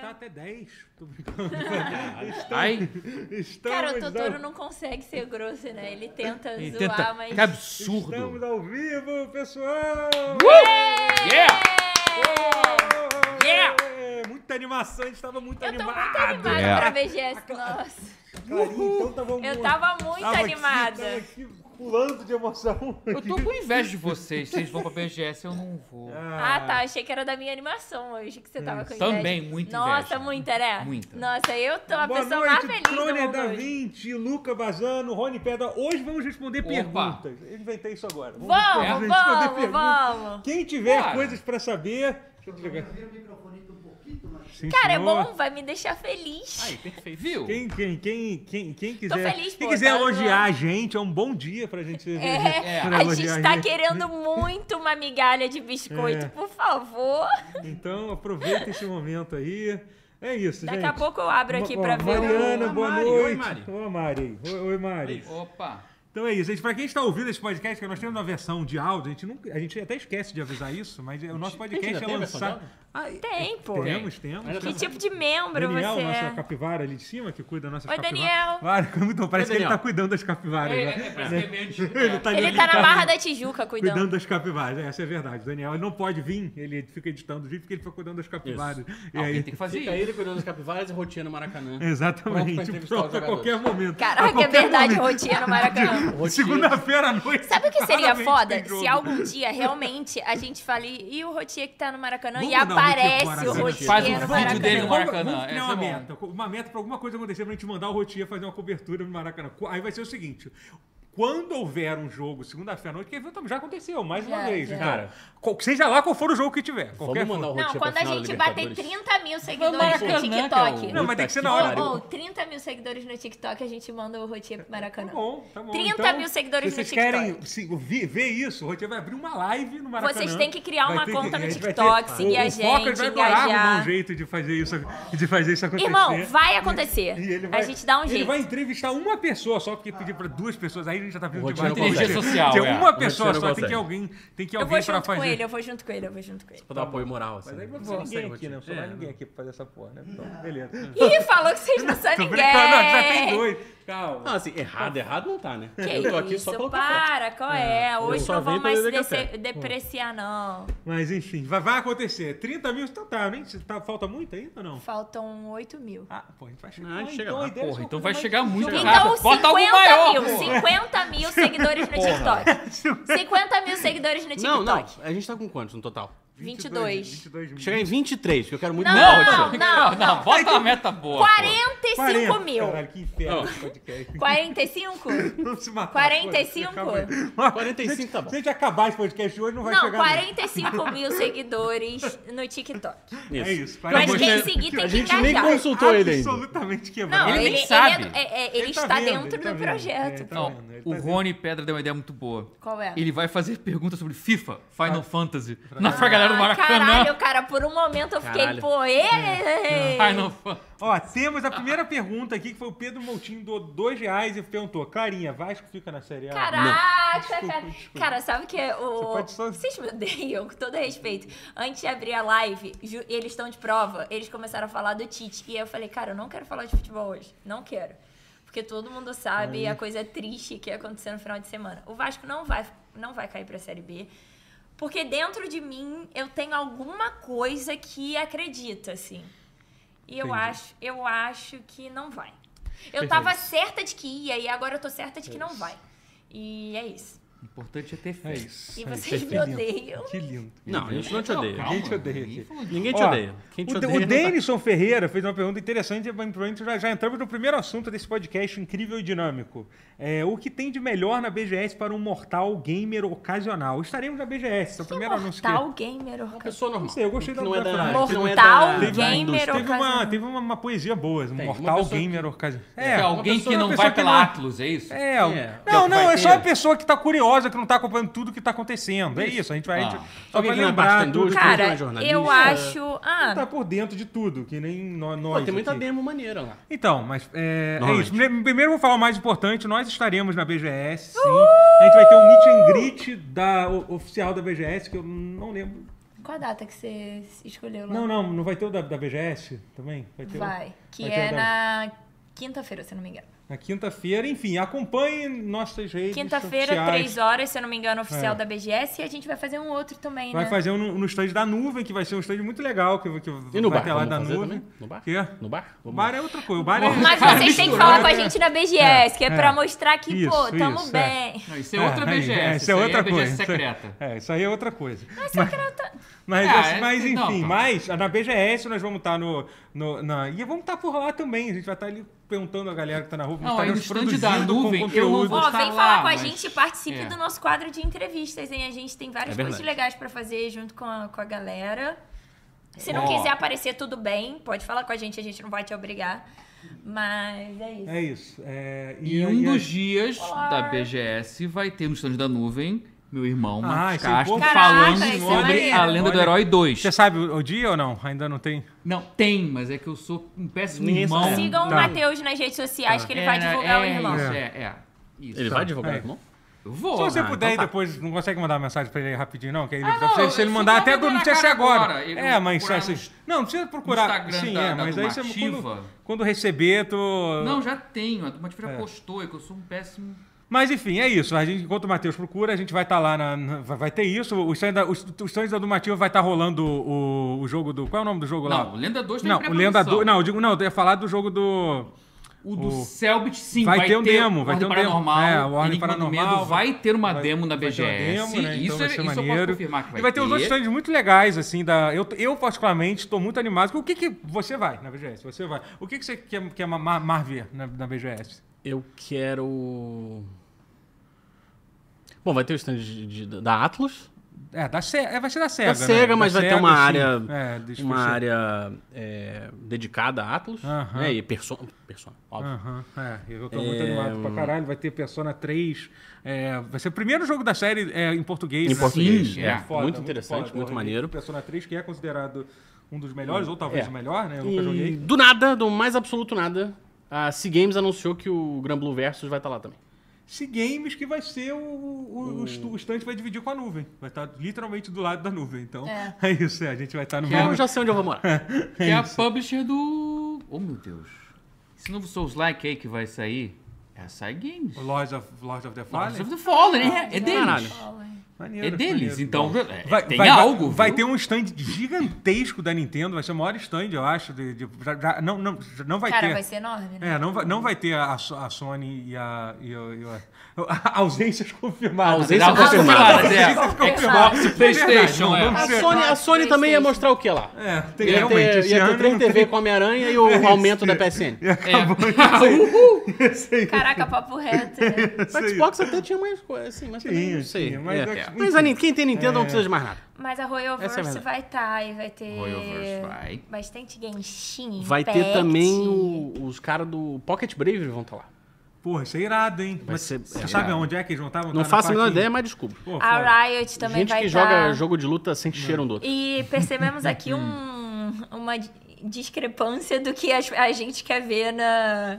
Tá até 10. Tô brincando. Ai, Estamos Cara, o Totoro ao... não consegue ser grosso, né? Ele tenta ele zoar, tenta- mas. Que absurdo. Estamos ao vivo, pessoal! Yeah! Yeah! É, Muita animação, a gente tava muito Eu tô animado. muito animada É. pra VGS, nossa. Clarinha, então tava muito... Eu tava muito tava aqui, animada. tava aqui pulando de emoção. Eu tô com inveja de vocês. Vocês vão pra BGS, eu não vou. Ah, tá. Achei que era da minha animação hoje que você tava com inveja. Hum, Também, muito Nossa, inveja. muita, né? Muita. Nossa, eu tô a Boa pessoa noite, mais feliz do Trônia mundo da hoje. 20, Luca Bazano, Rony Pedra. Hoje vamos responder Opa. perguntas. Eu inventei isso agora. É, Vamos, responder vamos, perguntas. vamos. Quem tiver Bora. coisas pra saber... Deixa eu desligar. Sim, Cara, é senhor. bom, vai me deixar feliz. Aí, perfeito. Viu? Quem, quem, quem, quem, quem quiser, feliz, quem pô, quiser tá elogiar a gente, é um bom dia pra gente. É, pra a gente elogiar tá querendo muito uma migalha de biscoito, É. por favor. Então aproveita esse momento aí. É isso, gente. Daqui a pouco eu abro aqui Ó, pra ver Mariana, o... boa A Mari, noite. oi, Mari. Ô, Mari. Oi, oi, Mari. Opa. Então é isso, gente. Pra quem está ouvindo esse podcast, que nós temos uma versão de áudio, a gente, nunca, a gente até esquece de avisar isso, mas é- o nosso podcast ainda é tem versão de lançado. áudio? Ah, é- Tempo. temos, temos. Ainda Que temos. tipo de membro Daniel, você nossa é? capivara ali de cima, que cuida da nossa Oi, Daniel. Muito, parece Oi, que ele Daniel. É, tá cuidando das É, capivaras. né? Ele tá, Ele tá na Barra da Tijuca cuidando. Cuidando das capivaras, essa é verdade. O Daniel ele não pode vir, ele fica editando o vídeo porque ele fica cuidando das capivaras. E Ah, Alguém aí- é, tem que fazer Fica isso. ele cuidando dos capivaras e rotinha no Maracanã. É. Pronto pra Exatamente, entrevistar pronto, os a qualquer momento. a Caraca, é qualquer verdade, momento. rotina no Maracanã. Rotinha. Segunda-feira à noite. Sabe o que seria claramente foda? tem jogo. Se algum dia realmente a gente fale, e o Rotier que tá no Maracanã, Vamos um e mandar o Rotier pro aparece o Maracanã. Rotier Faz um no vídeo Maracanã. dele no Vamos- Maracanã, Vamos criar essa uma é boa. meta. Uma meta pra alguma coisa acontecer pra gente mandar o Rotier fazer uma cobertura no Maracanã. Qu- Aí vai ser o seguinte. Quando houver um jogo segunda-feira à noite, que eventualmente já aconteceu, mais uma Já, vez. já. então, qual- seja lá qual for o jogo que tiver. Qualquer Vamos mandar o for. Rotinha Não, pra quando a final da gente bater Libertadores. 30 mil seguidores Maracanã, né, no é, TikTok. cara. Não, mas tem que ser na Ô, hora. ô, 30 mil seguidores no TikTok, a gente manda o Rotier pro Maracanã. Tá bom, tá bom. 30 Então, mil se seguidores vocês no TikTok. querem se- vi- ver isso, o Rotier vai abrir uma live no Maracanã. Vocês têm que criar Vai uma ter conta no a gente vai TikTok, ter- seguir o- a O Focas gente, vai parar arrumar engajar. um jeito de fazer isso, de fazer isso acontecer. Irmão, vai acontecer. E ele a vai- gente dá um Ele jeito. vai entrevistar uma pessoa só, porque pedir pra duas pessoas, aí a gente já tá vendo O demais. Rotier o tem Rotier. rede social, Tem é. uma pessoa O Rotier não só, tem consegue. que alguém, tem que Eu vou alguém pra junto com fazer. ele, eu vou junto com ele, eu vou junto com ele. Pra dar apoio moral, assim. Mas aí não Você só ninguém consegue, aqui, né? Não Rotinha. vai É, ninguém aqui pra fazer essa porra, né? Então, beleza. Ih, falou que vocês não são Tô ninguém. brincando, Então, não, já tem dois. Calma. Não, assim, errado, errado não tá, né? Que eu tô aqui isso, só pelo café. para, qual é? Hoje só não vão vim pra mais se beber café. Hum. dece- depreciar, não. Mas enfim, vai, vai acontecer. 30 mil, então tá, nem, tá- falta muito ainda ou não? Faltam 8 mil. Ah, pô, a gente vai chegar. Ah, Ah, chega então, lá, a ideia é Porra, só então fazer vai mais chegar muito Então, Então, rápido. Bota algo 50 maior, mil, porra. 50 mil seguidores no TikTok. 50 mil seguidores no Não, TikTok. não. A gente tá com quantos no total? 22. 22 mil. Chegar em 23, que eu quero muito Não, mais, não, Rotinha. não, Não, não, bota uma meta boa. pô. 45 mil. Caralho, que inferno Não. esse podcast. 45? Vamos se matar. 45? foda-se, acaba aí. 45 tá bom. Se a gente acabar esse podcast hoje, não vai Não, chegar. 45 mil seguidores no TikTok. É isso, Mas Mas quem você- seguir tem a que gente nem engajar. cons- Consultou ele ainda. Absolutamente quebrado. Não, Ele ele, nem ele é- sabe. é- é- ele tá está vendo, dentro ele tá do vendo, projeto. é, tá Não, vendo, ele o tá Rony Pedra deu uma ideia muito boa. Qual é? Ele vai fazer perguntas sobre FIFA, Final Ah. Fantasy, na pra galera do Ah, Maracanã. Caralho, cara, por um momento eu fiquei, Caralho. pô, Hum. ei, Final Fantasy. Ó, temos a primeira pergunta aqui, que foi o Pedro Moutinho, do dois reais e perguntou, Clarinha, Vasco fica na Série A? Caraca, Desculpa, cara. desculpa. Cara, sabe o que é o. Você pode só- Vocês me odeiam, com todo respeito. Antes de abrir a live, ju- eles estão de prova, eles começaram a falar do Tite. E eu falei, cara, eu não quero falar de futebol hoje. Não quero. Porque todo mundo sabe É. a coisa triste que ia acontecer no final de semana. O Vasco não vai, não vai cair pra Série B. Porque dentro de mim eu tenho alguma coisa que acredita, assim. E eu Entendi. acho, eu acho que não vai. Eu tava certa de que ia e agora eu tô certa de que não vai. E é isso. O importante é ter fé. É isso. E é isso, vocês que me lindo, odeiam. Que lindo. Não, a gente não te odeia. Calma, Ninguém te odeia ninguém aqui. falou- Ninguém te Ó, odeia. Quem te o, odeia tá- o Denison Ferreira fez uma pergunta interessante, mas provavelmente já, já entramos no primeiro assunto desse podcast incrível e dinâmico. É, o que tem de melhor na BGS para um mortal gamer ocasional? Estaremos na BGS, é o primeiro anúncio que... um Mortal Gamer Uma Orca- é pessoa normal. Não sei, eu gostei Que da- não é da da, frase. que não é Mortal da, Teve, da gamer indústria. teve, uma, ocasional. teve uma, uma poesia boa, um Tem, uma mortal pessoa que- gamer ocasional. É, uma alguém pessoa- que uma não pessoa vai que pela não- Atlas, é isso? É, É, que é o não, que não, vai é só ter. a pessoa que tá curiosa, que não tá acompanhando tudo que tá acontecendo. É isso, a gente vai. Ah. a gente- só Alguém pra que não é parte da lembrar tudo. indústria, Cara, Cara, é jornalista. eu acho. tá Ah, por dentro de tudo, que nem nó- nós. Pô, tem muita aqui. demo maneira lá. Então, mas é, é Normalmente. isso. Prime- Primeiro eu vou falar o mais importante. Nós estaremos na BGS, sim. A gente vai ter um meet and greet da, o- oficial da BGS, que eu não lembro Qual a data que você escolheu lá? Não, não, não vai ter o da, da BGS também? Vai ter o- Vai. Que vai ter é o da- na quinta-feira, se eu não me engano. Na quinta-feira, enfim, acompanhe nossas redes Quinta-feira, sociais. 3 horas, se eu não me engano, oficial É. da BGS. E a gente vai fazer um outro também, Vai né? fazer um no, no stand da nuvem, que vai ser um stand muito legal, que, que E no vai bar? ter lá vamos da fazer nuvem. também? No bar? Quê? No bar? O Vamos bar é outra coisa. O bar é... Mas vocês têm que falar com a gente na BGS, que é É. pra mostrar que, pô, Isso, tamo isso, bem. Não, isso é outra aí, BGS. é, isso isso é aí outra é BGS coisa. secreta. É, isso aí é outra coisa. Secreta. Mas, Ah, assim, é, mas não, enfim, pô. mas na BGS nós vamos estar no, no- na, e vamos estar por lá também. A gente vai estar ali perguntando a galera que está na rua. Não, aí no estaremos stand da produzindo com nuvem, eu conteúdo. não vou Ó, estar vem lá, falar com a mas- gente e participe É. do nosso quadro de entrevistas, hein? A gente tem várias É coisas verdade. legais pra fazer junto com a, com a galera. Se não Ó. quiser aparecer, tudo bem. Pode falar com a gente, a gente não vai te obrigar. Mas é isso. É isso. É, E, e- um e- dos dias da BGS vai ter no stand da nuvem meu irmão Ah, Marcos isso é Castro importante. falando Caraca, isso é sobre maneiro. a lenda do Olha, herói 2. Você sabe o, o dia ou não? Ainda não tem? Não, tem, mas é que eu sou um péssimo Ninguém irmão. sabe. Sigam o Tá. Matheus nas redes sociais, que ele vai É, divulgar o é, irmão. Isso, é, é. Isso. Ele vai advogar, É. irmão? Eu vou. Se você ah, puder, então tá. depois não consegue mandar uma mensagem pra ele aí rapidinho, não? Que aí ele, Ah, não, se, se ele eu- mandar eu até vou agora, não mandar precisa ser agora. agora. Eu É, vou mas procurar assim, no- não, não precisa procurar. Instagram Sim, da- é, da mas aí você Tomativa. quando, quando receber, tu. Não, já tenho. A Tomativa já postou, é que eu sou um péssimo. Mas enfim, é isso. A gente, enquanto o Matheus procura, a gente vai estar lá. na- na- vai vai ter isso. Os sonhos da, os, os sonhos da Dumativa vai estar rolando o, o jogo do. Qual é o nome do jogo lá? Não, o Lenda 2 tem Não, o pré-produção. Lenda do, Não, eu digo, não, eu ia falar do jogo do. O do o- Selbit, sim, vai vai, ter um demo, vai Ordem ter um demo. paranormal, É, o Ordem Enigma do Paranormal, Medo, vai ter uma vai- demo na vai BGS. ter uma demo, né? Isso, é- Então vai ser isso eu posso maneiro. confirmar que vai, e vai ter uns outros stands muito legais, assim, da. Eu, eu particularmente, estou muito animado. O que que você vai na BGS? Você vai. O que que você quer, quer ma- ma- mar ver na, na BGS? Eu quero. Bom, vai ter o stand de- de- da Atlas. É, da Se- é, vai ser da SEGA. da né? SEGA, mas vai ter Sega, uma sim. área. É, deixa eu uma ver. área é, dedicada a Atlas. Aham. né, E Persona. Persona, óbvio. Aham, é, eu tô muito animado hum. pra caralho. Vai ter Persona 3. é, vai ser o primeiro jogo da série é, em português. Em né? português, Sim, é. é. Foda, muito interessante, muito, foda. Eu joguei maneiro. Persona 3, que é considerado um dos melhores, ou talvez É. o melhor, né? Eu nunca E joguei. do nada, do mais absoluto nada, a Sea Games anunciou que o Gran Blue Versus vai estar lá também. Se Games, que vai ser o, o, Hum. o estu- o stand vai dividir com a nuvem. Vai estar literalmente do lado da nuvem. Então, É. é, isso, é, a gente vai estar no É, Eu mesmo. já sei onde eu vou morar. Que é a publisher do. Oh meu Deus. Esse novo Souls Like aí que vai sair é a Sai Games. Lords of, Lords of the Nossa, Fallen. of the Fallen, é, é Caralho. deles. Maneiro, É deles, maneiro. então é, Vai, tem vai- algo. Vai, vai viu? ter um stand gigantesco da Nintendo, vai ser o maior stand, eu acho. de- de- já- já- não, não, já- não vai Cara, ter. vai ser enorme, né? É, não vai, não vai ter a, So- a Sony e a. E o- e o- a- ausências Ah, confirmadas. Ausência Dá pra confirmada. confirmar, Zé. Ausência é. confirmada. confirmada. PlayStation, É verdade, é. não, A vamos ser- Sony, a Sony também ia mostrar o que lá? É, tem, Ia realmente. ter, É. esse ia ter ano 3 não tem- É TV com Homem-Aranha e o aumento da PSN. É. Caraca, papo reto. né? O Xbox até tinha mais coisa, assim, mas também Tinha, não sei. tinha, mas É. é que- Mas a Nin- quem tem Nintendo não precisa de mais nada. Mas a Royal Essa é a Verse verdade. vai estar e vai ter Royalverse vai. bastante Genshin Vai ter Impact. também o- os caras do Pocket Brave vão estar lá. Porra, isso é irado, hein? Mas ser- você é sabe irado. onde é que eles vão estar? Vão Não estar no faço a menor parquinho. ideia, mas desculpa. Pô, foda. A Riot também Gente vai tá- que joga jogo de luta sente cheiro um do outro. E percebemos aqui um- uma di- discrepância do que a, a gente quer ver na,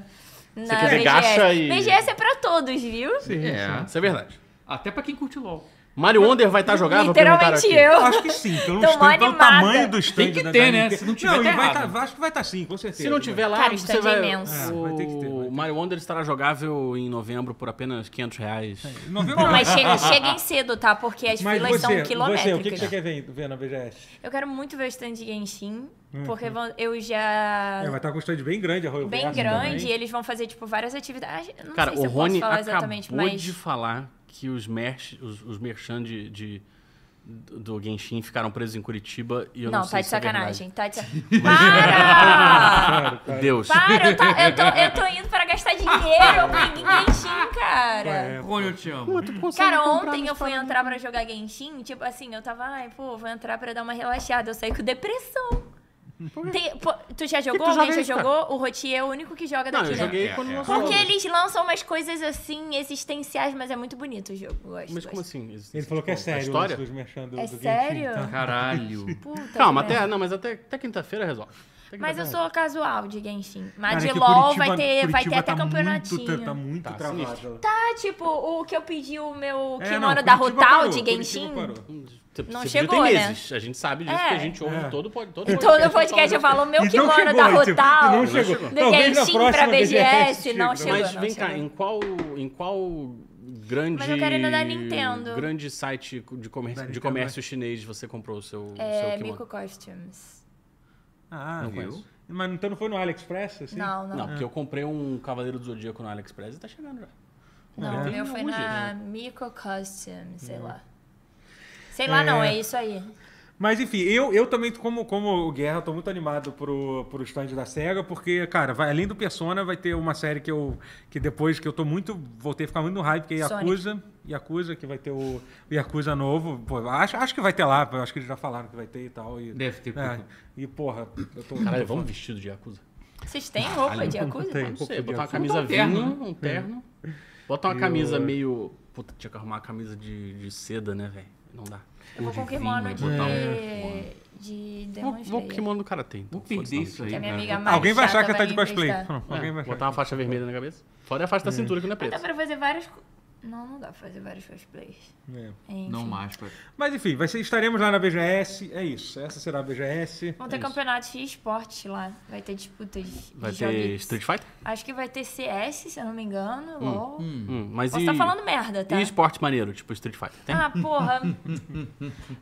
na quer ver gacha BGS. e- BGS é pra todos, viu? É. Isso é verdade. Até pra quem curte LOL. Mario Wonder vai estar jogável? perguntaram Literalmente aqui. eu. Acho que sim, pelo, Tô mó stand, pelo animada. então, tamanho do stand. Tem que da- ter, da né? Nintendo. Se não tiver, não, e tá vai errado. tá- acho que vai estar sim, com certeza. né? Se não tiver lá, Cara, o você stand vai... é imenso. É, vai ter que ter, vai ter O que Mario Wonder estará jogável em novembro por apenas 500 reais. Não viu Bom, nada. mas che- cheguem cedo, tá? Porque as Mas filas você, são você, o que, que quilométricas. você quer ver, ver na BGS? Eu quero muito ver o stand de Genshin, porque vão- eu já... Hum. É, vai estar com um stand bem grande, a Royal então, Bem Versa grande, também. e eles vão fazer, tipo, várias atividades. Ah, Não Cara, sei se o eu Rony posso falar exatamente, acabou mas... de falar que os, merch, os, os merchan de, de- do Genshin ficaram presos em Curitiba e eu não, Não, sei tá de se é verdade. sacanagem, tá de sacanagem. Para! Deus. Para, eu, tá- eu tô, eu tô indo pra gastar dinheiro pra Genshin, cara. É, Rony, eu te amo. Tu consegue Cara, comprar ontem no eu fui entrar pra jogar Genshin, tipo assim, eu tava, ai, pô, vou entrar pra dar uma relaxada. Eu saí com depressão. Tem- pô, tu já jogou? tu joga Alguém já isso, cara? jogou? O Rotier é o único que joga Não, daqui, eu né? joguei É, quando é. lançou. Porque eles lançam umas coisas assim, existenciais, mas é muito bonito o jogo. eu Gosto, Mas como gosto. assim? Ele falou que é Tipo, a sério o lance história? dos merchan do, É do Genshin, sério? tá? Caralho. Puta Calma, que merda. até, não, mas até, até quinta-feira resolve. Até É. Mas eu sou casual de Genshin. Cara, Mas é de que LOL Curitiba- vai ter, vai Curitiba ter até tá campeonatinho. Muito, tá muito Tá, travado. sinistro. Tá, tipo, o que eu pedi o meu É, kimono não, Curitiba da Rutal parou, de Curitiba Genshin. parou. Você, Não você chegou, viu, tem né? meses. A gente sabe disso, É. porque a gente ouve É. todo, pod- todo Em todo podcast falando eu falo o meu E não kimono chegou, da tipo, Rutal. e não chegou. Do Talvez na Genshin pra próxima BGS, BGS não chegue, chegou. Mas não vem cá, chegou. em qual, em qual grande. Mas eu quero ir no da Nintendo. Grande site de comércio, Da de Nintendo, comércio chinês você comprou o seu, seu É, kimono? Mico Costumes. Ah, Não viu? conheço. Mas então não foi no AliExpress, assim? Não, não. Não, porque eu comprei um Cavaleiro do Zodíaco no AliExpress e tá chegando já. Não, o Tem um meu foi onde? na Mico Costumes, Hum. sei lá. Sei lá, não, é isso aí. Mas enfim, eu, eu também, como, como o Guerra, tô muito animado pro, pro stand da SEGA, porque, cara, vai, além do Persona, vai ter uma série que eu. que depois que eu tô muito. voltei a ficar muito no hype, que é Sonic. Yakuza. Yakuza, que vai ter o, o Yakuza novo. Pô, acho, acho que vai ter lá, acho que eles já falaram que vai ter e tal. E, Deve ter, É, porque- e, porra, eu tô. Caralho, vamos vestido de Yakuza? Vocês têm roupa de Yakuza? tem. Não sei, Pouco de botar uma Yakuza. camisa Botar um terno, vinho, um terno. Bota uma E camisa o- meio. Puta, tinha que arrumar uma camisa de, de seda, né, velho? Não dá. Eu vou com o Cor de kimono vinho, de, botar de um Demon Vou, vou com o Slayer. kimono do Karatê. Vou Então, foda-se, perder não. isso aí. Que a minha cara. amiga mais Alguém vai achar chata que tá de me cosplay. emprestar. Não, alguém vai É, achar. botar uma faixa vermelha na cabeça. Fora a faixa da cintura que não é Ah, dá preta. pra fazer vários... co- Não, não dá pra fazer vários cosplays. É. Enfim. Não máscara. Mas enfim, vai ser, estaremos lá na BGS. É isso. Essa será a BGS. Vão ter campeonatos de esporte lá. Vai ter disputas Vai de ter joguinhos. Street Fighter? Acho que vai ter CS, se eu não me engano. LOL. Hum, mas Posso e. estar falando merda, tá? E esporte maneiro, tipo Street Fighter? Tem? Ah, porra.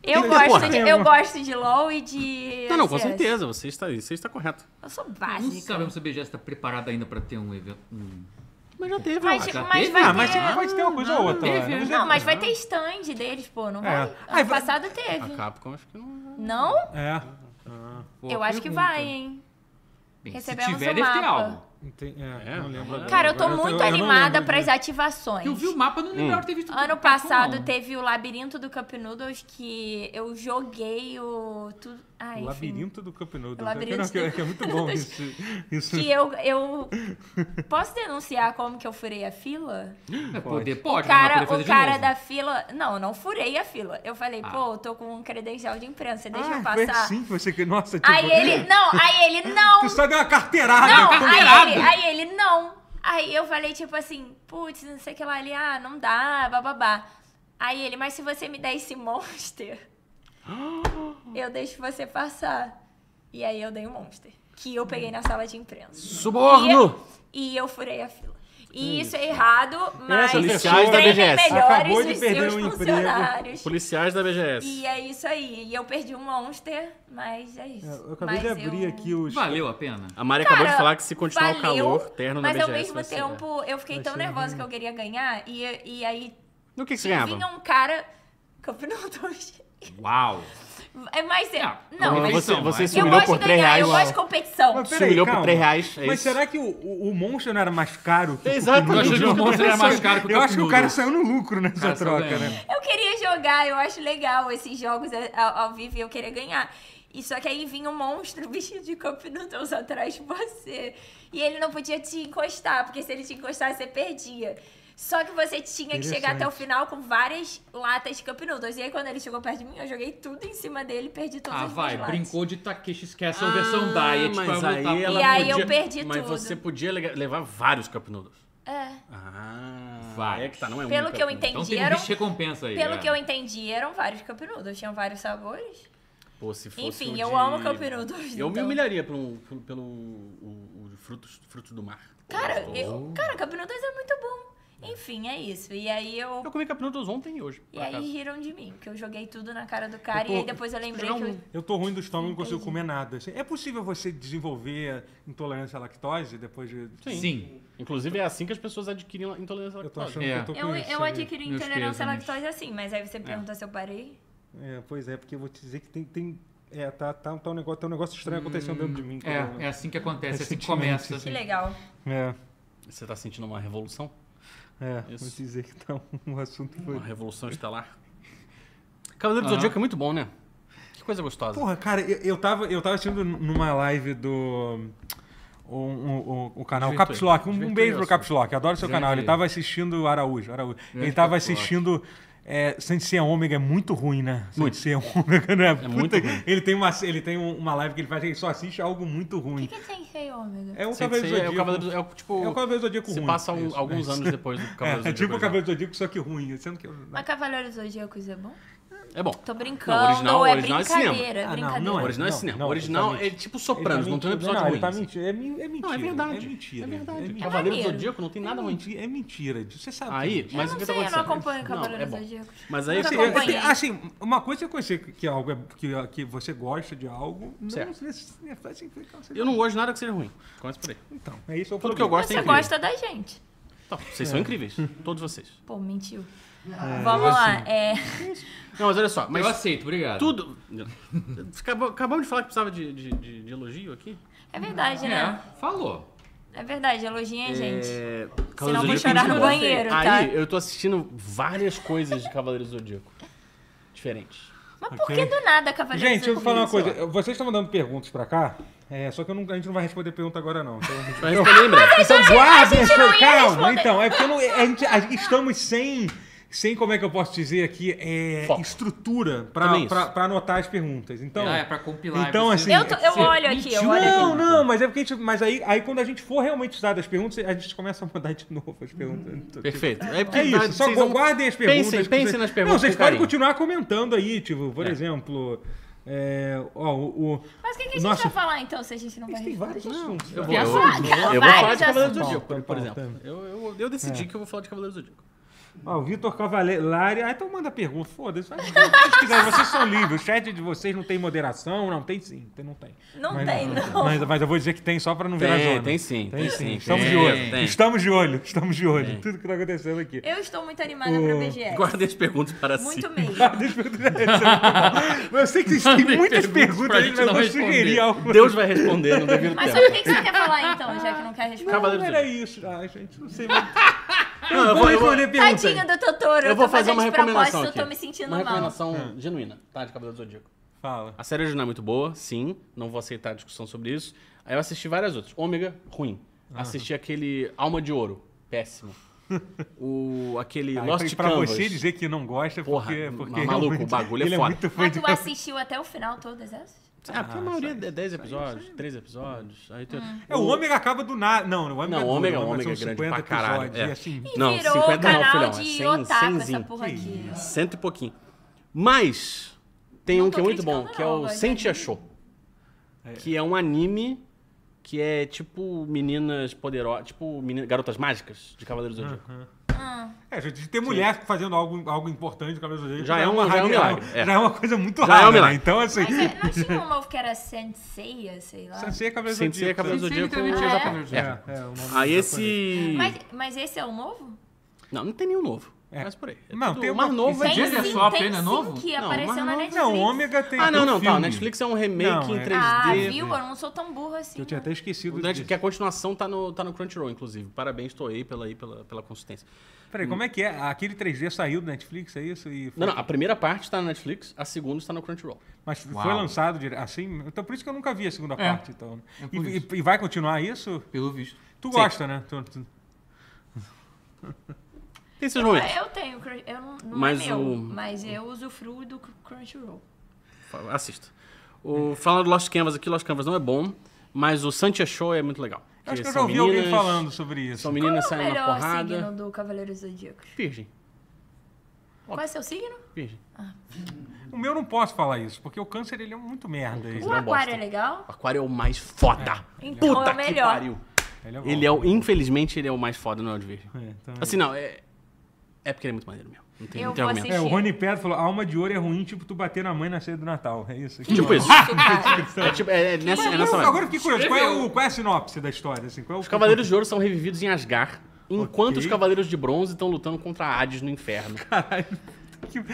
Eu Tem gosto, porra. de, eu gosto de LOL e de. não, não, com CS. certeza, você está, você está correto. Eu sou Não básica. sabemos se a BGS está tá preparada ainda para ter um evento. um- Mas já teve, Mas, eu acho. já mas teve? vai Ah, ter. mas sempre vai ter uma coisa ou outra. teve, né? né? Não, mas vai ter stand deles, pô, não vai? É. Ano Ah, e vai- passado A teve. Capcom acho que não. Não? É. Ah. Boa Eu acho que pergunta. vai, hein? Bem, Recebemos se tiver, o deve ter mapa. algo. Enten- é, É? não lembro agora. Cara, eu tô Agora né? muito eu não animada lembro pras disso. ativações. Eu vi o mapa, não lembrava de ter visto. Ano o Capcom, passado não. teve o Labirinto do Cup Noodles que eu joguei o. Tu... Ah, O enfim. Labirinto do Cup Noodle. Labirinto Não, que, do é que é muito bom isso. isso. Que eu, eu. Posso denunciar como que eu furei a fila? É, poder, pode. O mas vai cara, poder fazer o de cara novo. da fila. Não, eu não furei a fila. Eu falei, pô, eu tô com um credencial de imprensa, deixa eu Ah, foi passar. assim que você... que- Nossa, tipo... Aí ele, não, aí ele, não, Tu só deu uma carteirada. não, Como- aí ele, aí ele, não. Aí eu falei, tipo assim, putz, não sei o que lá, ele, ah, não dá, bababá. Aí ele, mas se você me der esse monster, eu deixo você passar. E aí eu dei o monster, que eu peguei na sala de imprensa. Suborno! E, e eu furei a fila. E isso é errado, mas policiais da treinem BGS. Acabou melhores de os perder seus um emprego. funcionários. Policiais da BGS. é- E é isso aí. E eu perdi um monster, mas é isso. Eu acabei de Mas abrir eu- aqui os... Valeu a pena? A Mari Cara, acabou de falar que se continuar valeu, o calor, terno na Mas BGS. ao mesmo um vai ser- tempo, eu fiquei Vai tão ser nervosa que eu queria ganhar. E, e aí No que, que você ganhava? vinha um cara. Cup Noodles. Uau! É, Mas é. Ah, Não, uma mas. você, competição, você vai. se Eu humilhou gosto por de 3 ganhar, reais. eu gosto de competição. Mas Se peraí, humilhou por calma. três reais, é Mas isso. será que o, o, o Monster não era mais caro? que o Cup Exatamente. Noodle? Eu achei que o Monster era é mais caro que o Eu Cup acho que o cara é Noodle. saiu no lucro nessa Cara, só troca, ganha. né? Eu queria jogar, eu acho legal esses jogos a- ao, ao vivo e eu queria ganhar. E só que aí vinha um monstro vestido de Cup Noodles atrás de você. E ele não podia te encostar, porque se ele te encostasse, você perdia. Só que você tinha que chegar até o Interessante. final com várias latas de Cup Noodles. E aí, quando ele chegou perto de mim, eu joguei tudo em cima dele e perdi todas Ah, as vai, minhas latas. brincou de Takeshi's é Castle versão Diet pra Ah, tá mas voltar aí é- pra- ela E aí eu podia... perdi mas tudo. você podia lega- levar vários Cup Noodles. É. Ah, Vários. É que tá, não é um Pelo Cup que eu Noodle. entendi, Então tem um eram- bicho de recompensa aí. Pelo é. que eu entendi, eram vários Cup Noodles, tinham vários sabores. Pô, se fosse Enfim, o eu de- amo Cup Noodles. Eu me então. humilharia por um- por- pelo o, o frutos, frutos do mar. Cara, eu, cara, Cup Noodles é muito bom. Enfim, é isso. E aí eu. Eu comi Cup Noodles ontem e hoje, por E aí acaso. riram de mim, porque eu joguei tudo na cara do cara. Eu tô- E aí depois eu lembrei Jogar que eu. um- Eu tô ruim do estômago, não consigo comer nada. Assim, É possível você desenvolver intolerância à lactose depois de. Sim. Inclusive, é assim que as pessoas adquirem intolerância à Eu tô lactose. achando É. que eu tô com Eu, isso. eu aí. adquiri Meus intolerância à né? pêsames. lactose assim, mas aí É. você me pergunta se eu parei. É, pois é, porque eu vou te dizer que tem. tem é, tá, tá, tá um negócio, tem um negócio estranho acontecendo dentro de mim. tá cara. É, é assim que acontece, é assim que começa. Que legal. É, Você tá sentindo uma revolução? é, Isso. vou te dizer que tá um assunto. Uma revolução estelar? Cavaleiro do Aham. Zodíaco é muito bom, né? Que coisa gostosa. Porra, cara, eu, eu, tava, eu tava assistindo numa live do. O, um, o, o- o canal Divertu- Caps Lock. Um, um beijo pro Divertuoso. Caps Lock, adoro seu Grande. canal. Ele tava assistindo o Araújo. Araújo. Ele Grande tava Caps Lock. assistindo É, Sensei Ômega é muito ruim, né? Muito. Sensei Ômega, né? Puta muito que- ruim. Ele tem, uma, ele tem um- uma live que ele faz que ele só assiste algo muito O ruim. que, que tem Rei Ômega? É o Sem Cavaleiro do ser- é o Zodíaco. Cavaleiro do Zodíaco. É o tipo. É o Cavaleiro do Zodíaco Se ruim. passa al- Isso, alguns é anos depois do É, Cavaleiro do é tipo o Zodíaco. Cavaleiro do Zodíaco, só que ruim. Sendo que... Mas Cavaleiros Zodíacos é bom? É bom. Tô brincando, original- é original é cinema. brincadeira, é Ah, não, brincadeira. Então, não O original é Não, cinema. não, o original é totalmente. tipo Sopranos, não tem um episódio não, ruim. ele tá assim. mentindo. É, mi- é mentira. Não, é verdade. É mentira. É verdade. mentira. Cavaleiro do maneiro. Zodíaco não tem É nada ruim. mentira, é mentira. Você sabe. que é Aí, mentira. mas Tá eu não o que tá sei, eu não acontecendo? acompanho Não, Cavaleiros é bom. Zodíacos. Mas aí Nunca você- Eu- eu- acompanhei. eu- assim, uma coisa é conhecer que algo é, que, que você gosta de algo, não Certo. significa- significa que você- Eu não gosto de nada que seja ruim. Começa por aí. Então, é isso. Tudo que eu gosto Você é incrível. gosta da gente. Tá, vocês são incríveis. Todos vocês. Pô, mentiu. Ah, Vamos lá. É... Não, mas olha só. Mas eu Mas aceito, obrigado. tudo. Acabou- Acabamos de falar que precisava de, de- de- de elogio aqui. é verdade, É, né? falou. É verdade, elogiem a gente. É... Senão eu vou Zodíaco chorar muito no bom. banheiro, tá? Aí eu tô assistindo várias coisas de Cavaleiro do Zodíaco. Diferentes. Mas é por Ok. que do nada Cavaleiros Gente, eu vou Zodíacos? falar uma coisa. Vocês estão mandando perguntas pra cá, é, só que eu não- a gente não vai responder pergunta agora, não. Então, Vai responder em breve. Então guardem gente não ia calma. responder. Então, é porque eu não- a gente- a- estamos sem, sem, como é que eu posso dizer aqui, é, Foco. estrutura Também pra- isso. pra pra anotar as perguntas. Então, ah, é pra compilar. então, é preciso- assim, Eu, tô- eu Você olho aqui, eu mentiu. olho aqui. não, não, mas é porque a gente, mas aí, aí quando a gente for realmente estudar as perguntas, a gente começa a mandar de novo as perguntas. Perfeito. É, porque É isso, vocês só vão- guardem as perguntas. Pensem, que pensem vocês- nas perguntas Não, vocês com podem carinho. continuar comentando aí, tipo, por É. exemplo, é, ó, o, o- Mas o que, que a gente Nossa. vai falar então se a gente não vai tem vários responder? assuntos. Eu né? vou, eu, Vou falar de eu vou vários falar de Cavaleiro do assuntos. Zodíaco, por, por Tá, tá, exemplo. Eu, eu, eu É. decidi que eu vou falar de Cavaleiro do Zodíaco. Ó, o Vitor Cavalari. Ah, então manda pergunta. Foda-se. faz o que vocês quiserem, Vocês são livres. O chat de vocês não tem moderação. Não, tem sim. tem- Não tem. Não tem, não. Mas, mas eu vou dizer que tem só pra não virar Tem, zona. tem sim, tem sim, Estamos tem, de olho. tem. Estamos de olho. Estamos de olho. Tudo que tá acontecendo aqui. Eu estou muito animada pra BGS. Guardem as perguntas para si. Muito mesmo. Ah, deixa eu... eu sei que vocês têm Mandem muitas perguntas pra perguntas, gente mas eu não vou responder. sugerir algo. Deus vai responder no devido Mas sobre o tempo. que, que você quer falar então, já que não quer responder? Cavaleiro Não do era isso. Ai, gente, não sei. Mas... Não, eu Vamos vou, eu vou, responder perguntas. Tadinho do Totoro, eu vou tô fazer fazendo uma de propósito, recomendação eu aqui. tô me sentindo uma mal. recomendação genuína, tá? De Cavaleiro do Zodíaco. Fala. A série original é muito boa, sim. Não vou aceitar a discussão sobre isso. Aí eu assisti várias outras. Ômega, ruim. Assisti aquele Alma de Ouro, péssimo. o, aquele Aí, Lost pra- pra Canvas. você dizer que não gosta, Porra, porque, porque ma- maluco, realmente o bagulho é ele foda. muito fã Mas de... tu assistiu até o final todas essas? Ah, porque a maioria é 10 episódios, 3 episódios. Aí tem... Ah. É, o ômega acaba do nada. Não, o ômega Não, dura, o ômega, mas o ômega é são grande 50 pra caralho. episódios, é. E assim, não, Virou 50 não, canal filhão. de é 100, otaku 100zinho. essa porra aqui. Cento e pouquinho. Mas tem Não um que tô é muito bom, criticando que é não, o mas Senti é- Show. Que é um anime que é tipo meninas poderosas, tipo meni- garotas mágicas de Cavaleiros do Zodíaco. é, gente, ter mulher fazendo algo, algo importante com a mesma jeito Já é um- já é um raridade, milagre, é. Já é uma coisa muito Já é um rara, né? milagre. Então, assim... Mas é, não tinha uma que era Senseiya, sei lá. Sensei é cabeça Sensei é Cavaleiro do Sensei Zodíaco. literalmente é já- Cavaleiro do É. Zodíaco. É, o nome Aí da esse... Mas, mas esse é o novo? Não, não tem nenhum novo. É. Mas por aí. É Não, tudo- tem o mais uma- novo é Tem- de... Jigsaw sim, apenas tem novo? sim que Não, apareceu mas na não- Netflix. Não, o ômega tem Ah, não, tem não, tá. O filme. Netflix é um remake Não, em é. 3D. Ah, viu? Eu não sou tão burra assim. Eu tinha até esquecido O Net- disso. que a continuação tá no, tá no Crunchyroll, inclusive. Parabéns, tô aí pela, aí pela, pela consistência. Peraí, como é que é? Aquele 3D saiu do Netflix, é isso? E foi- Não, não, a primeira parte tá na Netflix, a segunda está no Crunchyroll. Mas foi Uau. lançado dire- assim? Então por isso que eu nunca vi a segunda É. parte, então. né? É E, por isso. e- e vai continuar isso? Pelo visto. Tu Sim. gosta, né? Tu- tu- Tem esses momentos. Ah, Eu tenho, Crunch- eu não, não Mas é meu, o- mas eu usufruo do Crunchyroll. Fa- Assista. O, falando do Lost Canvas aqui, Lost Canvas não é bom, mas o Santia Show é muito legal. Eu acho que eu já são ouvi alguém meninas- falando sobre isso. São meninas Qual é o saindo na melhor porrada. signo do Cavaleiros Zodíacos? Virgem, Qual é seu signo? virgem. O meu não posso falar isso, porque o câncer ele é muito merda. Ele, O uma aquário é bosta. legal? O aquário é o mais foda. Então Puta é o que melhor. pariu. ele é bom. Ele é, o- infelizmente, ele é o mais foda no de virgem. É, então- Assim, não, é... É porque ele é muito maneiro mesmo. Não tem, Eu não tem vou argumento. É, o Rony Pedro falou, alma de ouro é ruim, tipo tu bater na mãe na ceia do Natal. É isso. Tipo isso. Isso, cara. É, tipo, é- é nessa, é Eu- nessa agora eu vibe. fiquei curioso, qual é, o, qual é a sinopse da história? Assim, qual é o, Os Cavaleiros de Ouro são revividos em Asgard, enquanto os Cavaleiros de Bronze estão lutando contra Hades no inferno.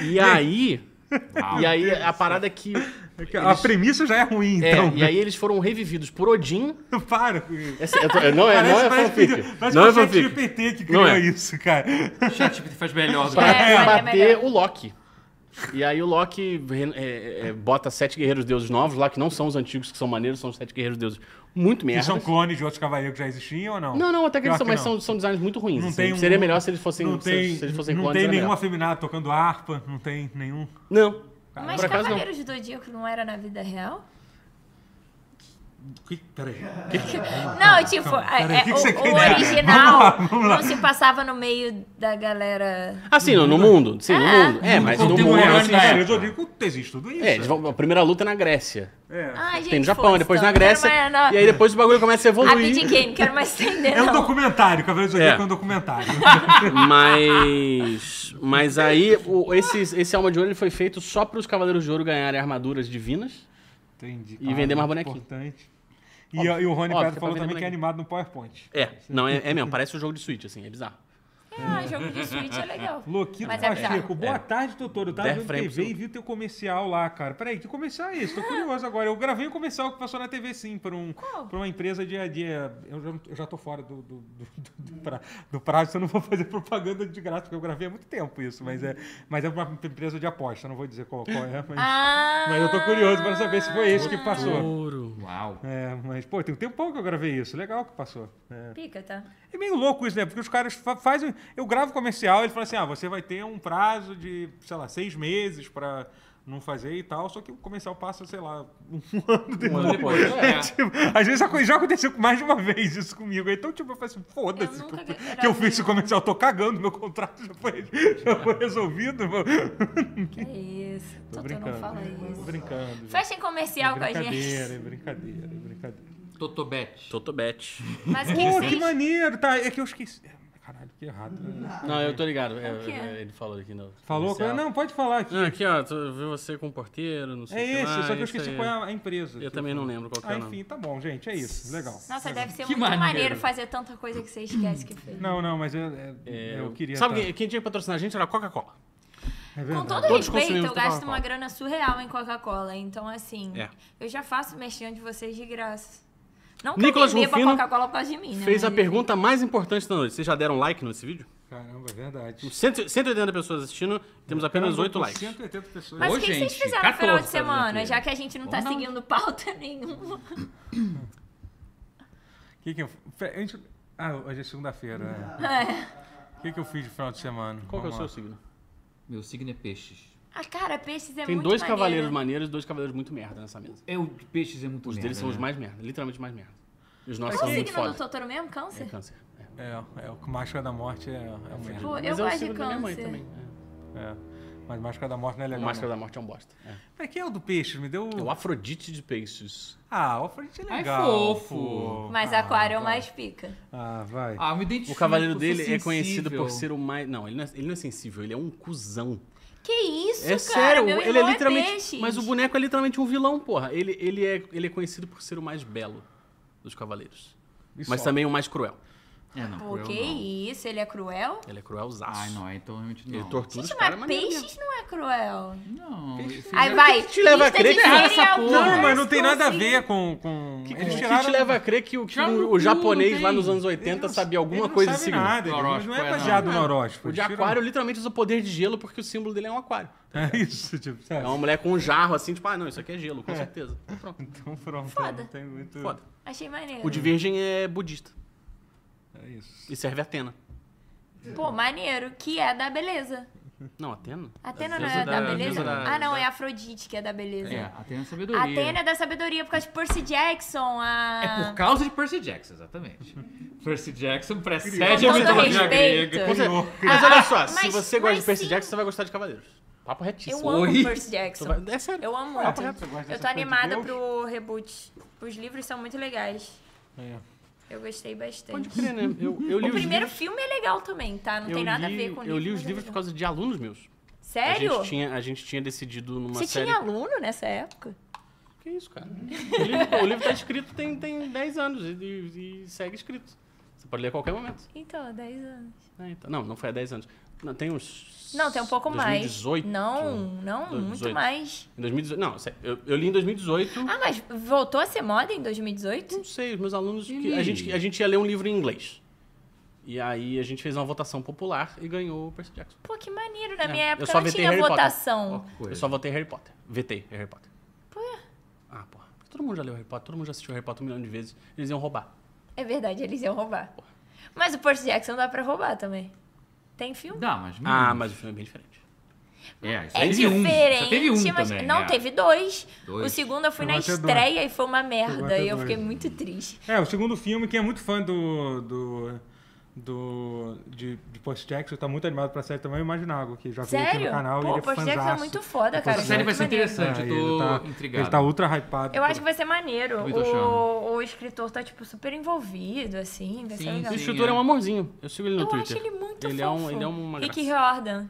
E aí... E aí a parada é que... A premissa já é ruim, É, então. e aí eles foram revividos por Odin. Para com isso. É sé- eu tô- eu- não é, não é fanfic. que- parece Não que foi o é fanfic. ChatGPT que Não criou é. isso, cara. Chat faz melhor do Pra que. É, olha, é combater melhor. o Loki. E aí o Loki re- é, é, bota sete guerreiros deuses novos lá, que não são os antigos, que são maneiros, são os sete guerreiros deuses muito Que merda. são clones de outros cavaleiros que já existiam ou não? Não, não, até que Pior eles são, mas não. são, são designs muito ruins. Não assim. tem um- Seria melhor se eles fossem, Não se- tem, se eles fossem não clones, tem era nenhum melhor. afeminado tocando harpa, não tem nenhum. Não. Mas Por acaso, não. Cavaleiros do Zodíaco não era na vida real? Que, peraí. Não, tipo, é- Ah, peraí, é- o que que o, você o quer dizer? original Vamos lá, vamos lá. não se passava no meio da galera. Assim, no, no mundo. Sim, no Ah, mundo. É, mas um no mundo. contemporâneo assim, Contemporâneo da da época. Eu só digo que existe tudo isso. É, eles vão- a primeira luta é na Grécia. É. Ai, gente, Tem no Japão, foda-se, depois na não quero Ah, Grécia. mais- não. E aí depois o bagulho começa a evoluir. Abdiquei, não quero mais entender. É um não. documentário, Cavaleiros do Zodíaco é. É. um documentário. Mas. Mas aí, o- esse, esse Alma de Ouro ele foi feito só para os Cavaleiros de Ouro ganharem armaduras divinas. Entendi. E vender mais bonequinho. Importante. E, Óbvio, e o Rony óbvio que é Pedro pra falou também vender que é bonequinho. animado no PowerPoint. É, não, é, é mesmo, parece um jogo de Switch, assim, é bizarro. Ah, jogo de Switch é legal. Loquito Mas é Pacheco, bizarro. boa É. tarde, doutor. Eu tava Dez vendo frames TV e por vi teu comercial lá, cara. Peraí, que comercial é esse? Tô curioso agora. Eu gravei um comercial que passou na TV, sim, pra, um, pra uma empresa de... de eu, já, eu já tô fora do, do, do, do, do pra- do prazo, eu não vou fazer propaganda de graça, porque eu gravei há muito tempo isso. Mas é, mas é uma empresa de aposta, não vou dizer qual, qual é, mas... Ah, Mas eu tô curioso pra saber se foi esse que passou. Ouro. Uau. É, mas, pô, tem um tempão que eu gravei isso. Legal que passou. É. Pica, tá? É meio louco isso, né? Porque os caras fa- fazem. Eu gravo comercial, eles falam assim: ah, você vai ter um prazo de, sei lá, seis meses pra não fazer e tal. Só que o comercial passa, sei lá, um ano depois. ano depois, é. Tipo, às vezes a coisa já aconteceu mais de uma vez isso comigo. Então, tipo, eu falei assim: foda-se Eu que, eu- nunca que gravei. eu fiz esse comercial. Tô cagando, meu contrato já foi, já foi resolvido. Mano. Que É isso. Tô Totô, brincando. não fala Tô isso. brincando. gente. Fechem É comercial com a brincadeira, é gente. brincadeira, é brincadeira. Totobete. Totobet. Mas que Pô, que vocês- maneiro, tá? É que eu esqueci. Caralho, que errado. né? Não, eu tô ligado. é, O quê? é, ele falou aqui não. Falou? coisa- Não, pode falar aqui. Ah, aqui, ó, tu viu você com o porteiro, não sei É o que esse, só lá, que eu isso esqueci aí. qual é a- a empresa. Eu Tipo, também não lembro qual que é Ah, o nome. enfim, tá bom, gente, é isso. Legal. Nossa, Legal. deve ser Que muito maneiro. maneiro fazer tanta coisa que você esquece que fez. Não, não, mas eu, é- É, eu queria. Sabe tá- quem, quem tinha que patrocinar a gente era a Coca-Cola. É Com verdade. todo Todos respeito, consumimos eu gasto Coca-Cola. uma grana surreal em Coca-Cola. Então, assim, É. eu já faço merchan de vocês de graça. Não Nicolas que alguém beba Rufino Coca-Cola por causa de mim, né? Fez a Mas, pergunta mais importante da noite. Vocês já deram like nesse vídeo? Caramba, é verdade. Cento- 180 pessoas assistindo, temos apenas Caramba, 8 com likes. 180 pessoas. Mas Ô, o que, que vocês gente, fizeram no final 14 de fazendo semana? aqui. Já que a gente não tá Ou não. seguindo pauta nenhuma. O que que eu. fe- a gente- Ah, hoje é segunda-feira. né? É. O que, que eu fiz no final de semana? Qual que é o Vamos seu lá. signo? Meu signo é peixes. Ah, cara, peixes é Tem muito dois maneiro. cavaleiros maneiros e dois cavaleiros muito merda nessa mesa. Eu, de peixes é muito Os merda, deles são os né? mais merda, literalmente mais merda. E os Qual nossos é o são muito signo do foda. Totoro mesmo? Câncer? É câncer. É. É, é, o Máscara da Morte é, é o mesmo. Pô, eu Mas é o gosto de signo da minha mãe câncer. também. É. Mas Máscara da Morte não é É. O legal. Máscara não. da Morte é um bosta. É. Mas quem é o do peixe? Me deu. O Afrodite de Peixes. Ah, o Alfred é Ai, legal. fofo. pô. Mas ah, aquário é o vai. mais pica. Ah, vai. Ah, eu me identifico. O cavaleiro eu sou dele é sensível. conhecido por ser o mais. Não, ele não é, ele não é sensível, ele é um cuzão. Que isso, é cara? sério, Meu ele é irmão literalmente. peixes. mas o boneco é literalmente um vilão, porra. Ele, ele, é, ele é conhecido por ser o mais belo dos cavaleiros. E mas só. também o mais cruel. É, não. Pô, eu que não. isso? Ele é cruel? Ele é cruelzaço. Ai, não, então realmente não. Ele tortura Gente, os caras, mas maneiro mesmo. peixes não é cruel. Não. é- ele- Aí vai, te leva a lista crer de que erraram essa cereal porra? com Não, mas não arroz tem nada a doce. ver com. com... Eles O que tiraram. te leva a crer que o, que Tiraram o- no o cu, japonês não lá tem. nos anos Ele 80 não- sabia alguma ele não coisa sabe desse signo. nada, ele Horóscopo não é é, não. baseado no horóscopo. O de eles aquário literalmente usa poder de gelo porque o símbolo dele é um aquário. tiraram- É isso, tipo, É sabe? uma mulher com um jarro assim, tipo, ah, não, isso aqui é gelo, com certeza. Pronto, Então pronto, Foda. não tem muito. foda. Achei maneiro. O de virgem é budista É isso. e serve a Atena. Pô, maneiro, que é da beleza. Não, Atena? Atena A não deusa é da, beleza? deusa da- ah, não, é Afrodite que é da beleza. É, Atena é sabedoria. Atena ah. é da sabedoria por causa de Percy Jackson, a... É por causa de Percy Jackson, exatamente. Percy Jackson Com É precede a todo mitologia respeito. grega. Com certeza. Criou, Mas olha só, se mas- você gosta mas de Percy sim. Jackson, você vai gostar de Cavaleiros. Papo retíssimo. Eu amo Oi. Percy Tu Jackson. vai- É sério. Eu amo Ah, muito. tá certo, você gosta dessa Eu tô coisa de animada Deus? pro reboot. Os livros são muito legais. É. Eu gostei Pode bastante. crer, né? Eu, eu li O os primeiro livros, filme é legal também, tá? Não eu tem nada li- a ver com o Eu li livro, os mas é livros por legal. causa de alunos meus. A Sério? gente tinha, a gente tinha decidido numa Você série... tinha aluno nessa época? Que isso, cara? O livro, o livro tá escrito tem, tem 10 anos e, e- e segue escrito. Você pode ler a qualquer momento. Então, 10 anos. É, então- não, não foi há 10 anos. Não, tem uns. Não, tem um pouco mais. 2018. Não, não, muito 2018. mais. Em 2018. Não, sério, eu, eu li em 2018. Ah, mas voltou a ser moda em 2018? Não sei, os meus alunos. que- Ele- a, gente, a gente ia ler um livro em inglês. E aí a gente fez uma votação popular e ganhou o Percy Jackson. Pô, que maneiro. Na É, minha eu época só não vetei tinha Harry Potter. votação. Ó, coisa. Eu só votei Harry Potter. VT, Harry Potter. Pô, Ah, porra. Todo mundo já leu Harry Potter, todo mundo já assistiu Harry Potter um milhão de vezes. Eles iam roubar. é verdade, eles iam roubar. Mas o Percy Jackson dá pra roubar também. Tem filme? Dá, mas. não. Ah, mas o filme é bem diferente. É, só É teve um. diferente, Só teve um mas também. não é. teve dois. Dois. O segundo eu fui Chegou na a ter dois. estreia e foi uma Chegou a merda ter e eu dois. fiquei muito triste. É, o segundo filme, quem é muito fã do. do. do de, de Post Jackson, tá muito animado pra série também, eu imaginava que já veio aqui Sério? no canal Pô, e ele o é Percy Jackson é fanzaço. muito foda, cara. Essa série muito vai ser maneiro. interessante, eu tô ele tá, intrigado. Ele tá ultra hypado. Eu acho que vai ser maneiro. Também tô achando. O, o escritor tá, tipo, super envolvido, assim. Vai ser Sim, legal. O sim. instrutor é um amorzinho. Eu sigo ele no Eu Twitter. acho ele muito fofo. ele É um, ele é uma Rick graça. Riordan.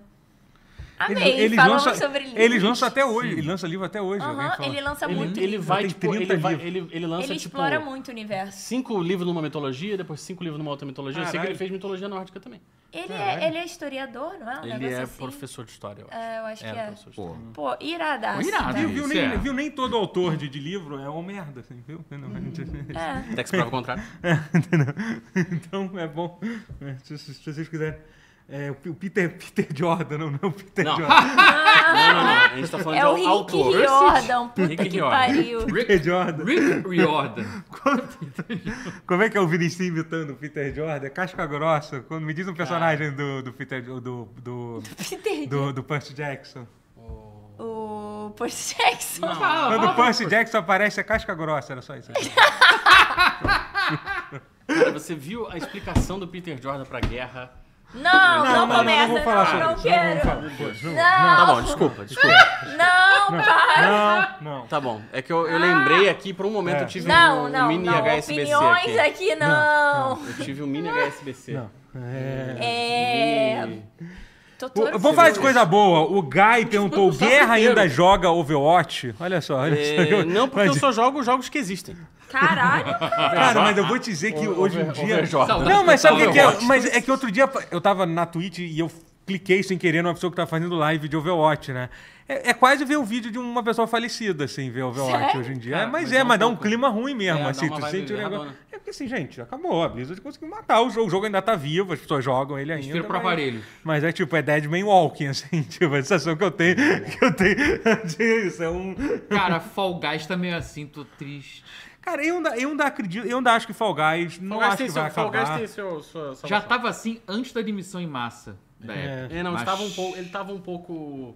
Eles- Amei, eles falamos lançam- sobre livros. Eles lançam até hoje, ele lança livro até hoje. Aham, alguém fala. ele lança Ele, muito ele livro. vai, Tem tipo, ele, 30 vai- livros. ele, ele lança, Ele tipo, explora muito o universo. cinco livros numa mitologia, depois cinco livros numa outra mitologia. Eu sei que Caralho. ele fez mitologia nórdica também. Ele Caralho. é, ele é historiador, não é? Um ele negócio é assim. professor de história, eu acho. É, eu acho que Era é. professor de Pô. história. Pô, iradaço. Irado. velho. Viu, viu, Isso nem, é. viu nem todo autor de, de livro é uma merda, assim, viu? Hum, Entendeu? É. Até que se prova o contrário. Entendeu? Então é bom. é, Se, se- se vocês quiserem. É, o P- o Peter, Peter Jordan, não, não é o Peter Não. Jordan. Não, não, não. A gente tá falando É de o au- Rick autor. Riordan, puta Rick que Riordan. pariu. Peter Rick, Jordan. Rick Riordan. Como é que é o Vinicius imitando o Peter Jordan? É Casca grossa. Quando me diz um Ah. personagem do, do Peter do do, Peter do, do Percy Jackson. O Percy Jackson. Fala, Quando o fala. Percy Jackson aparece, é casca grossa, era só isso. Cara, você viu a explicação do Peter Jordan pra guerra? Não, não, começa. vou falar sobre não isso, quero. Não, vou falar. Não, Tá Não, bom, desculpa, desculpa. não, para. não, não. Tá bom. É que eu, eu lembrei aqui, por um momento É. eu tive um, Ah. Não, um não, mini não. HSBC Opiniões aqui. aqui, não. Eu tive um mini HSBC. Não. É. É. Tô O- todo Vamos falar de coisa boa. O Guy perguntou: expulsar Guerra primeiro. ainda joga Overwatch? Olha só, olha só. É, não, porque eu Mas- só jogo jogos que existem. Caralho, cara. Cara, mas eu vou te dizer que hoje em dia. Jordan. Não, mas sabe o que, que é? Overwatch. Mas é que outro dia eu tava na Twitch e eu cliquei sem querer numa pessoa que tava fazendo live de Overwatch, né? É, é quase ver o vídeo de uma pessoa falecida, assim, ver Overwatch Sério? hoje em dia. Cara, É, mas, mas é, é um mas dá um pouco. clima ruim mesmo, É, dá assim, uma tu vibe né? sente o negócio. erradona. É porque assim, gente, acabou. A Blizzard conseguiu matar o jogo. O jogo ainda tá vivo, as pessoas jogam ele ainda. Respira pro mas- aparelho. Mas é tipo, é Deadman Walking, assim, tipo, a sensação que eu tenho, Uhum. que eu tenho de isso. É um, Cara, Fall Guys tá meio assim, tô triste. Cara, eu ainda, eu ainda acredito, eu ainda acho que Fall Guys não Fall Guys acho tem que vai seu- Fall Guys acabar. tem seu- sua- sua Já salvação. tava assim antes da demissão em massa da época. É, não, Mas- estava um pouco, ele tava um pouco...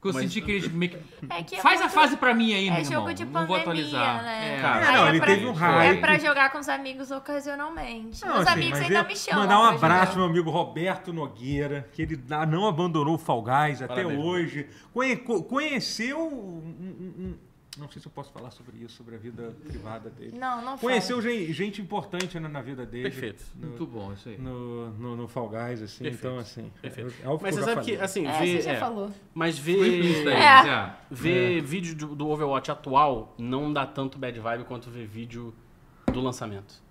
Porque eu Mas- senti que eles meio que- É que é Faz a muito- fase pra mim aí, É meu jogo irmão. de não vou pandemia, atualizar. né? É, Cara, Ah, Aí não, é ele pra- teve um hype. É pra jogar com os amigos ocasionalmente. Não, Meus assim, amigos mas ainda eu- me chamam. Mandar um pra jogar. abraço pro meu amigo Roberto Nogueira, que ele dá- não abandonou o Fall Guys até Parabéns, hoje. Conhe- co- conheceu. um- um- um- não sei se eu posso falar sobre isso, sobre a vida privada dele. Não, não fala. Conheceu gen- gente importante né, na, na vida dele. Perfeito. Muito bom isso aí. No, no, no Fall Guys, assim. Perfeito. Então, assim. Perfeito. é óbvio Mas eu você já sabe que, falei. assim, É, ver... você já é, falou. Mas Flip isso daí, ver... É. Zé. Ver vídeo do, do Overwatch atual não dá tanto bad vibe quanto ver vídeo do lançamento.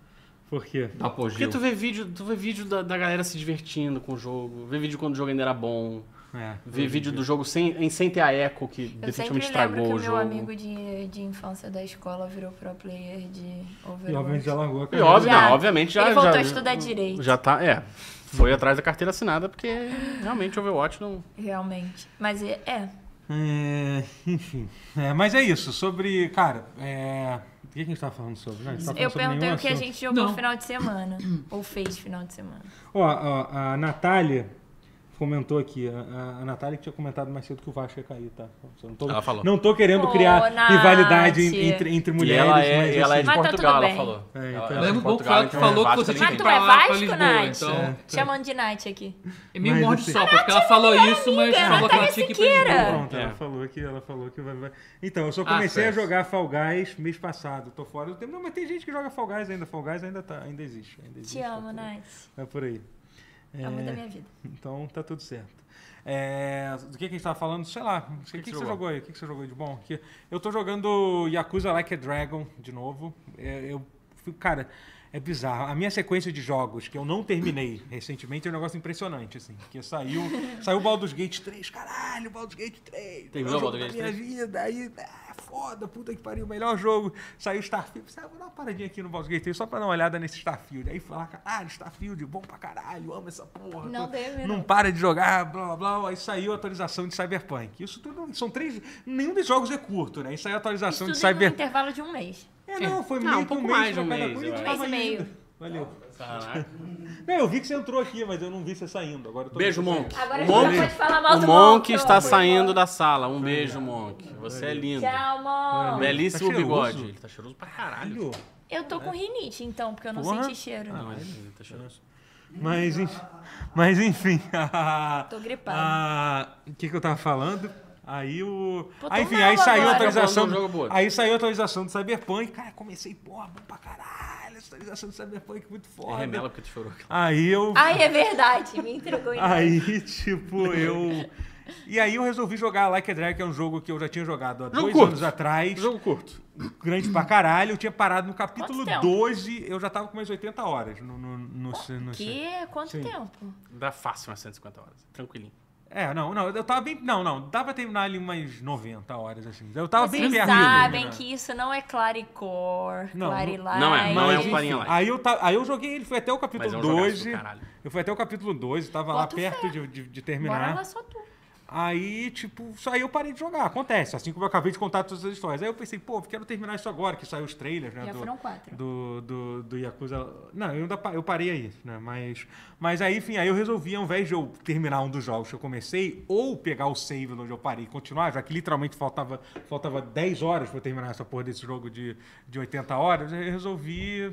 Por quê? Tá Porque apogeu. tu vê vídeo, tu vê vídeo da, da galera se divertindo com o jogo, vê vídeo quando o jogo ainda era bom, É. vê vídeo do jogo sem, em- sem ter a eco que Eu sempre definitivamente lembro que estragou o o meu jogo. amigo de, de infância da escola virou pro player de E obviamente Overwatch. já largou a E carreira. óbvio, Já. não, obviamente já. Ele voltou já, a estudar direito. Já tá, é. Foi atrás da carteira assinada, porque realmente Overwatch não. Realmente. Mas é. é. É, enfim. É, mas é isso. Sobre. Cara, é. O que a gente tava falando sobre? Não, a gente tava Eu falando sobre nenhum perguntei o que a assunto. gente jogou Não. no final de semana. ou fez final de semana. Ó, ó, a Natália comentou aqui. A, a Natália que tinha comentado mais cedo que o Vasco ia cair, tá? Eu Não tô, Ela falou. Não tô querendo Ô, criar Nath. rivalidade en- entre, entre E mulheres, ela é, mas. ela é assim, Mas de tá Portugal, tudo ela bem. falou. É, então- Eu Ela- Eu ela é de lembro um pouco que falou Portugal, que então é Vasco, você tem tinha que Mas ir tu pra é Tá lá, pra Vasco, Lisboa. Nath? Então, Chamando de Nath aqui. é meio Mas morde assim- sopa, porque ela falou isso, mas é falou amiga, que ela Natália tinha que ir Siqueira. pra Lisboa. Pronto, ela É. falou que ela falou que vai, vai- Então, eu só Ah, comecei a certo. jogar Fall Guys mês passado. Tô fora do tempo. Não, mas tem gente que joga Fall Guys ainda. Fall Guys ainda tá, ainda existe. Ainda existe Te amo, né? tá por aí. Nath. É por aí. É, Amor da minha vida. Então tá tudo certo. É, do que, que a gente tava falando? Sei lá. O que, que, você jogou aí? O que, que você jogou de bom? Que- eu tô jogando Yakuza Like a Dragon de novo. É, eu fico- cara, é bizarro. A minha sequência de jogos que eu não terminei recentemente é um negócio impressionante, assim. Porque saiu, saiu Baldur's Gate 3, caralho, Baldur's Gate 3. é Terminou o jogo Baldur's da Gate minha vida, aí. ah, foda, puta que pariu, melhor jogo. Saiu Starfield. Sabe, vou dar uma paradinha aqui no Baldur's Gate 3 só pra dar uma olhada nesse Starfield. Aí falar, caralho, Starfield, bom pra caralho, amo essa porra. Não teve, Não não. para de jogar, blá blá blá. Aí saiu a atualização de Cyberpunk. Isso tudo são três. Nenhum dos jogos é curto, né? Aí saiu a atualização de Isso tudo em um Cyberpunk. intervalo de um mês. É, não, foi Não, meio um que pouco um mais mês de um pra cada mês, coisa, eu eu acho. tava Um mês e indo. meio. Valeu. Caraca. Não, eu vi que você entrou aqui, mas eu não vi você saindo. Agora eu tô Beijo, vendo você Monk. saindo. Agora a O gente já Monk- pode falar mal O do Monk ó. está saindo da sala. Um beijo, Monk. Você é lindo. Tchau, Monk. Belíssimo Tá cheiroso. bigode. Ele tá cheiroso pra caralho. Caralho. Eu tô com rinite, então, porque eu não Porra. senti cheiro. Não, ele ele tá cheiroso. Mas, enf- mas enfim. a- Tô gripada. a- O que, que eu tava falando? Aí o. Pô, tô ah, enfim, mal aí saiu a agora. atualização. Joga um jogo pro outro. Aí saiu a atualização do Cyberpunk. Cara, comecei, porra, bom pra caralho. Essa atualização do Cyberpunk muito É foda. remela porque tu chorou. aí eu. Ai, é verdade. Me entregou então. em Aí, tipo, eu. E aí eu resolvi jogar Like a Drag, que é um jogo que eu já tinha jogado há Jogo dois curto. anos atrás. Jogo curto. Grande pra caralho. Eu tinha parado no capítulo Quanto tempo? 12, eu já tava com umas 80 horas no. no, no, no, no Que? é Quanto Sim. tempo? Dá fácil umas 150 horas. Tranquilinho. É, não, não, eu tava bem. Não, não, dá pra terminar ali umas 90 horas, assim. Eu tava bem Vocês perto. sabem né? que isso não é Claricor, Não, Clarilight. não é, não é um enfim, clarinha lá. Aí eu, ta- aí eu joguei, ele foi até o Mas capítulo é um jogaço 12. do caralho. Eu fui até o capítulo 12, tava lá Bota fé. perto de, de- de Bora terminar. lá só tu. Aí, tipo, só aí eu parei de jogar. Acontece, assim como eu acabei de contar todas as histórias. Aí eu pensei, pô, quero terminar isso agora, que saiu os trailers, né? Já do, foram quatro. Do, do, do Yakuza. Não, eu ainda pa- eu parei aí, né? Mas, mas aí, enfim, aí eu resolvi, ao invés de eu terminar um dos jogos que eu comecei, ou pegar o save onde eu parei e continuar, já que literalmente faltava, faltava 10 horas pra eu terminar essa porra desse jogo de, de 80 horas, eu resolvi.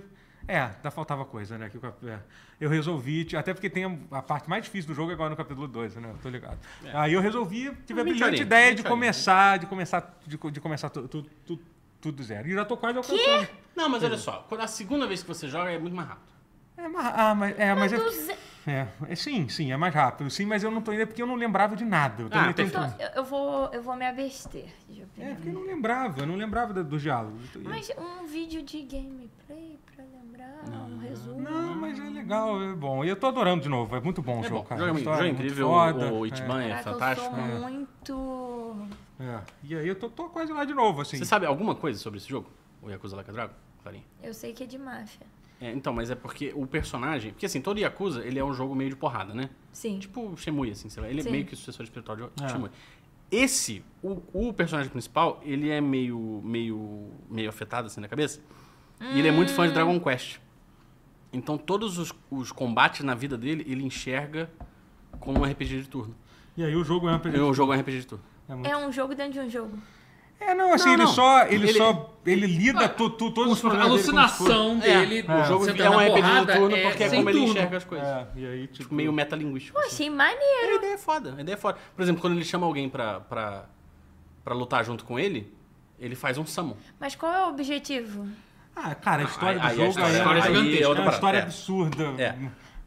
É, ainda faltava coisa, né? que o cap- é. Eu resolvi, ti- até porque tem a- a parte mais difícil do jogo é agora no capítulo 2, né? Eu tô ligado. Aí eu resolvi, tive a Vinte brilhante horinhas, ideia vinte de horinhas. começar, de começar, de, co- de começar tudo tu, tu, tudo do zero. E já tô quase alcançando. Não, mas olha só. Quando a segunda vez que você joga é muito mais rápido. É, mas, ah, mas, é, mas é, Do ze- é, é, sim, sim, é mais rápido. Sim, mas eu não tô ainda porque eu não lembrava de nada. Eu Ah, também tenho- Então, eu, eu vou, eu vou me abster de É, opinião. porque eu não lembrava, eu não lembrava do- dos diálogos. Mas um vídeo de gameplay pra lembrar, um resumo. Não, mas é legal, é bom. E eu tô adorando de novo, é muito bom o É jogo, bom. cara. Jogo, A é muito- história jogo é muito incrível. foda, o é. Itman é, Caraca, fantástico. eu sou muito... É. E aí eu tô, tô quase lá de novo, assim. Você sabe alguma coisa sobre esse jogo? O Yakuza Like a Dragon? Clarinha. Eu sei que é de máfia. É, então, mas é porque o personagem... Porque assim, todo Yakuza, ele é um jogo meio de porrada, né? Sim. Tipo Shemui, assim, sei lá. Ele Sim. é meio que sucessor espiritual de É. Shemui. Esse, o, o personagem principal, ele é meio, meio, meio afetado, assim, na cabeça. E ele é muito fã de Dragon Quest. Então, todos os, os combates na vida dele, ele enxerga como um RPG de turno. E aí o jogo é uma E O jogo é um RPG de turno. É um jogo dentro de um jogo. É, não, assim, Não, ele não. só. Ele, Ele- só. Ele lida tu, tu, todos os A problemas. dele como se fosse- alucinação dele, O jogo você é na um RPG porrada, de turno porque é sem como ele turno. enxerga as coisas. É, e aí, tipo. Tipo, meio metalinguístico. Pô, assim. achei maneiro. A ideia é foda, a ideia é foda. Por exemplo, quando ele chama alguém pra, pra, pra lutar junto com ele, ele faz um summon. Mas qual é o objetivo? Ah, cara, a história Aí- do aí jogo a é, história, é aí gigantesca. é é outra uma parada. história É. absurda. É.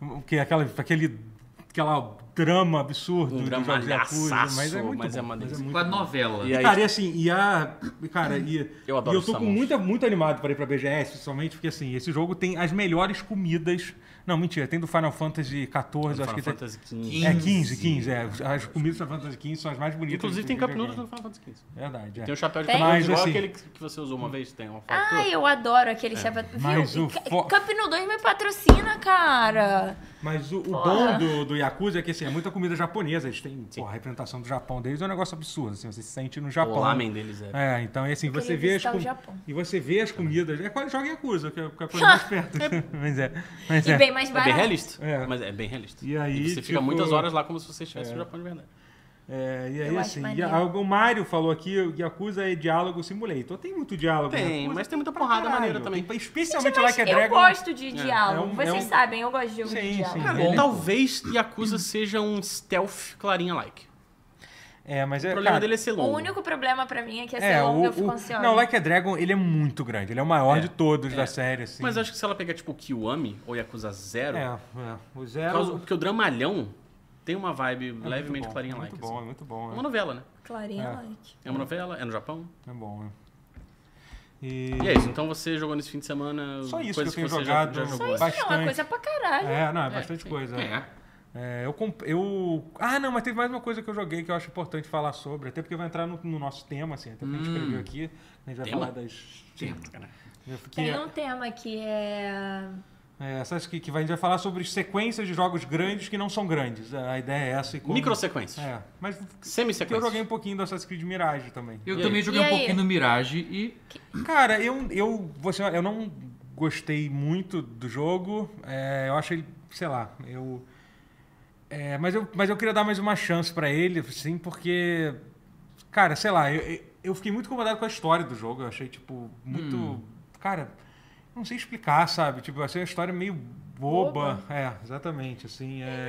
O que? Aquela, aquele. Aquela drama absurdo Um do drama Jorge Acusa, alhaçaço, mas é muito mas bom, é uma delícia. muito Quase bom. novela. E aí, Cara, e assim, e a. e, Cara, e. Eu e adoro eu tô com Samus. muita, muito animado pra ir pra BGS, principalmente, porque assim, esse jogo tem as melhores comidas. Não, mentira, tem do Final Fantasy XIV, Final acho que tem. Fantasy XV. É 15, 15, é. As comidas do Final Fantasy XV são as mais bonitas. Inclusive do tem Cup videogame. Noodles no Final Fantasy XV. Verdade, é. Tem o chapéu de Tem? camaleão, Mas, igual assim- aquele que que você usou uma vez, tem uma foto. Ah, eu adoro É. aquele chapéu. Mas Viu? o E ca- fo- Cup no 2 me patrocina, cara. Mas o, o bom do, do Yakuza é que, assim, é muita comida japonesa. Eles têm, porra, a representação do Japão deles é um negócio absurdo, assim, você se sente no O Japão. lamen deles é. É, então, e assim, você queria vê, as visitar o com- Japão. e você vê as comidas. É quase joga Yakuza, que é que é a coisa mais perto. mas é. Mas E é. bem mais É barato. bem realista. É. Mas é bem realista. E aí, você fica tipo, muitas horas lá como se você estivesse no Japão de verdade. É, e aí, Eu acho assim, maneiro. e a- o Mário falou aqui, o Yakuza é diálogo simulator. Tem muito diálogo. Tem, em Yakuza mas tem muita pra porrada caralho. maneira também. Tem- Gente, Especialmente lá mas que é Tipo assim, eu Dragon. gosto de diálogo. é um- Vocês é um- sabem, eu gosto de jogo Sim, de diálogo. sim. Cara, Ele- talvez Yakuza seja um stealth clarinha-like. É, mas O é. problema cara, dele é ser O longo. único problema pra mim é que essa É, longa o, eu fico o, ansiosa. não, Like a Dragon, ele é muito grande. Ele é o maior É, de todos é. da série, assim. Mas acho que se ela pegar, tipo, Kiwami ou Yakuza Zero, É, é. O por Zero... causa- porque o Dramalhão tem uma vibe é levemente muito bom, é clarinha-like. Muito assim. bom, é muito É bom. uma novela, né? Clarinha É. Light. É uma novela, é no Japão. É, é bom, é. E... E é isso, então você jogou nesse fim de semana Só isso coisas que eu tenho você jogado. já, já Só jogou. Só isso não, é Bastante. coisa pra caralho. É, não, é bastante coisa. É. É, eu, comp- eu. Ah, não, mas teve mais uma coisa que eu joguei que eu acho importante falar sobre, até porque vai entrar no, no nosso tema, assim, até que a gente escreveu aqui. A gente vai Tema? falar das. né? Eu fiquei- Tem um tema que é. é, essas que, que vai- a gente vai falar sobre sequências de jogos grandes que não são grandes. A ideia é essa. E como... Microsequências. É, mas que eu Semi-sequências. joguei um pouquinho do Assassin's Creed Mirage também. Eu E também aí? joguei E um aí? pouquinho no Mirage e. Cara, eu, eu, você, eu não gostei muito do jogo. É, eu acho ele, sei lá, eu. é, mas, eu mas eu queria dar mais uma chance pra ele, sim, porque. Cara, sei lá, eu, eu fiquei muito incomodado com a história do jogo. Eu achei, tipo, muito. Cara, não sei explicar, sabe? Tipo, eu achei a história meio boba. É, exatamente, assim. É...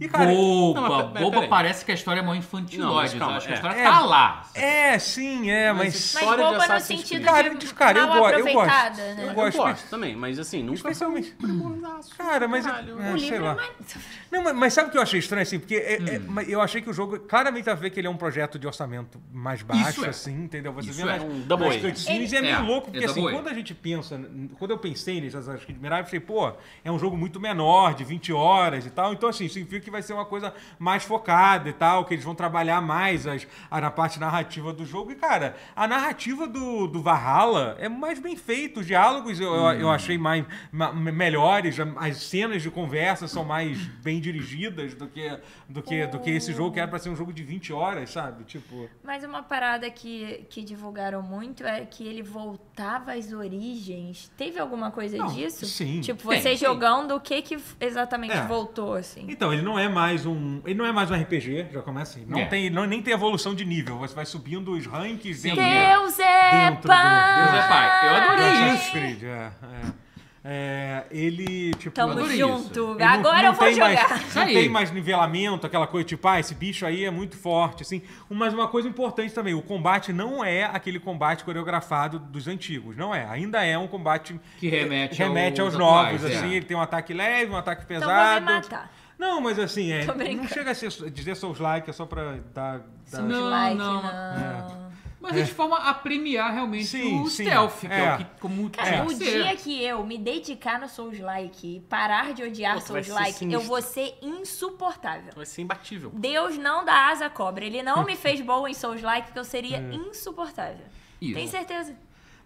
E, cara, boba! não, mas pe- boba peraí. parece que a história é mó infantilóide. Não, mas calma, eu acho que a é. história É. tá lá. é, sim, é, mas. esse- Mas História de boba no Assassin's sentido Creed. Cara, de eu- cara, eu mal go- eu aproveitada, gosto. né? Eu Eu gosto, gosto, mas- também, mas assim, nunca foi Especialmente. um primorzaço. Cara, mas. Caralho. é, O sei livro é lá. mais. Não, mas, mas sabe o que eu achei estranho, assim? Porque é- é- mas eu achei que o jogo. Claramente dá pra ver que ele é um projeto de orçamento mais baixo, é. assim, entendeu? Você Isso vê é nas, um double nas A. cutscenes e é Ele- meio É, louco, porque é assim, double A. quando a gente pensa. Quando eu pensei nisso, assim, acho que de Mirage, eu falei, pô, é um jogo muito menor, de 20 horas e tal. Então, assim, significa que vai ser uma coisa mais focada e tal, que eles vão trabalhar mais as, a, na parte narrativa do jogo. E, cara, a narrativa do, do Valhalla é mais bem feita, os diálogos eu, eu, Uhum. eu achei mais, ma- melhores, a- as cenas de conversa são mais bem dirigidas do que, do que, do que esse jogo que era pra ser um jogo de 20 horas, sabe? Tipo. Mas uma parada que, que divulgaram muito é que ele voltava às origens. Teve alguma coisa Não, disso? sim. Tipo, Tem, você tem. jogando, o que que exatamente É. voltou, assim? Então, ele não é mais um. Ele não é mais um RPG, já começa assim. Não É. tem, não, nem tem evolução de nível. Você vai subindo os ranks Sim. dentro Tem. Deus é Dentro do- pai! Deus é pai. Eu do adorei Assassin's isso. Creed, é, é. É, ele, tipo. Tamo adorei junto. ele não- Agora não eu vou tem mais- jogar. Isso não aí. tem mais nivelamento, aquela coisa tipo, ah, esse bicho aí é muito forte, assim. Mas uma coisa importante também, o combate não é aquele combate coreografado dos antigos, não é. Ainda é um combate Que remete remete aos, aos novos, atuais, assim. é. Ele tem um ataque leve, um ataque Então pesado. vou me matar. Não, mas assim, é, Tô não brincando. chega a ser, dizer Souls like, é só pra dar. dar- Não, Dislike, não. não. Mas é de forma a premiar realmente Sim, o sim. stealth, que é, É. o que como Cara, tinha o que ser. dia que eu me dedicar no Souls Like e parar de odiar Nossa, vai Souls ser Like, eu sinistro. vou ser insuportável. Vai ser imbatível. Deus não dá asa à cobra. Ele não me fez boa em Souls Like, porque eu seria insuportável. Isso. Tem certeza?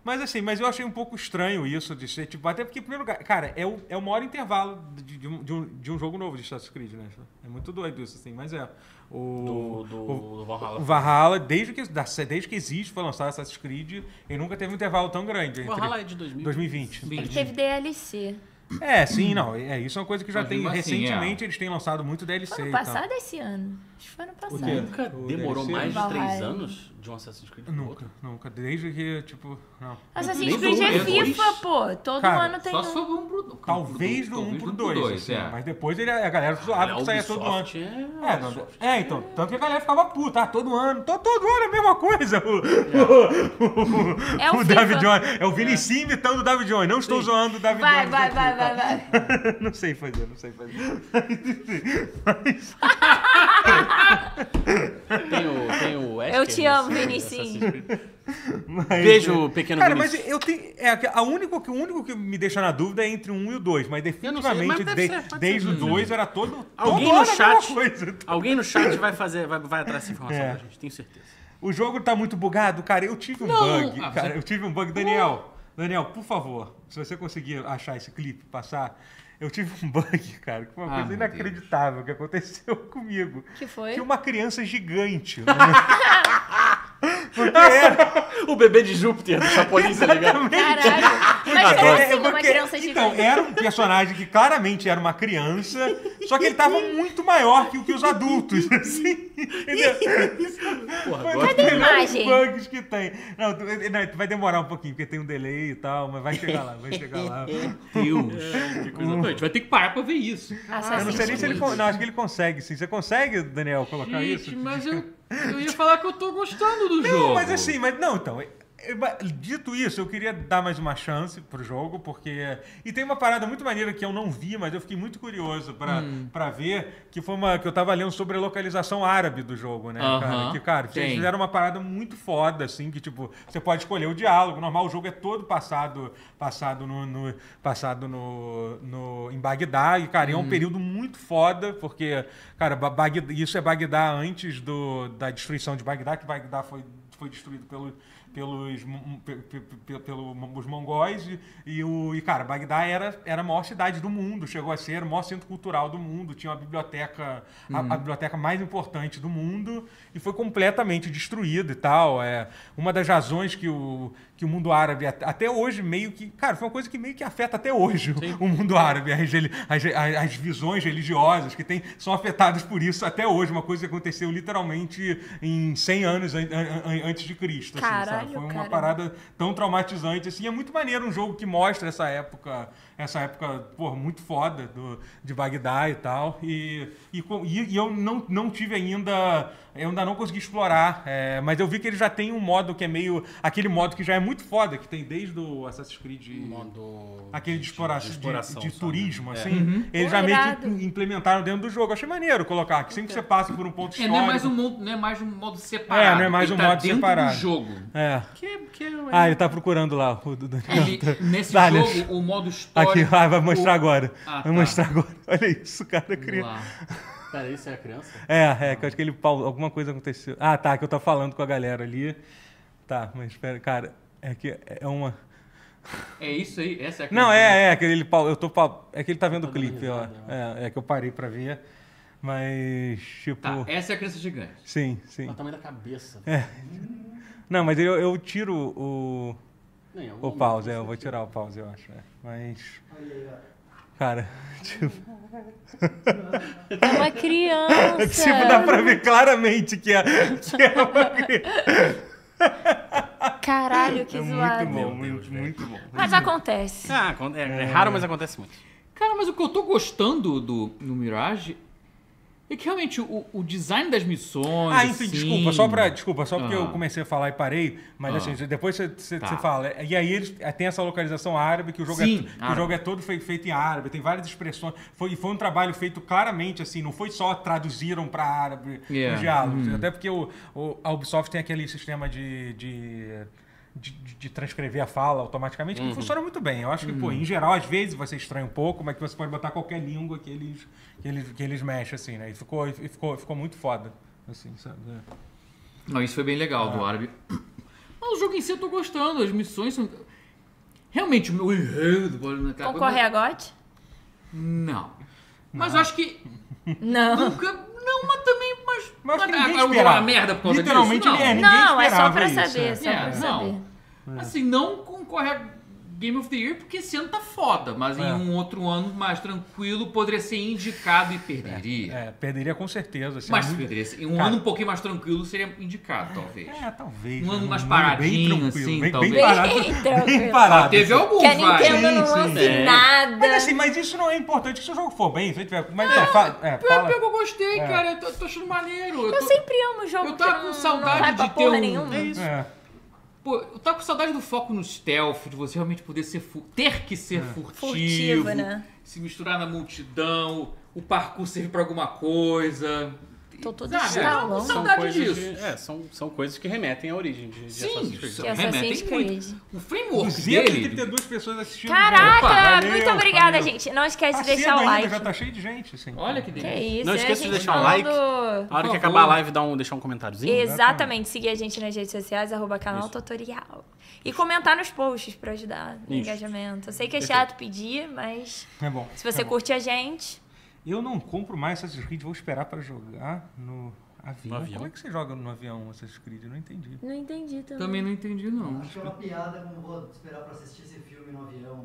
Mas assim, mas eu achei um pouco estranho isso de ser, tipo, até porque, em primeiro lugar, cara, é o, é o maior intervalo de, de um, de um- de um jogo novo de Assassin's Creed, né? É muito doido isso, assim, mas é. O, Do, do, o- do Valhalla. o Valhalla, desde que, da- desde que existe, foi lançado Assassin's Creed, ele nunca teve um intervalo tão grande. O Entre Valhalla é de 2000. 2020. Ele teve DLC. É, sim, não. É isso é uma coisa que já Mas tem. mesmo assim, recentemente eles têm lançado muito DLC. Foi ano e tal. passado ou esse ano? Acho que foi ano então. O quê? passado. Nunca O demorou DLC? mais de três Valhalla. anos de um Assassin's Creed pro outro? Nunca, nunca. Desde que, tipo, não. Assassin's Nem Creed é do um, nem do FIFA, pô. Todo Cara, ano tem Só se um. for um pro pro- Talvez pro- do 1 talvez pro um 2, dois, assim, é. mas depois ele, a galera zoava que saía todo ano. é Ubisoft É, É, não, Ubisoft. é, então, tanto que a galera ficava puta, ah, todo ano, todo, todo ano é a mesma coisa. O, o, É o FIFA. David Jones, é o Vinicius imitando o David Jones, não estou zoando o David Vai, Jones. vai, aqui, vai, tá? vai, vai. não sei fazer, não sei fazer. Tem o, tem o Wesker Eu te nesse amo, Vinicius. Assassin's Creed. Mas- é. Beijo, pequeno Cara, mas Vinícius. eu tenho. É, a único, que- o único que me deixa na dúvida é entre o 1 e o 2, mas Eu não sei, mas definitivamente deve de- ser, pode desde ser. o 2 era todo. Alguém todo no ano a mesma chat- Coisa. Alguém no chat vai, fazer, vai, vai atrás dessa informação É. pra gente, tenho certeza. O jogo tá muito bugado, cara. Eu tive um Não! bug, Ah, cara. você- Eu tive um bug. Daniel, Daniel, por favor, se você conseguir achar esse clipe, passar. Eu tive um bug, cara, que foi uma Ah, coisa meu Deus. inacreditável que aconteceu comigo. Que foi? Que uma criança gigante. Porque era. O bebê de Júpiter do Chapolin, tá ligado? Caralho. Mas como É, assim uma porque- criança Então, gigante? era um personagem que claramente era uma criança, só que ele tava muito maior que o que os adultos, assim. Entendeu? Porra, Foi um agora... dos melhores imagem? bugs que tem. Não, tu- não, vai demorar um pouquinho, porque tem um delay e tal, mas vai chegar lá, vai chegar lá. Deus. É, Que coisa doida. A gente vai ter que parar pra ver Ah, isso. Eu não sei nem se ele. con- Não, acho que ele consegue, sim. Você consegue, Daniel, colocar Gente, isso? mas eu, eu ia falar que eu tô gostando do Não, jogo. mas assim, mas não, então. Eh, ba- Dito isso, eu queria dar mais uma chance pro jogo, porque. eh, E tem uma parada muito maneira que eu não vi, mas eu fiquei muito curioso pra, pra ver, que foi uma. que eu tava lendo sobre a localização árabe do jogo, né, cara? Aham, Que, cara, eles tem. fizeram uma parada muito foda, assim, que, tipo, você pode escolher o diálogo. Normal, o jogo é todo passado passado no. no- passado no, no- em Bagdá, e, cara, é um período muito foda, porque, cara, Ba- Bagdá- isso é Bagdá antes do, da destruição de Bagdá, que Bagdá foi, foi destruído pelo, pelos, mon- pe- pe- pe- pelo- os mongóis, e, e o, e, cara, Bagdá era, era a maior cidade do mundo, chegou a ser o maior centro cultural do mundo, tinha uma biblioteca, a, a biblioteca mais importante do mundo, e foi completamente destruída e tal. É uma das razões que o, que o mundo árabe, at- até hoje, meio que. Cara, foi uma coisa que meio que afeta até hoje o- o mundo árabe. As, reli- as, as- as visões religiosas que tem são afetadas por isso até hoje. Uma coisa que aconteceu literalmente em 100 anos an- an- an- antes de Cristo. assim, sabe? Caralho, Foi uma cara. parada parada tão traumatizante assim. É muito maneiro um jogo que mostra essa época, essa época, pô, muito foda do, de Bagdá e tal. E, e, co- e- e eu não, não tive ainda, eu ainda não consegui explorar, é, mas eu vi que ele já tem um modo que é meio, aquele modo que já é muito foda, que tem desde o Assassin's Creed... Um Modo. Aquele de, exploração, de, exploração, de sabe? turismo, É. assim, Uhum. eles Pô, já meio que irado. im- implementaram dentro do jogo. Achei maneiro colocar, que sempre que você passa por um ponto É, histórico... não, é mais um, mon- não é mais um modo separado. É, não é mais ele um tá modo dentro separado. do jogo. É. Que, que é, um- Ah, ele tá procurando lá, o do Daniel. né? Ele- Tá- nesse Dá-lhe. jogo, o modo história. Aqui, ah, vai mostrar agora. Ah, vai tá. mostrar agora. Olha isso, cara. eu Queria... Peraí, você é criança? É, é, que eu acho que ele. pau- Alguma coisa aconteceu. Ah, tá, que eu tô falando com a galera ali. Tá, mas espera, cara. É que é uma. É isso aí, essa é a Não, questão. é, é, que ele. pau- Eu tô, pau- é que ele tá vendo o dando clipe, ó. risada, né? É, é que eu parei pra ver. Mas, tipo. Tá, essa é Tá. a criança gigante. Sim, sim. É. O tamanho da cabeça. Não, mas eu, eu tiro o. Não, é um O pause, é, eu vou tirar o pause, eu acho. é. Mas. Cara, tipo. É uma criança. Tipo, dá pra ver claramente que é, que é uma criança. Caralho, que É zoado. muito bom, muito, velho. muito bom. Mas acontece. Ah, acon- é, é raro, mas acontece muito. Cara, mas o que eu tô gostando do, do Mirage é que realmente o, o design das missões. Ah, enfim, assim- desculpa, só pra. Desculpa, só porque Ah. eu comecei a falar e parei, mas Ah. assim, depois você, você, Tá. você fala. E aí eles tem essa localização árabe, que o jogo, Sim, é, que o árabe. jogo é todo fe- feito em árabe, tem várias expressões. Foi, foi um trabalho feito claramente, assim, não foi só traduziram pra árabe os Yeah. diálogos. Até porque o, o- a Ubisoft tem aquele sistema de. de de, de- de transcrever a fala automaticamente, que funciona muito bem. Eu acho que, pô, em geral, às vezes vai ser estranho um pouco, mas que você pode botar qualquer língua que eles, que eles, que eles mexem, assim, né? E ficou, e ficou, ficou muito foda, assim, sabe? É. Não, isso foi bem legal Ah. do árabe. Mas o jogo em si eu tô gostando, as missões são. Realmente, o meu enredo. bora- cara, Concorre a GOT? Não. Mas eu acho que. Não. Nunca. Não, mas também. Mas, Mas que ninguém agora eu vou esperava. uma merda por causa Literalmente disso? Não. ele é. Ninguém Não, é só esperava pra isso, é. saber, só É, pra saber. não. Assim, não concorre a Game of the Year porque esse ano tá foda, mas É. em um outro ano mais tranquilo poderia ser indicado e perderia. É, perderia com certeza. Assim, Mas muito- poderia ser- em um Cara. ano um pouquinho mais tranquilo seria indicado, talvez. É, talvez. Um né? ano mais bem paradinho, tranquilo, assim, bem, bem talvez. parado. Bem tranquilo. Bem parado. Teve um- alguns, Que a vai. Nintendo não Sim, sim. lance É. nada. Mas assim, mas isso não é importante que se o jogo for bem, se ele tiver. Mas então, fa- é, Pior fala. que eu gostei, cara. Eu tô, tô achando maneiro. Eu, Eu tô- sempre amo jogo Eu que tava não- com saudade não vai de pra ter porra um- nenhuma. É isso. É. Pô, eu tava com saudade do foco no stealth, de você realmente poder ser fu- ter que ser É. furtivo, Furtivo, né? se misturar na multidão, o parkour serve pra alguma coisa. Tô todo Sabe, é eu tava com estalão. São saudade coisas, disso. de- é, são, são coisas que remetem à origem de, de Sim, Assassin's Creed. é isso Que é remete Assassin's muito. Creed. O framework dele... 232 pessoas assistindo. Caraca, Opa, valeu, muito obrigada, valeu. gente. Não esquece Tá de deixar cedo o ainda, like. já tá cheio de gente, assim. Olha que Que delícia. isso, Não é esqueça a de gente deixar o falando- A hora Por que favor. acabar a live, dá um, deixar um comentáriozinho. Exatamente. Exatamente. Seguir a gente nas redes sociais, arroba canal tutorial. E comentar nos posts pra ajudar no Isso. engajamento. Eu sei que é Perfeito. chato pedir, mas É bom. se você é bom. curte a gente, Eu não compro mais Assassin's Creed, vou esperar pra jogar no avião. No avião? Como é que você joga no avião Assassin's Creed? Eu não entendi. não entendi também. Também não entendi, não. Acho que é uma piada, eu não vou esperar pra assistir esse filme no avião.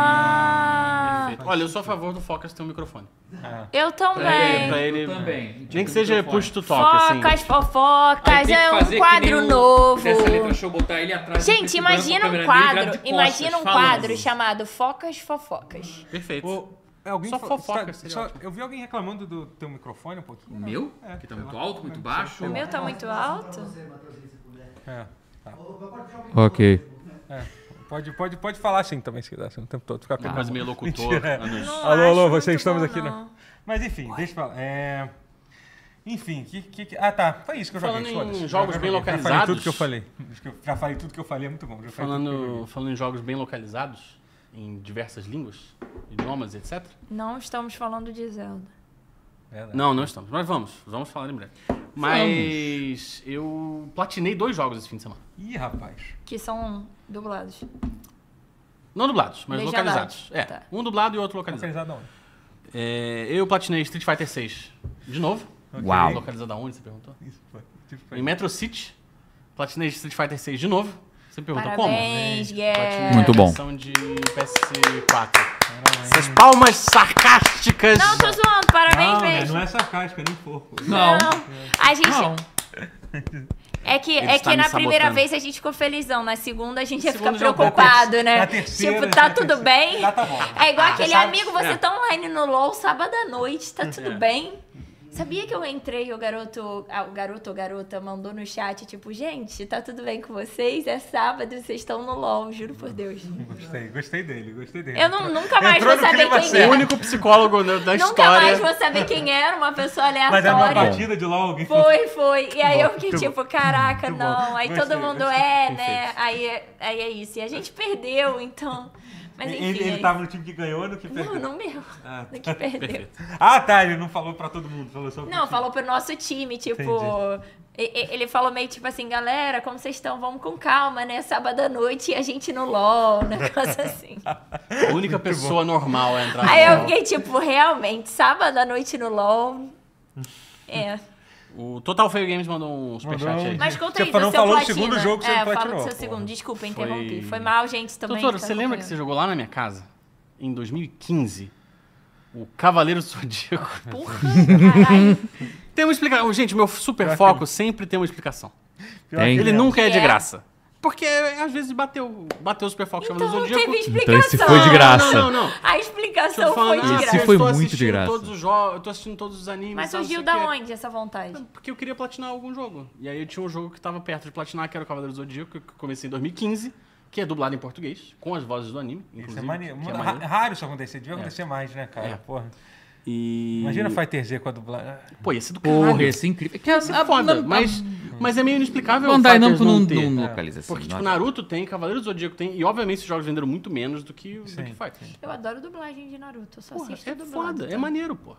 Ah, Perfeito. Olha, eu sou a favor do Focus ter um microfone. Um eu ele, também. pra ele- É, Eu também. Nem que seja push puxo. to talk, assim. Focas, fofocas, Mas é um quadro novo. Dessa letra show, botar ele atrás. Gente, preto e branco, imagina câmera um livre, virado quadro, de costas, imagina um falando. assim. quadro chamado Focas Fofocas. Perfeito. Ô, alguém Só falou- fofoca, tá- seria só- ótimo. Eu vi alguém reclamando do teu microfone um pouquinho. O meu? É, que tá sei muito lá. é alto, muito baixo. O meu tá muito alto? Pra você, Matheusinho, se puder. É. Ok. Pode, pode, pode falar assim também, se quiser, assim, o tempo todo. Ficar Uma pegando. coisa meio locutor. anos- Não Alô, acho alô, muito vocês bom, estamos aqui, né? não. Mas enfim, deixa eu falar. É... Enfim, que, que, que- Ah, tá. Foi isso que eu Falando joguei. em foda-se. jogos Já bem joguei. Já falei localizados. tudo que eu falei. Acho que eu Já falei tudo que eu falei, é muito bom. Já falei tudo que eu Falando, joguei. falando em jogos bem localizados, em diversas línguas, idiomas, etc. Não estamos falando de Zelda. Verdade. Não, não estamos. Mas vamos, vamos falar em breve. Mas eu platinei dois jogos esse fim de semana. Ih, rapaz. Que são dublados. Não dublados, mas Legendados. localizados. É, Tá. um dublado e outro localizado. Localizado aonde? É, eu platinei Street Fighter 6 de novo. Uau. Localizado aonde, você perguntou? Isso, foi. Tipo, foi. Em Metro City, platinei Street Fighter 6 de novo. Você perguntou Parabéns, Guerra. como? Muito bom. Versão de PS4. Essas palmas sarcásticas. Não, tô zoando. Parabéns Não, né? mesmo. não é sarcástica, nem porco. é Não. A gente... Não. É que, Ele é está que me na primeira sabotando. vez a gente ficou felizão, na segunda a gente ia ficar Segundo já preocupado, né? Na terceira, tipo, tá na tudo terceira. bem? Já tá bom. É igual Ah, aquele sabe- amigo, você é. tá online no LOL sábado à noite, tá tudo É. bem? Sabia que eu entrei e o garoto, ah, o garoto ou garota mandou no chat, tipo, gente, tá tudo bem com vocês? É sábado e vocês estão no LOL, juro por Deus. Gostei, gostei dele, gostei dele. Eu não- nunca mais Entrou vou no saber clima assim, quem é O sério. era. único psicólogo da, da Nunca história. mais vou saber quem é, era, uma pessoa Mas era uma aleatória. partida de LOL, alguém falou. Foi, foi. E aí bom, eu fiquei muito tipo, caraca, Muito não. bom. Aí Gostei, todo mundo gostei. é, né? Aí, é- aí é isso. E a gente perdeu, então. Mas enfim. Ele, é ele isso. tava no time que ganhou ou no que Não, perdeu? no meu. Ah, No que perdeu. Perfeito. Ah, tá, ele não falou pra todo mundo, falou só pro Não, time. falou pro nosso time, tipo. Entendi. e- e- Ele falou meio tipo assim, galera, como vocês estão? Vamos com calma, né? Sábado à noite e a gente no LOL, um negócio assim. Ah, A única pessoa normal a entrar Aí eu no- fiquei tipo, realmente, sábado à noite no LOL. É. O Total Fail Games mandou um superchat Mandou um- aí. Mas conta Você aí, do falou- seu falou do platina. segundo jogo que você é, fala do platinou, seu porra. segundo. Desculpa, Foi- interrompi. Foi mal, gente, também. Doutora, tá você lembra que acompanhando. você jogou lá na minha casa, em 2015, o Cavaleiro do Zodíaco? Porra, caralho. Tem uma explicação. Gente, meu super foco sempre tem uma explicação. Pior que Tem. Ele é. nunca é de É. graça. Porque às vezes bateu, bateu o super foco Então não Cavaleiro do Zodíaco. Ah, teve Então explicação. esse foi de graça. Não, não, não. não. A Eu tô explicação foi falando, de ah, Esse graça. foi eu tô muito de assistindo graça. Todos os jogos, eu tô assistindo todos os animes. Mas tal, não sei surgiu o da quê. onde essa vontade? Porque eu queria platinar algum jogo. E aí eu tinha um jogo que tava perto de platinar, que era o Cavaleiro do Zodíaco, que eu comecei em 2015, que é dublado em português, com as vozes do anime, inclusive. Isso é maneiro. que é Mano, maneiro. ra- raro isso acontecer, devia acontecer mais, né, cara? É. Porra. E... Imagina Fighter Z com a Ah, dublagem. Pô, ia ser do caralho. Porra, ia ser incrível. É que Ia ser foda, não- mas, mas é meio inexplicável O o Bandai Fighters Namco não, não, não, ter. localiza assim. Porque, tipo, não- Naruto tem, Cavaleiro do Zodíaco tem, e obviamente esses jogos venderam muito menos do que, do que Sim. Fighters. Eu adoro dublagem de Naruto. Eu Então só Porra, assisto é dublado. foda, é tá? maneiro, porra.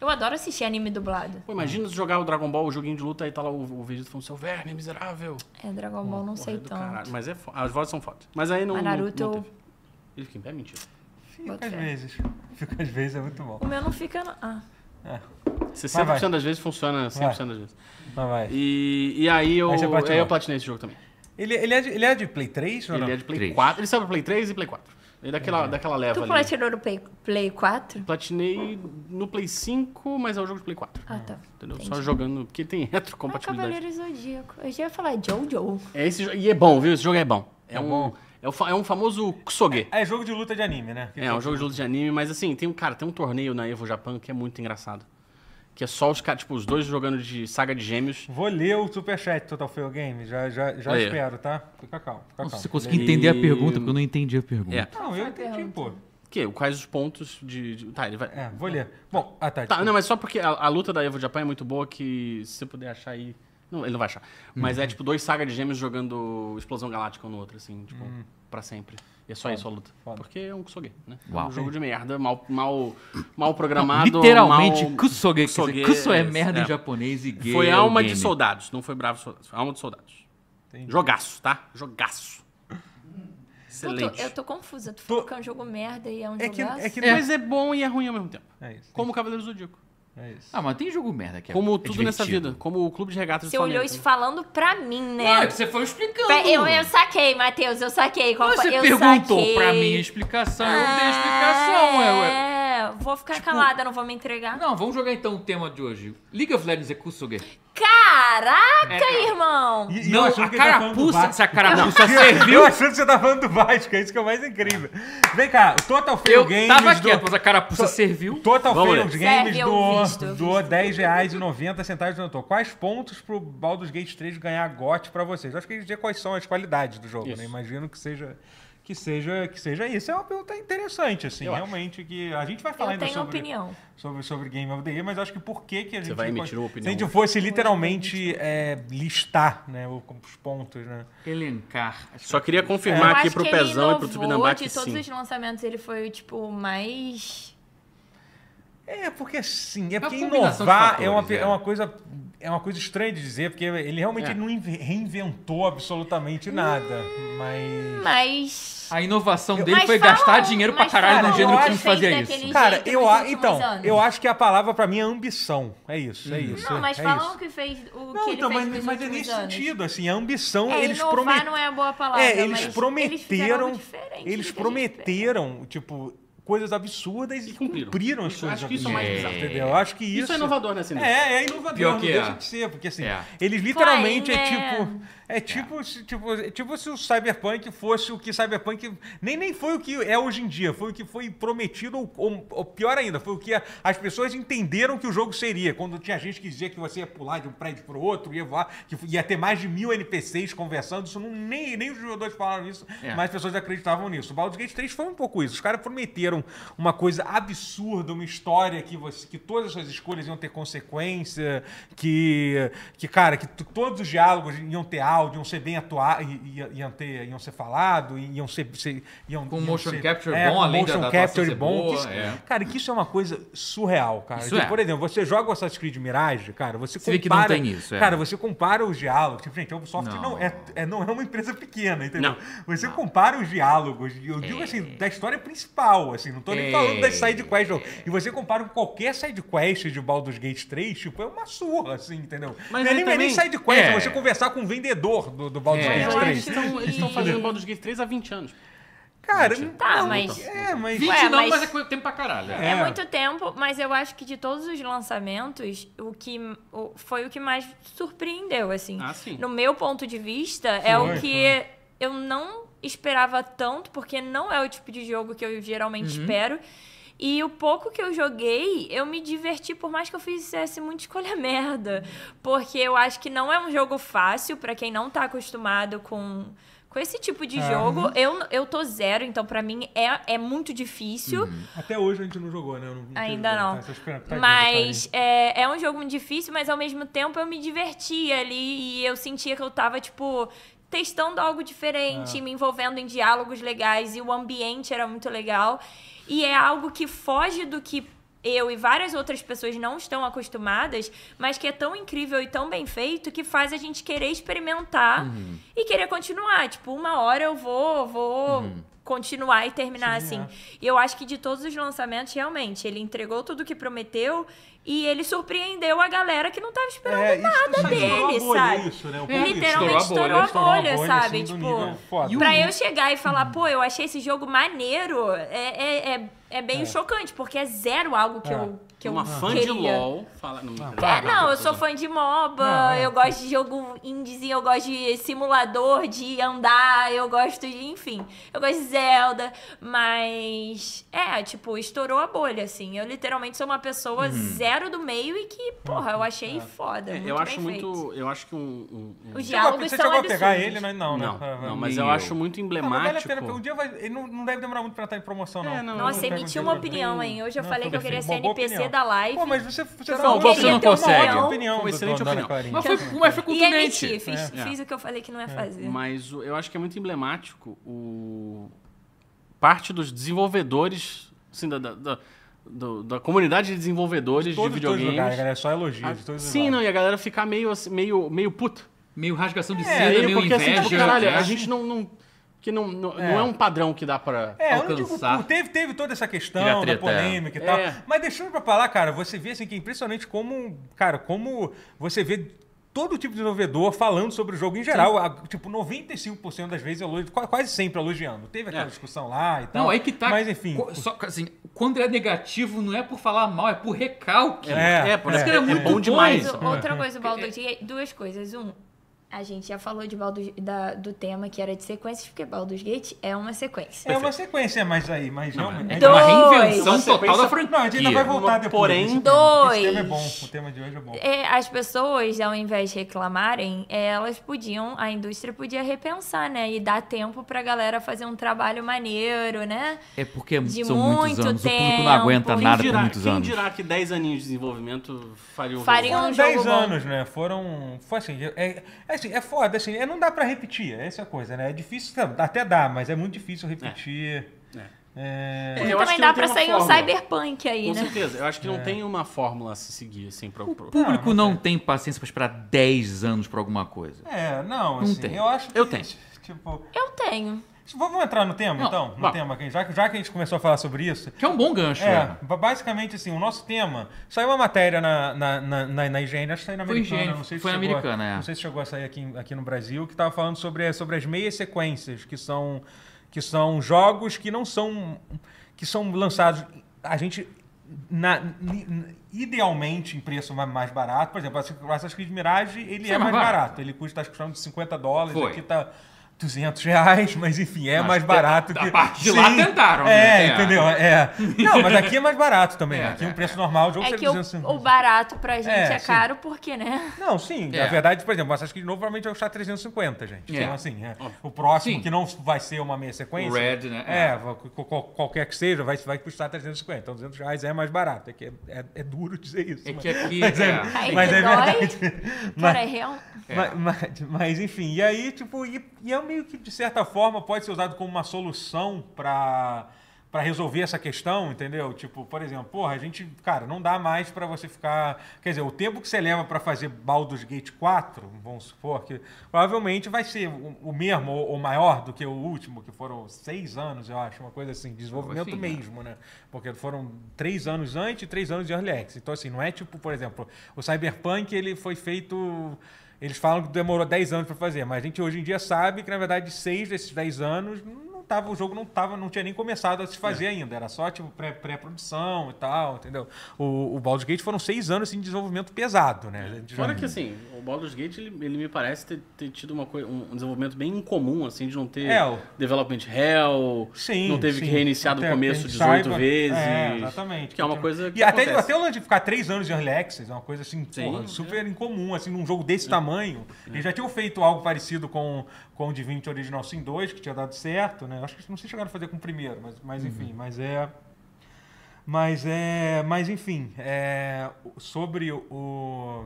Eu adoro assistir anime dublado. Pô, imagina se jogar o Dragon Ball, o joguinho de luta, aí tá lá o, o Vegeta falando, seu verme, miserável. É, Dragon Ball não Porra, é sei do tanto. caralho. Mas é fo- as vozes são fodas. Mas aí não. Mas não- Naruto eu- não teve. Ele fica em pé, mentira. Fica Bota às fé. vezes. Fica às vezes, é muito bom. O meu não fica. Não. Ah. 60% vai. das vezes funciona 100% das vezes. Mas vai. E, e aí eu, Aí você platinou. aí eu platinei esse jogo também. Ele, ele, é de, ele é de Play 3 ou Ele não? é de Play Três. 4. Ele saiu pra Play 3 e Play 4. Ele é daquela, daquela leva Tu ali. platirou no Play, Play 4? Platinei no Play 5, mas é um jogo de Play 4. Ah, tá. Entendeu? Só Entendi. jogando, porque tem Ah, retrocompatibilidade. Cavaleiro Zodíaco. Eu já ia falar Jojo. é esse, jo- e é bom, viu? Esse jogo é bom. É, um, É, o fa- é um famoso Kusoge. É jogo de luta de anime, né? É, um jogo de luta de anime, mas assim, tem um cara, tem um torneio na Evo Japão que é muito engraçado. Que é só os caras, tipo, os dois jogando de saga de gêmeos. Vou ler o Superchat Total Fail Game, já, já, já Leia. espero, tá? Fica calmo, fica Nossa, calmo. você conseguiu E- entender a pergunta, porque eu não entendi a pergunta. É. Não, eu entendi, pô. Que? Quais os pontos de. de- Tá, ele vai. É, vou ler. Bom, ah, tá. Tá, desculpa. não, mas só porque a, a luta da Evo Japan é muito boa que se você puder achar aí. Não, ele não vai achar. Mas Uhum. é tipo dois sagas de gêmeos jogando explosão galáctica um no outro, assim, tipo, pra sempre. E é só isso a luta. Uhum. foda. Porque é um Kusoge, né? É Uau. um jogo de merda, mal, mal, mal programado. Literalmente, mal... kusoge, kusoge, Kusoge, kuso é merda é. em japonês e gay. Foi é o alma de game. soldados, não foi bravo soldados. Foi alma de soldados. Entendi. Jogaço, tá? Jogaço. Eu Excelente. tô, eu tô confusa. Tu Tô- falou que é um jogo merda e é um É que, jogaço? é que Mas é bom e é ruim ao mesmo tempo. É isso. Como o Cavaleiro do Zodíaco. É isso. Ah, mas tem jogo merda que é Como é tudo nessa divertido. vida. Como o Clube de Regatas Você do Flamengo. olhou isso falando pra mim, né? Não, é que você foi explicando. Pe- Eu, eu saquei, Matheus, eu saquei. Qual Mas foi- Você eu perguntou saquei. é pra mim a explicação, eu dei a explicação. Eu, É, vou ficar Tipo, calada, não vou me entregar. Não, vamos jogar então o tema de hoje. League of Legends é Kusuge. Caraca, irmão! É, E- e eu Não, achando a que ele tava falando do carapuça, Vasco. essa carapuça Eu serviu. achando que você tá falando do Vasco, é isso que é o mais incrível. Vem cá, o Total Fail Eu Games. tava do- quieto, mas a carapuça serviu. Total Vamos Fail ver. Games Serve, eu visto, do, eu do visto. R$10,90 perguntou quais pontos pro Baldur's Gate 3 ganhar GOT pra vocês? Acho que a gente vê quais são as qualidades do jogo, né? Imagino que seja, que, seja, que seja isso. É uma pergunta interessante, assim, realmente, que a gente vai falar Eu ainda tenho sobre, opinião. sobre, sobre Game of the Year, mas acho que por que, que a gente... vai não emitir uma Se a opinião gente hoje. fosse literalmente é, listar né, o- os pontos, né? Elencar. Só queria Eu confirmar aqui acho pro que Pezão ele e pro inovou, Tupinambá que De todos sim. os lançamentos, ele foi o, tipo, mais... É, porque assim, é porque combinação de inovar é, uma, fatores, é é. uma coisa é uma coisa estranha de dizer, porque ele realmente não inve- reinventou absolutamente nada, mas Mas... A inovação dele Mas foi falam- gastar dinheiro pra mas caralho num falam, gênero que eu não acho fazia que isso. daquele- cara, jeito eu nos a, últimos então, anos. eu acho que a palavra pra mim é ambição. É isso, é isso. Não, mas é falam isso. que fez o que Não, ele então, fez mas, nos mas é últimos nesse anos. sentido, assim, a ambição É, eles inovar prometem. não é a boa palavra, É, eles mas eles fizeram prometeram. algo diferente do que a eles gente prometeram, tipo, coisas absurdas e cumpriram. cumpriram, as Isso- coisas acho que isso é o mais absurdas, bizarro. entendeu? Eu acho que isso. Isso é inovador, né, Cindy? É, é inovador, assim, Pior não que deixa é. de ser, porque assim, É. eles literalmente é Claro, né? tipo. É tipo, se- tipo, é tipo se o Cyberpunk fosse o que Cyberpunk. Nem, nem foi o que é hoje em dia, foi o que foi prometido, ou, ou- ou pior ainda, foi o que a- as pessoas entenderam que o jogo seria. Quando tinha gente que dizia que você ia pular de um prédio pro outro, ia voar, que ia ter mais de mil NPCs conversando, isso não, nem, nem os jogadores falaram isso, É. mas as pessoas acreditavam nisso. O Baldur's Gate 3 foi um pouco isso. Os caras prometeram uma coisa absurda, uma história que, você, que todas as suas escolhas iam ter consequência, que, que cara, que t- todos os diálogos iam ter áudio, iam ser bem atuados, iam, ter- iam ser falado, iam ser... ser- iam, Com iam motion ser- capture é, bom, com além da- motion da atuação capture ser bom. boa, que isso- é. Cara, que isso é uma coisa surreal, cara. Isso Tipo, é. Por exemplo, você joga o Assassin's Creed Mirage, cara, você Você vê compara... que não tem isso, é. Cara, você compara os diálogos. Tipo, gente, a Ubisoft não, Não. é, é- não é uma empresa pequena, entendeu? Não. É. Você compara os diálogos, e eu digo assim, da história principal, assim, não tô nem falando das É. side quests, não. E você compara com qualquer side quest de Baldur's Gate 3, tipo, é uma surra, assim, entendeu? Mas não é aí nem, não é nem também- side quest, é é. você conversar com um vendedor do, do Baldur's É. Gate Eu acho que 3. eles tão- Eles estão fazendo Baldur's Gate 3 há 20 anos. Cara, Tá, não- mas- É, mas... 20 Ué, não, mas... mas é coisa- tempo pra caralho. É. É. muito tempo, mas eu acho que de todos os lançamentos, o que o- foi o que mais surpreendeu, assim. Ah, sim. No meu ponto de vista, é o Foi, que eu não esperava tanto, porque não é o tipo de jogo que eu geralmente espero. E o pouco que eu joguei, eu me diverti, por mais que eu fizesse muita escolha merda. Porque eu acho que não é um jogo fácil pra quem não tá acostumado com, com esse tipo de É. jogo. Eu, eu tô zero, então pra mim é, é muito difícil. Uhum. Até hoje a gente não jogou, né? Eu não- não tive Ainda jogado, não. tá? Tô esperando, tá aqui, Mas é, é um jogo muito difícil, mas ao mesmo tempo eu me divertia ali e eu sentia que eu tava, tipo, testando algo diferente, me envolvendo em diálogos legais e o ambiente era muito legal. E é algo que foge do que eu e várias outras pessoas não estão acostumadas, mas que é tão incrível e tão bem feito que faz a gente querer experimentar e querer continuar. Tipo, uma hora eu vou, vou continuar e terminar Sim, assim. E eu acho que de todos os lançamentos, realmente, ele entregou tudo o que prometeu e ele surpreendeu a galera que não tava esperando. É, nada dele, sabe? Isso, né? O É, público Literalmente estourou a estourou a bolha, estourou a sabe? assim, do nível tipo, foda. e o- pra eu chegar e falar, pô, eu achei esse jogo maneiro, é, é, é, é bem chocante, porque é zero algo que É. eu. Que Uma eu fã de queria. LOL fala... Não, não, É, não, eu sou fã de MOBA, Não, é. eu gosto de jogo indiezinho, eu gosto de simulador, de andar, eu gosto de, enfim, eu gosto de Zelda, mas é, tipo, estourou a bolha, assim. Eu literalmente sou uma pessoa zero do meio e que, porra, eu achei foda. Uhum. É, muito eu bem acho feito. muito... Eu acho que um... um- um- Os Você chegou a- diálogos Você são chegou a absurdos. pegar ele, né? Não, né? Não, Ah, não, vai- mas eu Meu. acho muito Ah, mas vale a emblemático. pena, porque um dia vai, ele não, não deve demorar muito pra estar em promoção, não. É, não, Eu Nossa, pego emiti um uma dia- opinião, hein? Hoje eu Não, falei que eu tudo bem. queria ser Uma boa NPC opinião. da live. Pô, mas você, tá você Você dá falou uma que ele boa tem opinião. uma opinião. opinião Uma do- excelente dona opinião. Clarinha. Mas foi, mas foi E é contundente. emiti, fiz, É. fiz o que eu falei que não ia fazer. Mas o- eu acho que é muito emblemático o parte dos desenvolvedores, assim, da, da, da, do- da comunidade de desenvolvedores de, Todos os dois videogames. lugares, galera. é Só Ah, elogios. de todos os Sim, lugares. não, e a galera ficar meio, assim, meio, meio puta. Meio rasgação de É, seda, meio meio porque inveja. assim, tipo, caralho, né? é. a gente não. não que não, não, não é. um padrão que dá pra. É, eu não digo alcançar. por- teve, teve toda essa Teve a questão da treta, polêmica é. e tal. É. Mas deixando pra falar, cara, você vê assim que é impressionante como, cara, como você vê todo tipo de desenvolvedor falando sobre o jogo em geral. A- tipo, 95% das vezes, elogi- qua- quase sempre elogiando. Teve aquela É. discussão lá e tal. Não, aí que tá. Mas enfim. co- Só, que, assim, quando é negativo, não é por falar mal, é por recalque. É, é, por é. isso que ele é, É muito bom bom demais. Mas outra coisa, o Baldur's Gate, duas coisas. Um, a gente já falou de Baldur's, da- do tema que era de sequências, porque Baldur's Gate é uma sequência. É uma sequência mais aí, mas não. É realmente. é Dois. uma reinvenção Uma total da Não, a franquia. gente ainda vai voltar depois. Porém- esse tema. Esse tema é Dois. bom. O tema de hoje é bom. É, as pessoas, ao invés de reclamarem, é, elas podiam, a indústria podia repensar, né? E dar tempo pra galera fazer um trabalho maneiro, né? É porque De são muitos muito anos. O público tempo, não aguenta quem nada Quem dirá, por muitos quem anos. dirá que 10 aninhos de desenvolvimento faria um Faria jogo? Foram um- jogo 10 bom. anos, né? Foram. Foi assim, é, é assim, é foda, assim, é, não dá pra repetir, essa é a coisa, né? É difícil, tá, até dá, mas é muito difícil repetir. É. É. É, eu acho Também que dá não tem pra uma sair um fórmula. cyberpunk aí, Com né? certeza. Eu acho que não tem uma fórmula a se seguir, assim, pro... O pro- público não, tem paciência pra esperar 10 anos pra alguma coisa. É, não, Não assim, tem. eu acho que. Eu tenho. Tipo. Eu tenho. Vamos entrar no tema, Não, então? No vamos. tema, que- já, que- já que a gente começou a falar sobre isso. Que é um bom gancho. É, né? ba- basicamente assim, o nosso tema. Saiu uma matéria na, na, na, na, na IGN, acho que saiu na Foi americana. IGN, não sei se foi na chegou, a- Americana, é. Não sei se chegou a sair aqui, em- aqui no Brasil, que tava falando sobre, sobre as meias sequências, que são, que são jogos que não são. que são lançados. A gente. na- ni- n- idealmente em preço ma- mais barato, por exemplo, o Assassin's Creed Mirage ele Isso é é mais mais barato. barato. ele custa acho que custando 50 dólares, Foi. aqui tá 200 reais, mas enfim, é Mas mais te- barato da que parte de lá tentaram, É, né? É. entendeu? É. Não, mas aqui é mais barato também. É, aqui é, um preço normal de jogo É seria que o, 250. o barato pra gente É, é, sim. caro porque, né? Não, sim. Na É. verdade, por exemplo, o Assassin's Creed novo provavelmente vai custar 350, gente. É. Então, assim, é. o próximo, Sim. que não vai ser uma meia sequência. O Red, né? É, va- qual- qual- qualquer que seja, vai, vai custar 350. Então, 200 reais é mais barato. É, que é, é- é duro dizer isso. É mas- que aqui. mas é, é. Aí mas que é dói. verdade. Mas- Cara, é real. Ma- ma- Mas, enfim, e aí, tipo, e, e é meio que, de certa forma, pode ser usado como uma solução pra para resolver essa questão, entendeu? Tipo, por exemplo, porra, a gente, cara, não dá mais pra você ficar, quer dizer, o tempo que você leva pra fazer Baldur's Gate 4, vamos supor que provavelmente vai ser o, o mesmo ou, ou maior do que o último, que foram seis anos, eu acho, uma coisa assim, de desenvolvimento Assim, né? mesmo mesmo, né? Porque foram três anos antes e três anos de Early Access. Então, assim, não é tipo, por exemplo, o Cyberpunk, ele foi feito... Eles falam que demorou 10 anos para fazer, mas a gente hoje em dia sabe que, na verdade, seis desses 10 anos, não tava, o jogo não, tava, não tinha nem começado a se É. fazer ainda. Era só, tipo, pré- pré-produção e tal, entendeu? O, o Baldur's Gate foram seis anos, assim, de desenvolvimento pesado, né? A gente já- Fora que, assim, o Baldur's Gate, ele, ele me parece ter, ter tido uma coi- um um desenvolvimento bem incomum, assim, de não ter É, o- development hell, Sim, não teve que sim. reiniciar do Até começo que a gente 18 saiba. vezes. É, exatamente. Que é uma coisa que E até, acontece. até o lance de ficar três anos de Early Access, é uma coisa assim, Sim. É. porra, super incomum, assim, num jogo desse tamanho. Eles já tinham feito algo parecido com, com o Divinity Original Sin 2, que tinha dado certo, né? Acho que não sei se chegaram a fazer com o primeiro, mas, mas Uhum. enfim, mas é... Mas é. Mas enfim, é, o- sobre o. o-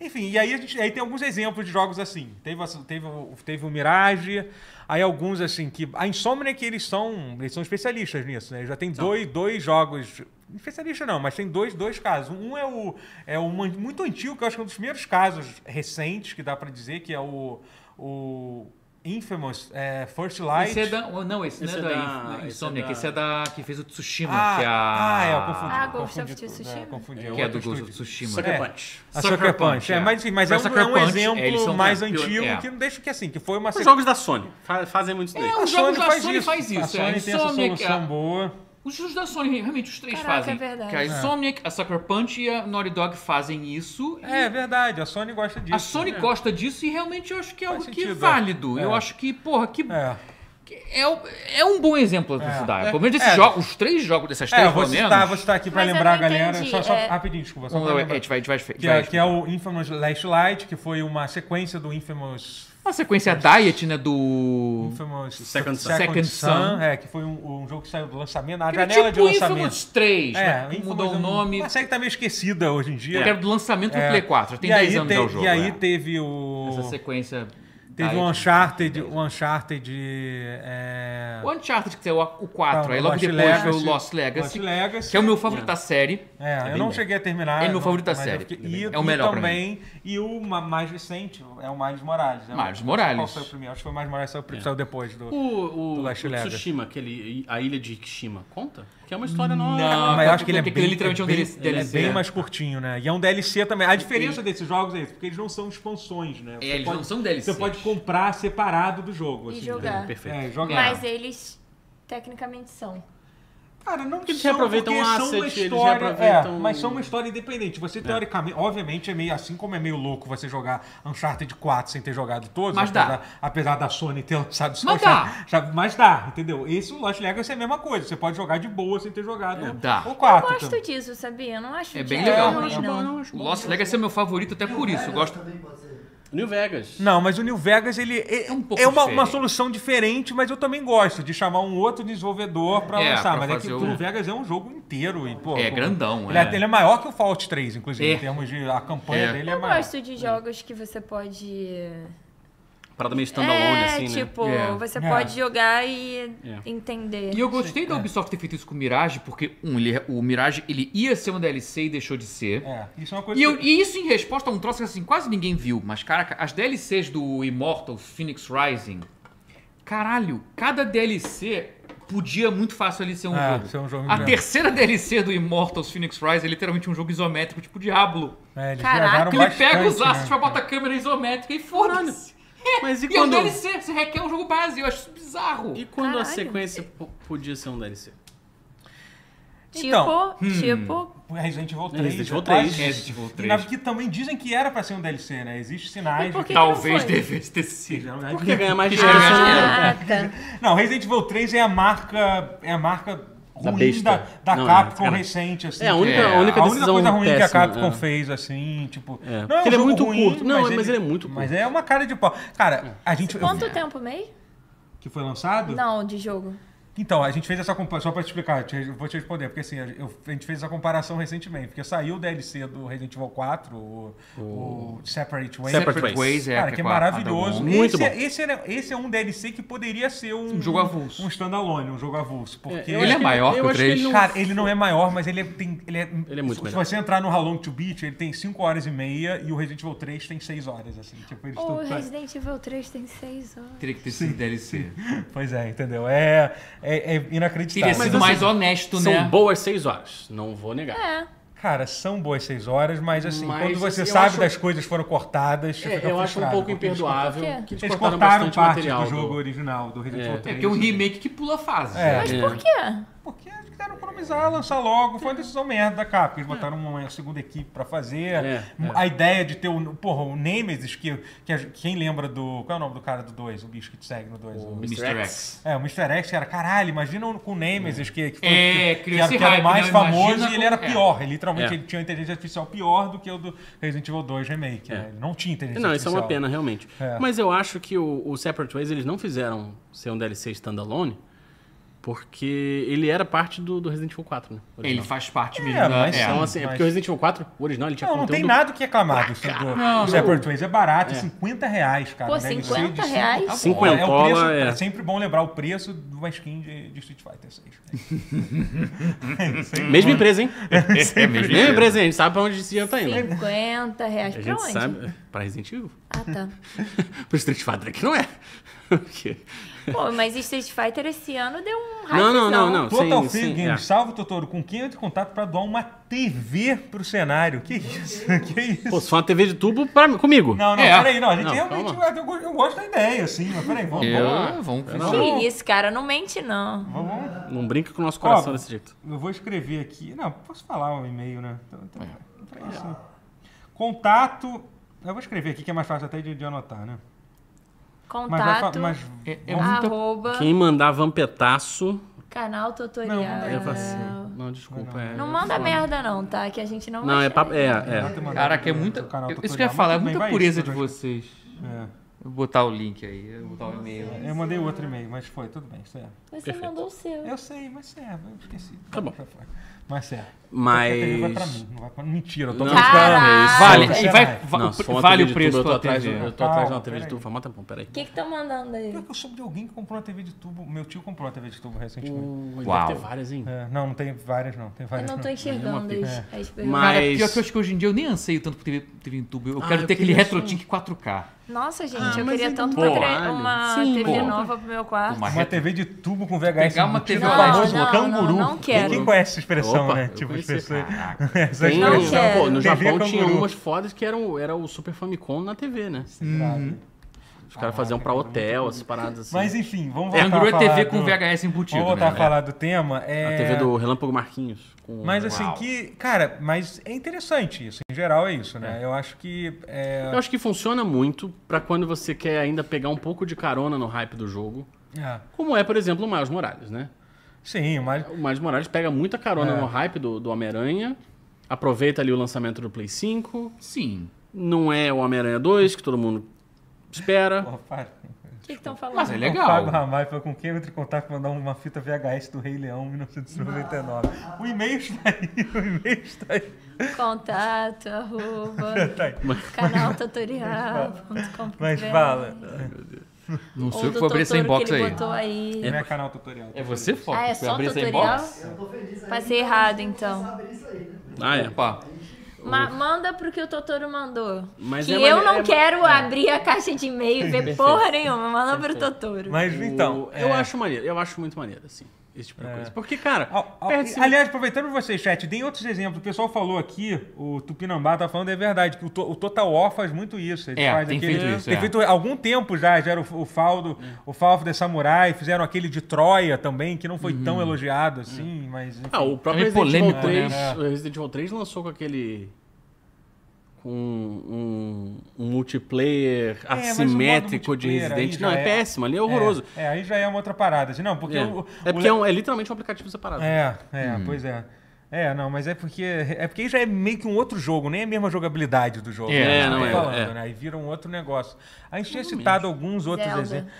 Enfim, e aí a gente aí tem alguns exemplos de jogos assim. Teve, a- teve, o- teve o Mirage, aí alguns assim, que. A Insomnia que eles são. Eles são especialistas nisso, né? Eles já tem dois, dois jogos. Especialista não, mas tem dois, dois casos. Um é o. É um an- muito antigo, que eu acho que é um dos primeiros casos recentes que dá pra dizer, que é o. o Infamous é, First Light. Esse é da. oh, Não, esse, Esse não é, é da, da- Inf- Insomniac, esse esse é é da que fez o Tsushima, Ah, que é a. ah, é, eu confundi. Ah, eu Ghost of confundi tudo, Tsushima? é, confundi, Que é outro do Ghost estúdio. of Tsushima. Sucker É. Punch. A Sucker Sucker, Punch. Punch, É, é. mas, enfim, mas é Mas um, Sucker é um Punch, exemplo eles são mais campeões, antigo é. que não deixa que assim, que foi uma Os sequ- jogos da Sony fa- fazem muito isso daí. É, os A jogos Sony da Sony faz A isso, é. Sony tem essa Insomniac, solução é. boa. Os jogos da Sony, realmente, os três Caraca, fazem. é verdade. Que a Insomniac, a Sucker Punch e a Naughty Dog fazem isso. e É verdade, a Sony gosta disso. a Sony gosta disso e realmente eu acho que é Faz algo que é sentido, válido. é. Eu acho que, porra, que. É. que É, o- é um bom exemplo pra se dar. Pelo menos esses É. jogos, os três jogos dessas três, É, eu vou pelo menos. um citar, vou citar aqui pra Mas eu lembrar a não galera. entendi, Só, só é. rapidinho, desculpa. Só Vamos pra lá, lembrar. é, a gente vai, a gente vai, que, é, que é o Infamous Last Light, que foi uma sequência do Infamous A sequência Diet, né? Do. Infamous Second Son. Second Second Son, Son. é, que foi um, um jogo que saiu do lançamento, na Que era janela de tipo lançamento. Infamous 3, É, né? Infamous Mudou é o um- nome. Uma série que tá meio esquecida hoje em dia. Que era do lançamento do Play 4. Tem É. e aí 10 anos te- ao jogo. E aí é. teve o. Essa sequência tá Teve Aí, o um tem- Uncharted, um Uncharted é, O Uncharted, que é o, o 4, Tá, aí o logo Lost depois foi o Legacy. Lost Legacy, Lost Legacy. que é o meu favorito da série. É, eu bem não bom. cheguei a terminar. tá É meu não, favorito da mas eu série. fiquei- É E, bem- é o e melhor pra também, e o ma- mais recente é o Miles Morales. né? Miles Qual Morales. É. foi o primeiro? Acho que foi o Miles Morales, saiu, pri- saiu depois do... O, o, Do o Last Legacy. Tsushima, aquele, a ilha de Kishima, conta? Que é uma história nova. Não, Mas eu acho que porque ele é aquele bem, literalmente é um bem- DLC, ele é bem né? mais curtinho, né? E é um DLC também. A diferença desses jogos é isso, porque eles não são expansões, né? Você É, eles pode- não são DLC. Você pode comprar separado do jogo. E assim, jogar. né? Perfeito. É, jogar. É. Mas eles, tecnicamente, são. Cara, não Eles são, reaproveitam porque o são uma asset, eles história, reaproveitam- É. é, mas são uma história independente. Você, teoricamente, obviamente, é meio assim como é meio louco você jogar Uncharted 4 sem ter jogado todos. Mas apesar, dá. apesar da Sony ter lançado só Mas já- dá. já- mas dá, entendeu? Esse o Lost Legacy é a mesma coisa. Você pode jogar de boa sem ter jogado É, dá. o Eu 4. gosto também. disso, sabia? Eu não acho É que bem é legal. ruim, Eu acho bom, não. eu acho O bom. Lost Legacy é meu favorito até por isso. Eu gosto. Também pode ser. New Vegas. Não, mas o New Vegas ele é, É um pouco é uma, uma diferente. solução diferente, mas eu também gosto de chamar um outro desenvolvedor pra É, lançar. pra mas é que fazer o o- New Vegas é um jogo inteiro. E, pô, É pô, grandão, ele é. é. Ele é maior que o Fallout 3, inclusive, É. em termos de. A campanha É. dele é Eu maior. gosto de jogos que você pode. Parada meio standalone, É, assim, né? tipo, É. você É. pode jogar e É. entender. E eu gostei da Ubisoft ter feito isso com o Mirage, porque, um, ele- o Mirage ele ia ser um DLC e deixou de ser. É, isso é uma coisa E, eu- que- e isso em resposta a um troço que assim, quase ninguém viu. Mas, caraca, as DLCs do Immortal Phoenix Rising, caralho, cada DLC podia muito fácil ali ser um É, jogo. ser um jogo a mesmo. terceira DLC do Immortals Phoenix Rising é literalmente um jogo isométrico, tipo Diablo. É, eles Caraca, viajaram Que ele pega bastante, os astros né? pra botar a câmera isométrica e foda-se. Mas e E é um quando, DLC, você requer um jogo base, eu acho isso bizarro. e quando a Caralho. sequência p- podia ser um DLC? Tipo, Então. tipo, Resident Evil 3. Resident Evil é quase- 3. Resident Evil E 3. na- que também dizem que era pra ser um DLC, né? Existem sinais. E por de é que não Talvez foi? devesse ter sido. Na verdade, Porque ganha mais Porque dinheiro. assim, né? ganha dinheiro. ah, tá. Não, Resident Evil 3 é a marca. É a marca Da ruim besta. da, da Não, é, Capcom sacanagem. recente, assim. É, a única, É, a única a única decisão coisa ruim que a péssima, Capcom é. fez, assim, tipo. É. Não é um Ele é jogo muito ruim, curto. Não, mas ele é muito Mas curto. É. é uma cara de pau. Cara, a gente. Quanto tempo meio? Que foi lançado? Não, de jogo. Então, a gente fez essa comparação, só pra te explicar, eu te- eu vou te responder, porque assim, eu- a gente fez essa comparação recentemente, porque saiu o DLC do Resident Evil 4, o, o Separate Ways. Separate Ways. é, Cara, que é com a- a da maravilhoso. Wong. esse, Muito bom. É, esse, era- esse é um DLC que poderia ser um, Um jogo avulso. Um standalone, um jogo avulso. Porque eu Ele acho é que maior eu que o acho 3. ele não- Cara, ele não é maior, mas ele é. Tem, ele, é Ele é muito se, melhor. Se você entrar no How Long to Beat, ele tem 5 horas e meia e o Resident Evil 3 tem 6 horas, assim. Tipo, eles O tão- Resident Evil 3 tem 6 horas. Teria que ter sido DLC. Pois é, entendeu? É, é, é Teria inacreditável. sido assim, mais honesto, São né? boas seis horas, não vou negar. É. Cara, são boas 6 horas, mas assim, Mas, quando você eu sabe acho- das coisas que foram cortadas, você É, fica eu acho um frustrado, pouco porque eles imperdoável Por quê? que eles Eles cortaram cortaram bastante parte material. do jogo original, do Resident É. Evil assim. É 3. porque é um remake que pula fase. É. Mas É. por quê? Porque eles quiseram economizar, lançar logo. Foi uma decisão merda da Capcom. Eles botaram uma segunda equipe pra fazer. É, é. A ideia de ter o. Porra, o Nemesis, que, que a- quem lembra do. Qual é o nome do cara do 2? O bicho que te segue no 2? O O... Mr. Mr. X. É, o Mr. X era, caralho, imagina um, com o Nemesis, que, que, foi, É, que- que, criou era, esse que era o hype, mais né? famoso Imagina e ele era como- é. pior. Ele, literalmente É. ele tinha uma inteligência artificial pior do que o do Resident Evil 2 Remake. né? Ele não tinha inteligência É. Não, isso é artificial. uma pena, realmente. É. Mas eu acho que o, o Separate Ways eles não fizeram ser um DLC standalone, porque ele era parte do, do Resident Evil 4, né? Ele original. faz parte mesmo É, da- mas é. Então, assim, é mas- porque o Resident Evil 4, o original, ele tinha Não, não conteúdo... tem nada que reclamar do, do, do Separate Ways. É barato, é 50 reais, cara. Pô, Deve ser de 50 cinco- Tá bom. reais? É, o preço, Cinquentola, é. é. sempre bom lembrar o preço de uma skin de, de Street Fighter 6. né? Sempre Mesma bom. empresa, hein? É mesmo. Mesma empresa, hein? a gente sabe pra onde esse dinheiro tá indo. 50 reais. A Pra gente onde? sabe... Pra Resident Evil. Ah, tá. Pro Street Fighter aqui não é. Porque- Pô, mas Street Fighter esse ano deu um hypezão. Não, não, não, não. Total sim, Fear sim, Games, é. salve Totoro, com quem eu te contato pra doar uma TV pro cenário? Que isso? Que isso? Pô, se for uma TV de tubo, pra, mim- comigo. Não, não, É. peraí, não. A gente Não, realmente. Eu, eu gosto da ideia, assim, mas peraí, vamos. Eu, vamos- vamos ver. Que isso, cara, não mente não. vamos Não brinca com o nosso coração Ó, desse jeito. Eu vou escrever aqui. Não, posso falar o e-mail, né? Então, então, É. pra isso, né? Contato. Eu vou escrever aqui que é mais fácil até de, de anotar, né? Mas vai fa- Contato, mas É- é vamos- muita- arroba, Quem mandar vampetaço... canal tutorial. Não, não Eu falo assim, Não, desculpa. é- Não manda merda não, tá? Que a gente não Não, vai é, achar. papo- é, é. mandar Caraca, é pro- muita. pro canal eu- Isso que eu tutorial. ia falar, é Muito bem, muita vai pureza isso, de Jorge. vocês. É. Eu vou botar o link aí, eu vou botar o e-mail. Eu mandei outro e-mail, mas foi, tudo bem, serve. Você Perfeito. mandou o seu. Eu sei, mas serve, eu esqueci. Tá bom. Pra fora. Mas é. serve. Mas- Porque a TV vai pra mim, não vai pra... Mentira, eu tô Não, brincando. Caraca! Vale, Isso é e vai- mais. va- Não, o pre- se for uma vale TV o de preço tubo, eu tô da atrás, de- TV. eu tô atrás de uma Calma, TV de peraí. tubo, faz muito tempo, peraí. O que que estão mandando aí? Ah. Pior que eu soube de alguém que comprou uma TV de tubo. Meu tio comprou uma TV de tubo recentemente. Uau. Uau. Deve ter várias, hein? É, não, não tem várias, não. Tem Eu várias, não tô enxergando Nenhuma as, as perguntas. Mas- Cara, pior que eu acho que hoje em dia eu nem anseio tanto por TV, TV em tubo. Eu Ah, quero eu ter aquele queria RetroTIC 4K. Nossa, gente, Ah, eu mas queria é tanto bom. uma, tre- Caralho. uma Sim, TV pô. nova pro meu quarto. Uma Uma reta- TV de tubo com VHS Pegar uma embutido, TV o lá. tipo famoso Não, não, canguru. não quero. Quem conhece essa expressão, Opa, né? eu Tipo, as conheci, pessoas... Caraca. Essa Tem, Não no expressão. quero. Japão, no TV Japão tinha canguru. umas fodas que eram, era o Super Famicom na TV, né? Irado. Os caras faziam pra hotel, essas paradas assim. Mas enfim, vamos É, voltar Anguru a é falar TV com do... VHS embutido, Vamos voltar né? a falar do tema. A É... TV do Relâmpago Marquinhos. com- Mas assim, Uau. que... Cara, mas é interessante isso. Em geral é isso, né? Eu acho que... É... Eu acho que funciona muito pra quando você quer ainda pegar um pouco de carona no hype do jogo. é, Como é, por exemplo, o Miles Morales, né? Sim, mas... O Miles Morales pega muita carona É. no hype do, do Homem-Aranha, aproveita ali o lançamento do Play 5. Sim. Não é o Homem-Aranha 2, que todo mundo espera. Porra, para. O que que estão falando? Mas é O Fábio legal. Ramalho foi com quem eu entrei em contato para mandar uma fita VHS do Rei Leão 1999. O e-mail está aí, o e-mail está aí. Contato, arroba, Tá aí. canal tutorial.com.br. Mas fala. Não Ou sei o que do vou abrir essa doutor inbox que ele aí. botou aí. Não é canal tutorial. É você, Fox? Ah, é Você só abrir essa tutorial? inbox? Eu tô feliz É. aí. Passei errado, então. Saber isso aí, né? Ah, é. Opa. Ma- manda pro que o Totoro mandou. Mas que é eu mane- não é ma- quero abrir a caixa de e-mail e ver porra nenhuma. Manda pro Totoro. Mas então. O- eu é, acho maneiro, eu acho muito maneiro, assim, esse tipo de coisa. Porque, cara, Ó, ó, perde-se- e, aliás, aproveitando vocês, chat, deem outros exemplos. O pessoal falou aqui, o Tupinambá tá falando, é verdade, que o, To- o Total War faz muito isso. Eles É, faz tem aquele- feito isso, Tem é. feito há algum tempo já, já era o, o Faldo, É. o Fall of the Samurai, fizeram aquele de Troia também, que não foi tão elogiado assim, mas. enfim. Uhum. Ah, o próprio É meio Resident Evil polêmico, né? 3, o Resident Evil 3 lançou com aquele com um, um multiplayer É, mas o modo assimétrico de multiplayer aí Resident. já Não, é, é- péssimo, ali é horroroso. É, é, aí já é uma outra parada. assim, Não, porque o- É, É o- porque é, um- é literalmente um aplicativo separado. É, é, pois é. É, não, mas é porque é porque aí já é meio que um outro jogo, nem é a mesma jogabilidade do jogo. É, né? não, Tô é, falando, é. né? Aí vira um outro negócio. A gente tinha citado alguns outros Zelda. exemplos.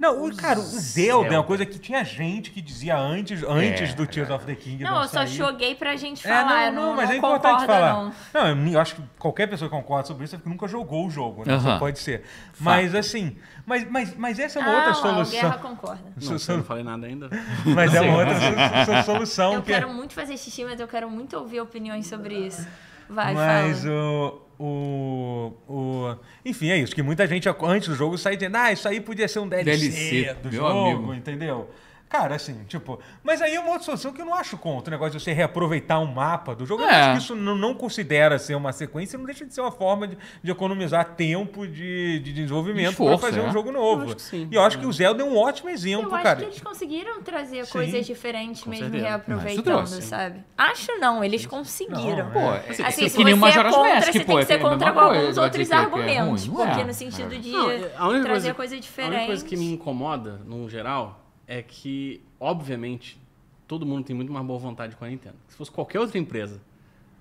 Não, o, cara, o Zelda, é uma coisa que tinha gente que dizia antes, antes do Tears of the Kingdom Não, eu só sair. joguei pra gente É, falar. não, eu não, mas é concordo, importante falar. Não. Não, eu- eu acho que qualquer pessoa que concorda sobre isso é porque nunca jogou o jogo, né? Só Aham. pode ser. Mas assim, mas, mas, mas essa é uma outra ah, lá, o solução. Guerra concorda. Não, Solu- eu não falei nada ainda. Mas é uma outra so- so- solução. Eu que é quero muito fazer xixi, mas eu quero muito ouvir opiniões sobre isso. Vai, Mas fala. o, o, o. Enfim, é isso. Que muita gente antes do jogo sai dizendo, ah, isso aí podia ser um DLC, DLC, do meu jogo, amigo. entendeu? Cara, assim, tipo. Mas aí é uma outra solução que eu não acho contra. O negócio de você reaproveitar um mapa do jogo. Eu É. acho que isso não, não considera ser uma sequência, não deixa de ser uma forma de, de economizar tempo de, de desenvolvimento Esforço, pra fazer um é. jogo novo. Eu acho que sim. E eu acho que o Zelda é um ótimo exemplo, Eu acho cara. que eles conseguiram trazer Sim, coisas diferentes com mesmo certeza. Isso reaproveitando, trouxe. sabe? Acho não, eles conseguiram. Não, Pô, é, Assim, é se que nem o você é Majora's contra, Mask, você pô. tem que é ser a mesma contra com coisa, alguns vai outros dizer que é argumentos. ruim, não é. porque no sentido de Não, é, a única trazer coisa coisa A diferente. única coisa que me incomoda, no geral, é que, obviamente, todo mundo tem muito mais boa vontade com a Nintendo. Se fosse qualquer outra empresa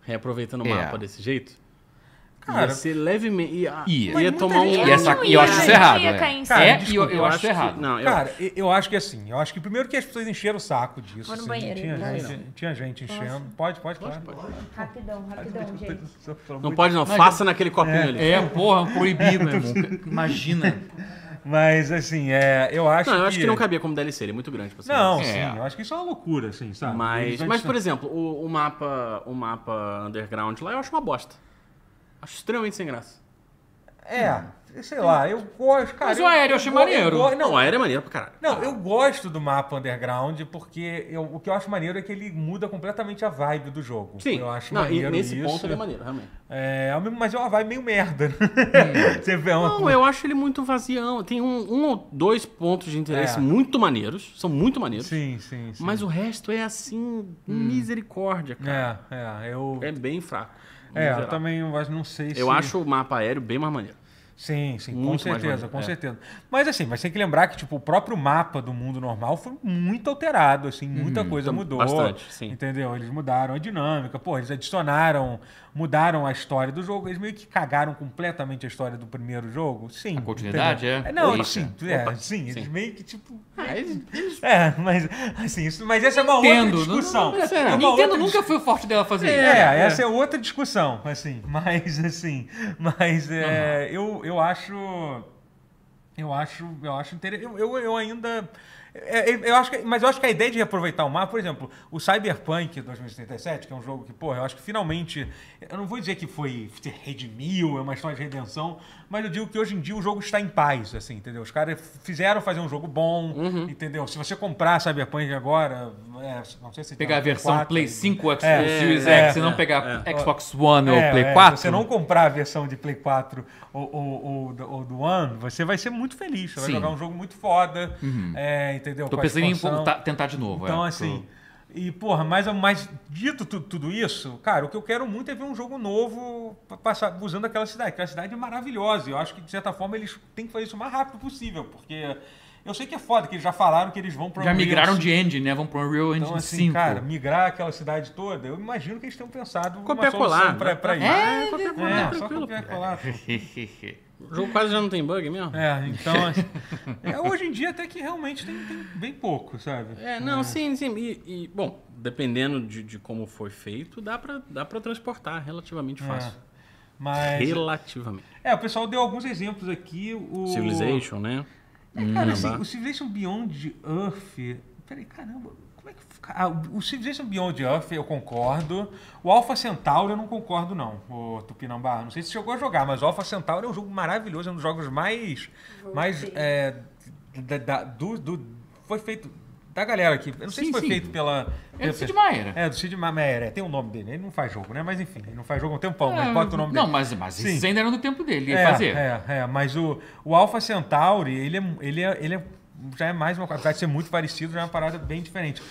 reaproveitando o É. mapa desse jeito, Cara, ia ser levemente. Ia, Ia. ia Mas tomar um. E, essa, não e eu ia, acho né? isso não errado. ia é. cair em cima. É, Cara, e eu, desculpa, eu acho isso errado. Que, não, eu, Cara, eu... eu acho que assim, eu acho que primeiro que as pessoas encheram o saco disso. Vou no assim, banheiro, tinha, então. vai. gente, tinha gente enchendo. Pode, pode, claro. Rapidão, rapidão, gente. Não pode não, faça naquele copinho ali. É, porra, proibir, meu irmão. Imagina. Mas assim, é, eu acho não, que. eu acho que não cabia como DLC, ele é muito grande pra ser Não, DLC. sim, É. eu acho que isso é uma loucura, assim, sabe? Mas, Eles mas por adicionam- exemplo, o, o mapa o mapa underground lá eu acho uma bosta. Acho extremamente sem graça. É, sei lá, eu gosto, cara. Mas o aéreo eu achei go- maneiro. go- Não, Não, a era é maneira pra caralho. não, eu gosto do mapa underground porque eu- o que eu acho maneiro é que ele muda completamente a vibe do jogo. Sim, eu acho não, e maneiro nesse isso. ponto ele é maneiro, realmente. É, ao mesmo- mas é uma vibe meio merda. Você vê uma, Hum. Não, é eu acho ele muito vazião. Tem um, um ou dois pontos de interesse É. muito maneiros, são muito maneiros. Sim, sim, sim. Mas o resto é assim, misericórdia, cara. É, é, eu. É bem fraco. no É, eu geral. também eu acho- não sei se. Eu acho o mapa aéreo bem mais maneiro. Sim, sim, com Muito mais certeza, maneiro, com é. certeza. Mas assim, mas tem que lembrar que tipo, o próprio mapa do mundo normal foi muito alterado, assim, muita coisa tam- mudou. bastante, sim. Entendeu? Eles mudaram a dinâmica, pô, eles adicionaram, mudaram a história do jogo, eles meio que cagaram completamente a história do primeiro jogo. Sim. A continuidade, é? Não, Opa. sim, é, Opa. sim, eles Sim. meio que tipo... Ah, eles- É, mas assim, isso, mas essa é uma Nintendo, outra não- discussão. não- É A uma Nintendo outra nunca foi o forte dela fazer isso. é, essa é outra discussão, assim, mas assim, mas é, eu, eu acho eu acho eu acho interessante, eu, eu, eu ainda é, é, eu acho que- mas eu acho que a ideia de reaproveitar o mapa, por exemplo, o Cyberpunk 2077, que é um jogo que, porra, eu acho que finalmente, eu não vou dizer que foi se redimiu, é uma história de redenção, mas eu digo que hoje em dia o jogo está em paz, assim, entendeu? Os caras fizeram fazer um jogo bom, Uhum. entendeu? Se você comprar Cyberpunk agora, é, não sei se tem Pegar a um versão 4, Play 5 Xbox É, Series é, X e é, não pegar Xbox One ou É, Play é, 4. Se você não comprar a versão de Play 4 ou, ou- ou do- ou do One, você vai ser muito feliz. Você Sim. Uhum. vai jogar um jogo muito foda, é, entendeu? Tô Com a pensando em expansão. voltar- tentar de novo. Então, é, assim... E, porra, mas, mas dito tu- tudo isso, cara, o que eu quero muito é ver um jogo novo pa- passar, usando aquela cidade. Aquela cidade é maravilhosa. E eu acho que, de certa forma, eles têm que fazer isso o mais rápido possível, porque... Eu sei que é foda, que eles já falaram que eles vão para Já migraram de engine, né? Vão pro Unreal Engine então, assim, 5. cara, migrar aquela cidade toda, eu imagino que eles tenham pensado Copiar, uma solução colar, pra, né? pra isso. É, copiar, colar, é, só tranquilo, copiar e colar. O jogo quase já não tem bug mesmo. É, então... assim, é, hoje em dia até que realmente tem, tem bem pouco, sabe? É, não, sim, sim. E, e, bom, dependendo de, de como foi feito, dá pra, dá pra transportar relativamente fácil. Mas... Relativamente. É, o pessoal deu alguns exemplos aqui. O... Civilization, né? É, Hum, cara, assim, Gambá. o Civilization Beyond Earth... Peraí, caramba... Como é que... fica- Ah, o Civilization Beyond Earth eu concordo. O Alpha Centauri eu não concordo, não. O Tupinambá. Não sei se chegou a jogar, mas o Alpha Centauri é um jogo maravilhoso. É um dos jogos mais... mais Voltei. é, da- da- do, do- foi feito da galera aqui. Eu não sei Sim, se foi sim. feito pela... É do pela- Sid Meier. É, do Sid Meier. É, tem o nome dele. Ele não faz jogo, né? Mas enfim, ele não faz jogo há um tempão. mas É, bota o nome não, dele. mas, mas Sim. isso ainda era no tempo dele, ia É, fazer. É, é, mas o, o Alpha Centauri, ele, é, ele, é, ele é- já é mais uma coisa. Apesar de ser muito parecido, já é uma parada bem diferente.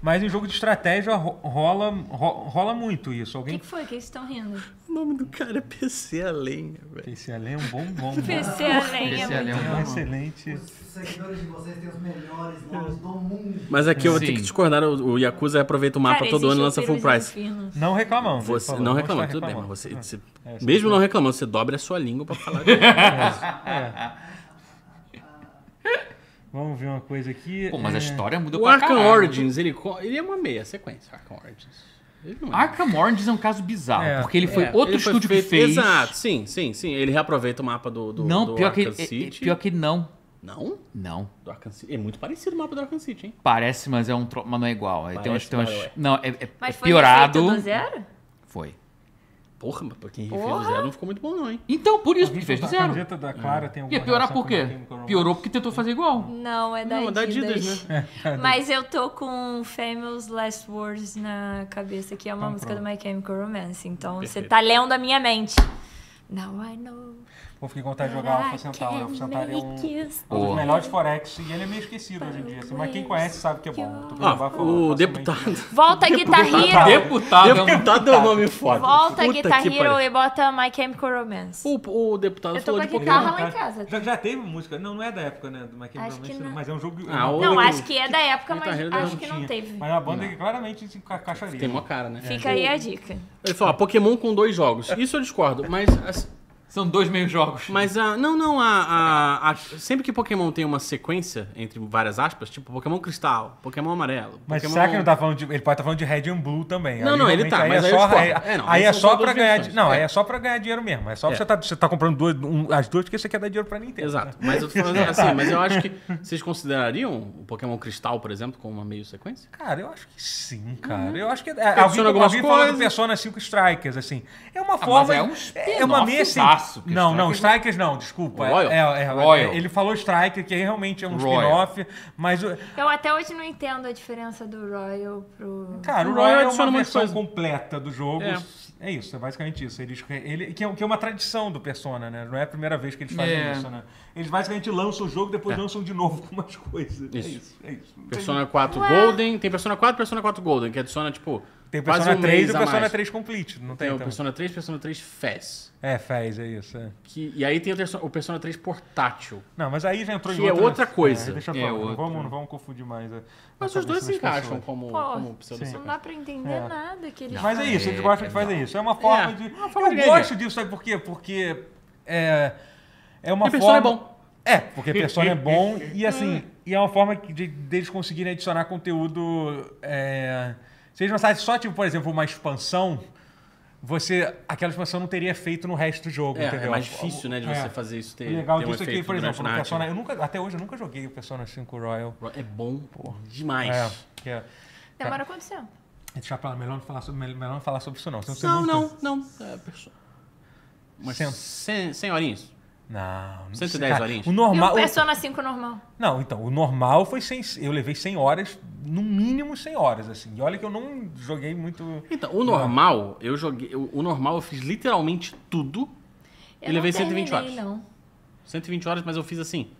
Mas em jogo de estratégia ro- rola, ro- rola muito isso. O que, Alguém. que foi que eles estão rindo? O nome do cara é PC Além, velho. Esse ali é um bom bom. bom. PC além é Esse ali é um É muito... bom um nome. excelente. Os seguidores de vocês têm os melhores nomes do mundo. Mas aqui eu vou ter Sim. que discordar. O o Yakuza aproveita o mapa Cara, todo ano existe e lança o full Peruzão price. Fino. Não reclamando. ele Você falou, não está reclamando, tudo bem, mas reclamando. você. Ah, você- É, você mesmo não reclamando, você dobra a sua língua pra falar. de- É. Vamos ver uma coisa aqui. Pô, mas a É, história muda o pra Arkham caralho. Origins, ele, co- ele é uma meia sequência, Arkham Origins. Ele não é. Arkham Origins é um caso bizarro, É. porque ele foi É, outro ele foi estúdio feito- que fez. Exato, sim, sim, sim. Ele reaproveita o mapa do, do, Não, do pior, que, Arkham é- é- City. pior que não. Não? Não. Do Arkham City. É muito parecido o mapa do Arkham City, hein? Parece, mas é um tro... mas não é igual. Aí tem umas, Parece, tem umas... mas não é. Não, é, é- é Mas foi piorado. refeito do zero? Foi. Porra, mas pra quem refez o Porra! zero não ficou muito bom, não, hein? Então, por isso a que gente fez do tá- A zero. camiseta da Clara tem alguma Ia piorar por relação com quê? My Chemical Romance? Piorou porque tentou fazer igual. Não, é da Não, é da Adidas. Adidas, Mas eu tô com Famous Last Words na cabeça, que é uma Então, música pronto. do My Chemical Romance. Então você Perfeito. tá lendo a minha mente. Now I know. Pô, fiquei com vontade de jogar Alpha that I Centauri. Alpha can Centauri é um, make you um dos Boa. melhores Forex e ele é meio esquecido hoje em dia. assim, mas quem conhece sabe que é bom. Tu Ah, vai falar o facilmente. deputado. Volta, Guitar Hero! Deputado, é um- Deputado é um nome foda. Volta, Puta Guitar que Hero pariu. e bota My Chemical Romance. O, o deputado Eu tô falou com a de Pokémon. guitarra Tá, lá em casa. Já, já teve música? Não, não é da época, né? Do Michael Acho que Brown, não. mas é um jogo. Ah, o- Não, Guitar acho que é da época, mas Hero acho não que não teve. Mas a banda que claramente se enca- encaixaria. Tem uma cara, né? Fica aí a dica. Ele falou, ah, Pokémon com dois jogos. Isso eu discordo, mas. as- São dois meios jogos. Mas a. Não, não, a, a- a- Sempre que Pokémon tem uma sequência, entre várias aspas, tipo Pokémon Cristal, Pokémon Amarelo. Mas Pokémon... será que ele não tá falando de. Ele pode estar falando de Red and Blue também. Não, Aí não, ele realmente tá, Aí mas é aí só, eu discordo. aí, É, não, aí aí é são só duas pra ganhar. versões. di- Não, aí É. é só pra ganhar dinheiro mesmo. É só pra você tá, você tá comprando duas, um- as duas porque você quer dar dinheiro pra Nintendo. Exato. né? Mas eu tô falando assim, mas eu acho que vocês considerariam o Pokémon Cristal, por exemplo, como uma meio sequência? Cara, eu acho que sim, cara. Eu acho que. é, Alguém, algumas alguém falou do coisas. Persona 5 Strikers, assim. É uma forma. mas é um é uma meia assim. spin-offzaço, que Não, não, Strikers- Strikers não, desculpa. É- Royal? É, é, Royal. Ele falou Striker, que aí realmente é um Royal. spin-off, mas. o- Eu até hoje não entendo a diferença do Royal pro. Cara, o O Royal Royal é adiciona uma muita versão coisa. completa do jogo. É. É. isso, é basicamente isso. Eles, ele, que, é, que é uma tradição do Persona, né? Não é a primeira vez que eles fazem É. isso, né? Eles basicamente lançam o jogo, depois lançam de novo com umas coisas. É Isso. isso, é isso. Persona 4 Ué. Golden, tem Persona 4 Persona 4 Golden, que adiciona, tipo, Tem o Quase Persona um 3 e mês o a Persona mais. 3 Complete, não tem, Tem o então? Persona 3 Persona 3 Fez. É, faz, é isso. é. Que, e aí tem o Terso- o Persona 3 Portátil. Não, mas aí já entrou em Que é outra coisa. deixa eu É falar, não, outra. vamos, não vamos confundir mais. a- Mas a os dois cabeça se das encaixam pessoas. como, Pô, como pseudo. Não dá pra entender É. nada que eles Mas é isso, eles gostam que fazem isso. É uma forma É, de. uma forma eu de ganhar gosto disso, sabe por quê? Porque é, é uma Porque forma. Persona é bom. É, porque Persona é bom e assim, e é uma forma que de, deles conseguirem adicionar conteúdo. É, se eles lançassem só, tipo, por exemplo, uma expansão, você. Aquela expansão não teria efeito no resto do jogo, É, entendeu? é mais difícil, né, de você É. fazer isso ter, O legal ter um disso é efeito que, por durante né? exemplo, no a Persona, narrativa. eu nunca, até hoje eu nunca joguei o Persona 5 Royal. É bom demais. É, que é, Demora quanto tempo? deixa eu falar, melhor não falar sobre, melhor não falar sobre isso, não. senão você Não, nunca- não, não. É, Persona. Umas Cem. cem- cem horinhas. Não, não 110 horinhas. O E o normal. o- Persona 5 normal? Não, então, o normal foi 100. Eu levei 100 horas, no mínimo 100 horas, assim. E olha que eu não joguei muito. Então, o normal, eu joguei. O, o normal eu fiz literalmente tudo. Eu não levei 120 terminei, horas. Não. 120 horas, mas eu fiz assim.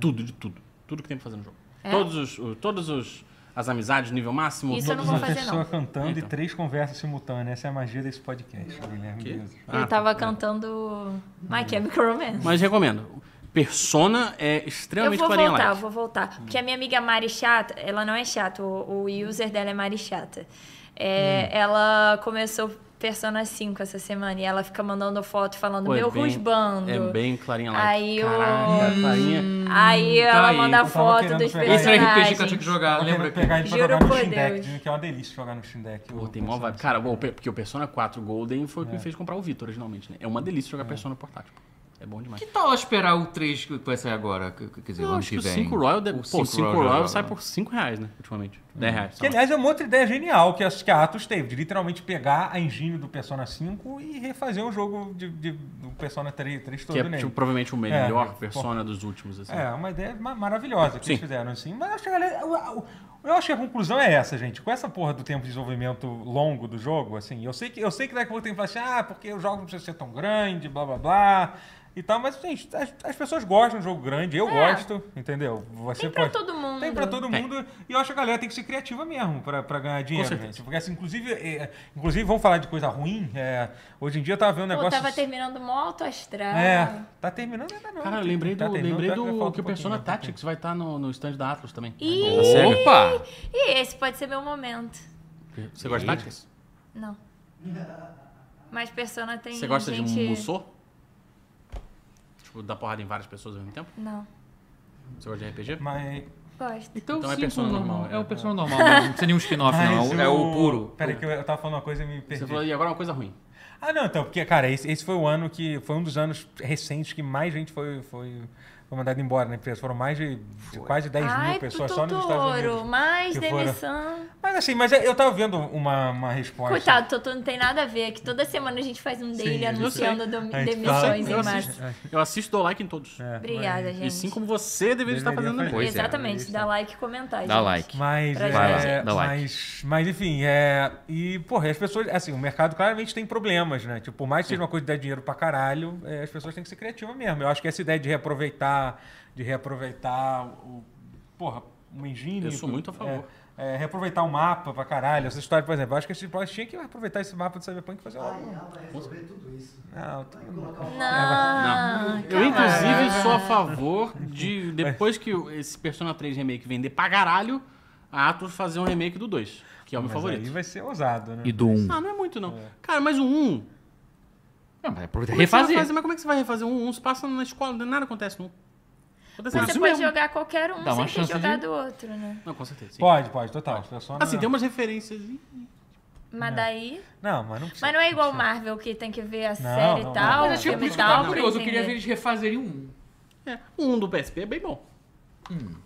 Tudo, de tudo. Tudo que tem pra fazer no jogo. É? Todos os. o- Todos os. As amizades, nível máximo. Isso eu não todos Uma vou os- fazer, pessoa não. cantando e Então. três conversas simultâneas. Essa é a magia desse podcast, Guilherme. Que? Beleza. Ah, Ele tava cantando My Chemical Romance. Mas recomendo. Persona é Eu extremamente vou clarinha voltar, eu light. vou voltar. Porque a minha amiga Mari Chata, ela não é chata, o, o user dela é Mari Chata. É, Ela começou Persona 5 essa semana e ela fica mandando foto falando Pô, é meu bem- rusbando. É bem clarinha light. Aí eu- Caraca, clarinha. Aí Tá ela aí, manda eu tava foto querendo dos pegar Esse Personagem. era o personagens. RPG que eu tinha que Ah, jogar, Tava lembra? querendo pegar ele pra Juro jogar no por Steam Deck, Deus. dizem que é uma delícia jogar no Steam Deck. Pô, O tem mó Persona vibe. Cara, bom, pe- porque o Persona 4 Golden foi o que me fez comprar o Vitor originalmente, né? É uma delícia jogar Persona portátil. pô. É bom demais. Que tal esperar o 3 que vai sair agora? Que- que- Quer dizer, Não, ano acho que que o vem. 5 Royal, de... O pô, cinco 5 já- Royal, sai por 5 reais, né? Ultimamente. 10 reais. Que, sei lá. aliás, é uma outra ideia genial que a, que a Atos teve, de literalmente pegar a engine do Persona 5 e refazer um jogo de, de- do Persona 3, 3 todo Que é nele. tipo, provavelmente o melhor É, pô. Persona dos últimos, assim. É, uma ideia ma- maravilhosa que eles Sim. fizeram, assim. Mas eu acho, que a galera- o- o- eu acho que a conclusão é essa, gente. Com essa porra do tempo de desenvolvimento longo do jogo, assim, eu sei que, eu sei que daqui a pouco tem que falar assim, ah, porque o jogo não precisa ser tão grande, blá blá blá. E tal, mas, gente, as, as pessoas gostam de jogo grande, eu É. gosto, entendeu? Você Tem pra pode- todo mundo. Tem pra todo mundo. E eu acho que a galera tem que ser criativa mesmo pra, pra ganhar dinheiro, certeza. gente. Porque, assim, inclusive, é, inclusive, vamos falar de coisa ruim. é, hoje em dia eu tava vendo um Pô, negócio. tava terminando mó alto astral. É, tá terminando ainda não. Cara, eu lembrei do, Tá terminando, lembrei tá- vai faltar do um que o Persona pouquinho, né? Tactics vai estar no, no stand da Atlas também. Ih! Tá sério? Opa! E esse pode ser meu momento. Você gosta de Tactics? Não. Mas Persona tem Você gosta gente... de Musou? Tipo, dar porrada em várias pessoas ao mesmo tempo? Não, Você gosta de RPG? Mas. gosto. Então, Então é é Persona persona normal. normal, É é. o persona normal, mas não precisa nenhum spin-off, mas não. É o puro. Ah, Peraí, que eu, eu tava falando uma coisa e me perdi. Você falou, e agora é uma coisa ruim. Ah, não, então, porque, cara, esse, esse foi o ano que. Foi um dos anos recentes que mais gente foi, foi, foi mandada embora, né? Porque Foram mais de, de quase 10 Ai, mil pessoas só nos Estados Totoro, Unidos. mais que foram- demissão. Mas assim, mas eu tava vendo uma, uma resposta. Coitado, Totoro não tem nada a ver, é que toda semana a gente faz um daily Sim, eu anunciando sei. dom- A gente fala- demissões eu em março. assisto, eu assisto, dou like em todos. É, Obrigada, mas- gente. E sim como você deveria estar Deveria fazendo também. fazer. Pois é. Exatamente, dá like e comentar, Dá gente. like. Mas, é, Pra gente. Vai lá, dá like. mas, mas enfim, é. E, porra, as pessoas. Assim, o mercado claramente tem problemas, né? Tipo, por mais que seja uma coisa de dar dinheiro pra caralho, é, as pessoas têm que ser criativas mesmo. Eu acho que essa ideia de reaproveitar, de reaproveitar o. Porra, uma engine. Eu sou muito a favor. É, é, reaproveitar o mapa pra caralho. Essa história, por exemplo, eu acho que esse Project tinha que aproveitar esse mapa do Cyberpunk e fazer Vai, algo. ela vai resolver tudo isso. é. Não, tá- Vai colocar um É, Não, Eu, calma. inclusive, sou a favor de, depois que o- esse Persona 3 remake vender pra caralho, a Atos fazer um remake do 2, que é o meu mas Aí favorito. vai ser ousado, né? E do 1. Ah, não é muito, não. Cara, mas o 1... como Não, mas aproveita e é que você vai refazer. fazer? Mas como é que você vai refazer? O 1 se passa na escola, nada acontece no 1. Acontece Mas nada. você Isso pode mesmo. jogar qualquer um Dá uma sem ter chance de- jogado outro, né? Não, com certeza, sim. Pode, pode, total. As pessoas Assim, não- tem umas referências... Mas É. daí... Não, mas não precisa. Mas não é igual o Marvel, que tem que ver a não, série não. e tal, Mas o é Tipo, filme por e isso que eu tava tal, pra curioso. Eu queria ver entender. eles refazerem um. É, o 1 do PSP é bem bom. Hum.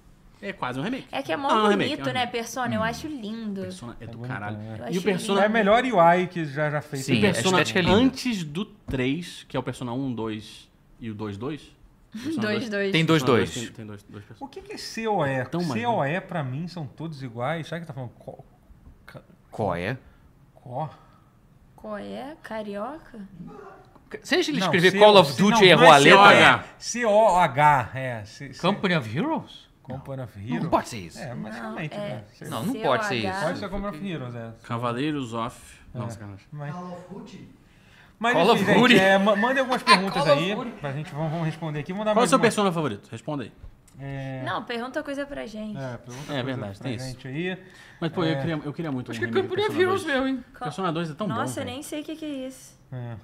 É quase um remake. É que é mó Não, um remake, bonito, é um né, remake. Persona? Eu acho lindo. Persona é do bonito, caralho. né? Eu E achei o Persona É a melhor UI que já, já fez. Sim, E O per- é- Persona a estética linda. antes do 3, que é o Persona 1, 2 e o 2, 2. Persona Dois, dois. Tem dois, Persona dois. Tem, tem dois, dois Persona. O que, que é COE? Tão mais, COE pra mim são todos iguais. Será que tá falando co? ca- Qual é? co? Qual é? Carioca? Seja ele Não, é escrever CO Call of Duty e não, não errou a é letra, COH. COH, é. C- C- Company of Heroes? Company of Heroes. Não pode ser isso. É, mas realmente, né? Sei lá. Não, não Seu pode ser isso. H. Pode ser Company of Heroes, é. Cavaleiros off. É. Não, é sacanagem. Mas, Call of Duty? mas Call of enfim, gente, Duty. é, ma- mandem algumas perguntas Call of aí Duty. pra gente, vamos, vamos responder aqui. Mandar Qual é o mais seu uma- persona favorito? Responda aí. É, Não, pergunta coisa pra gente. é, pergunta É coisa verdade, pra tem isso. gente aí. Mas, pô, eu, queria, eu queria muito Acho um que é remake Campo do de Persona Vírus 2. meu, hein? Persona 2 é tão bom, Nossa, eu velho. nem sei o que, que é isso. É.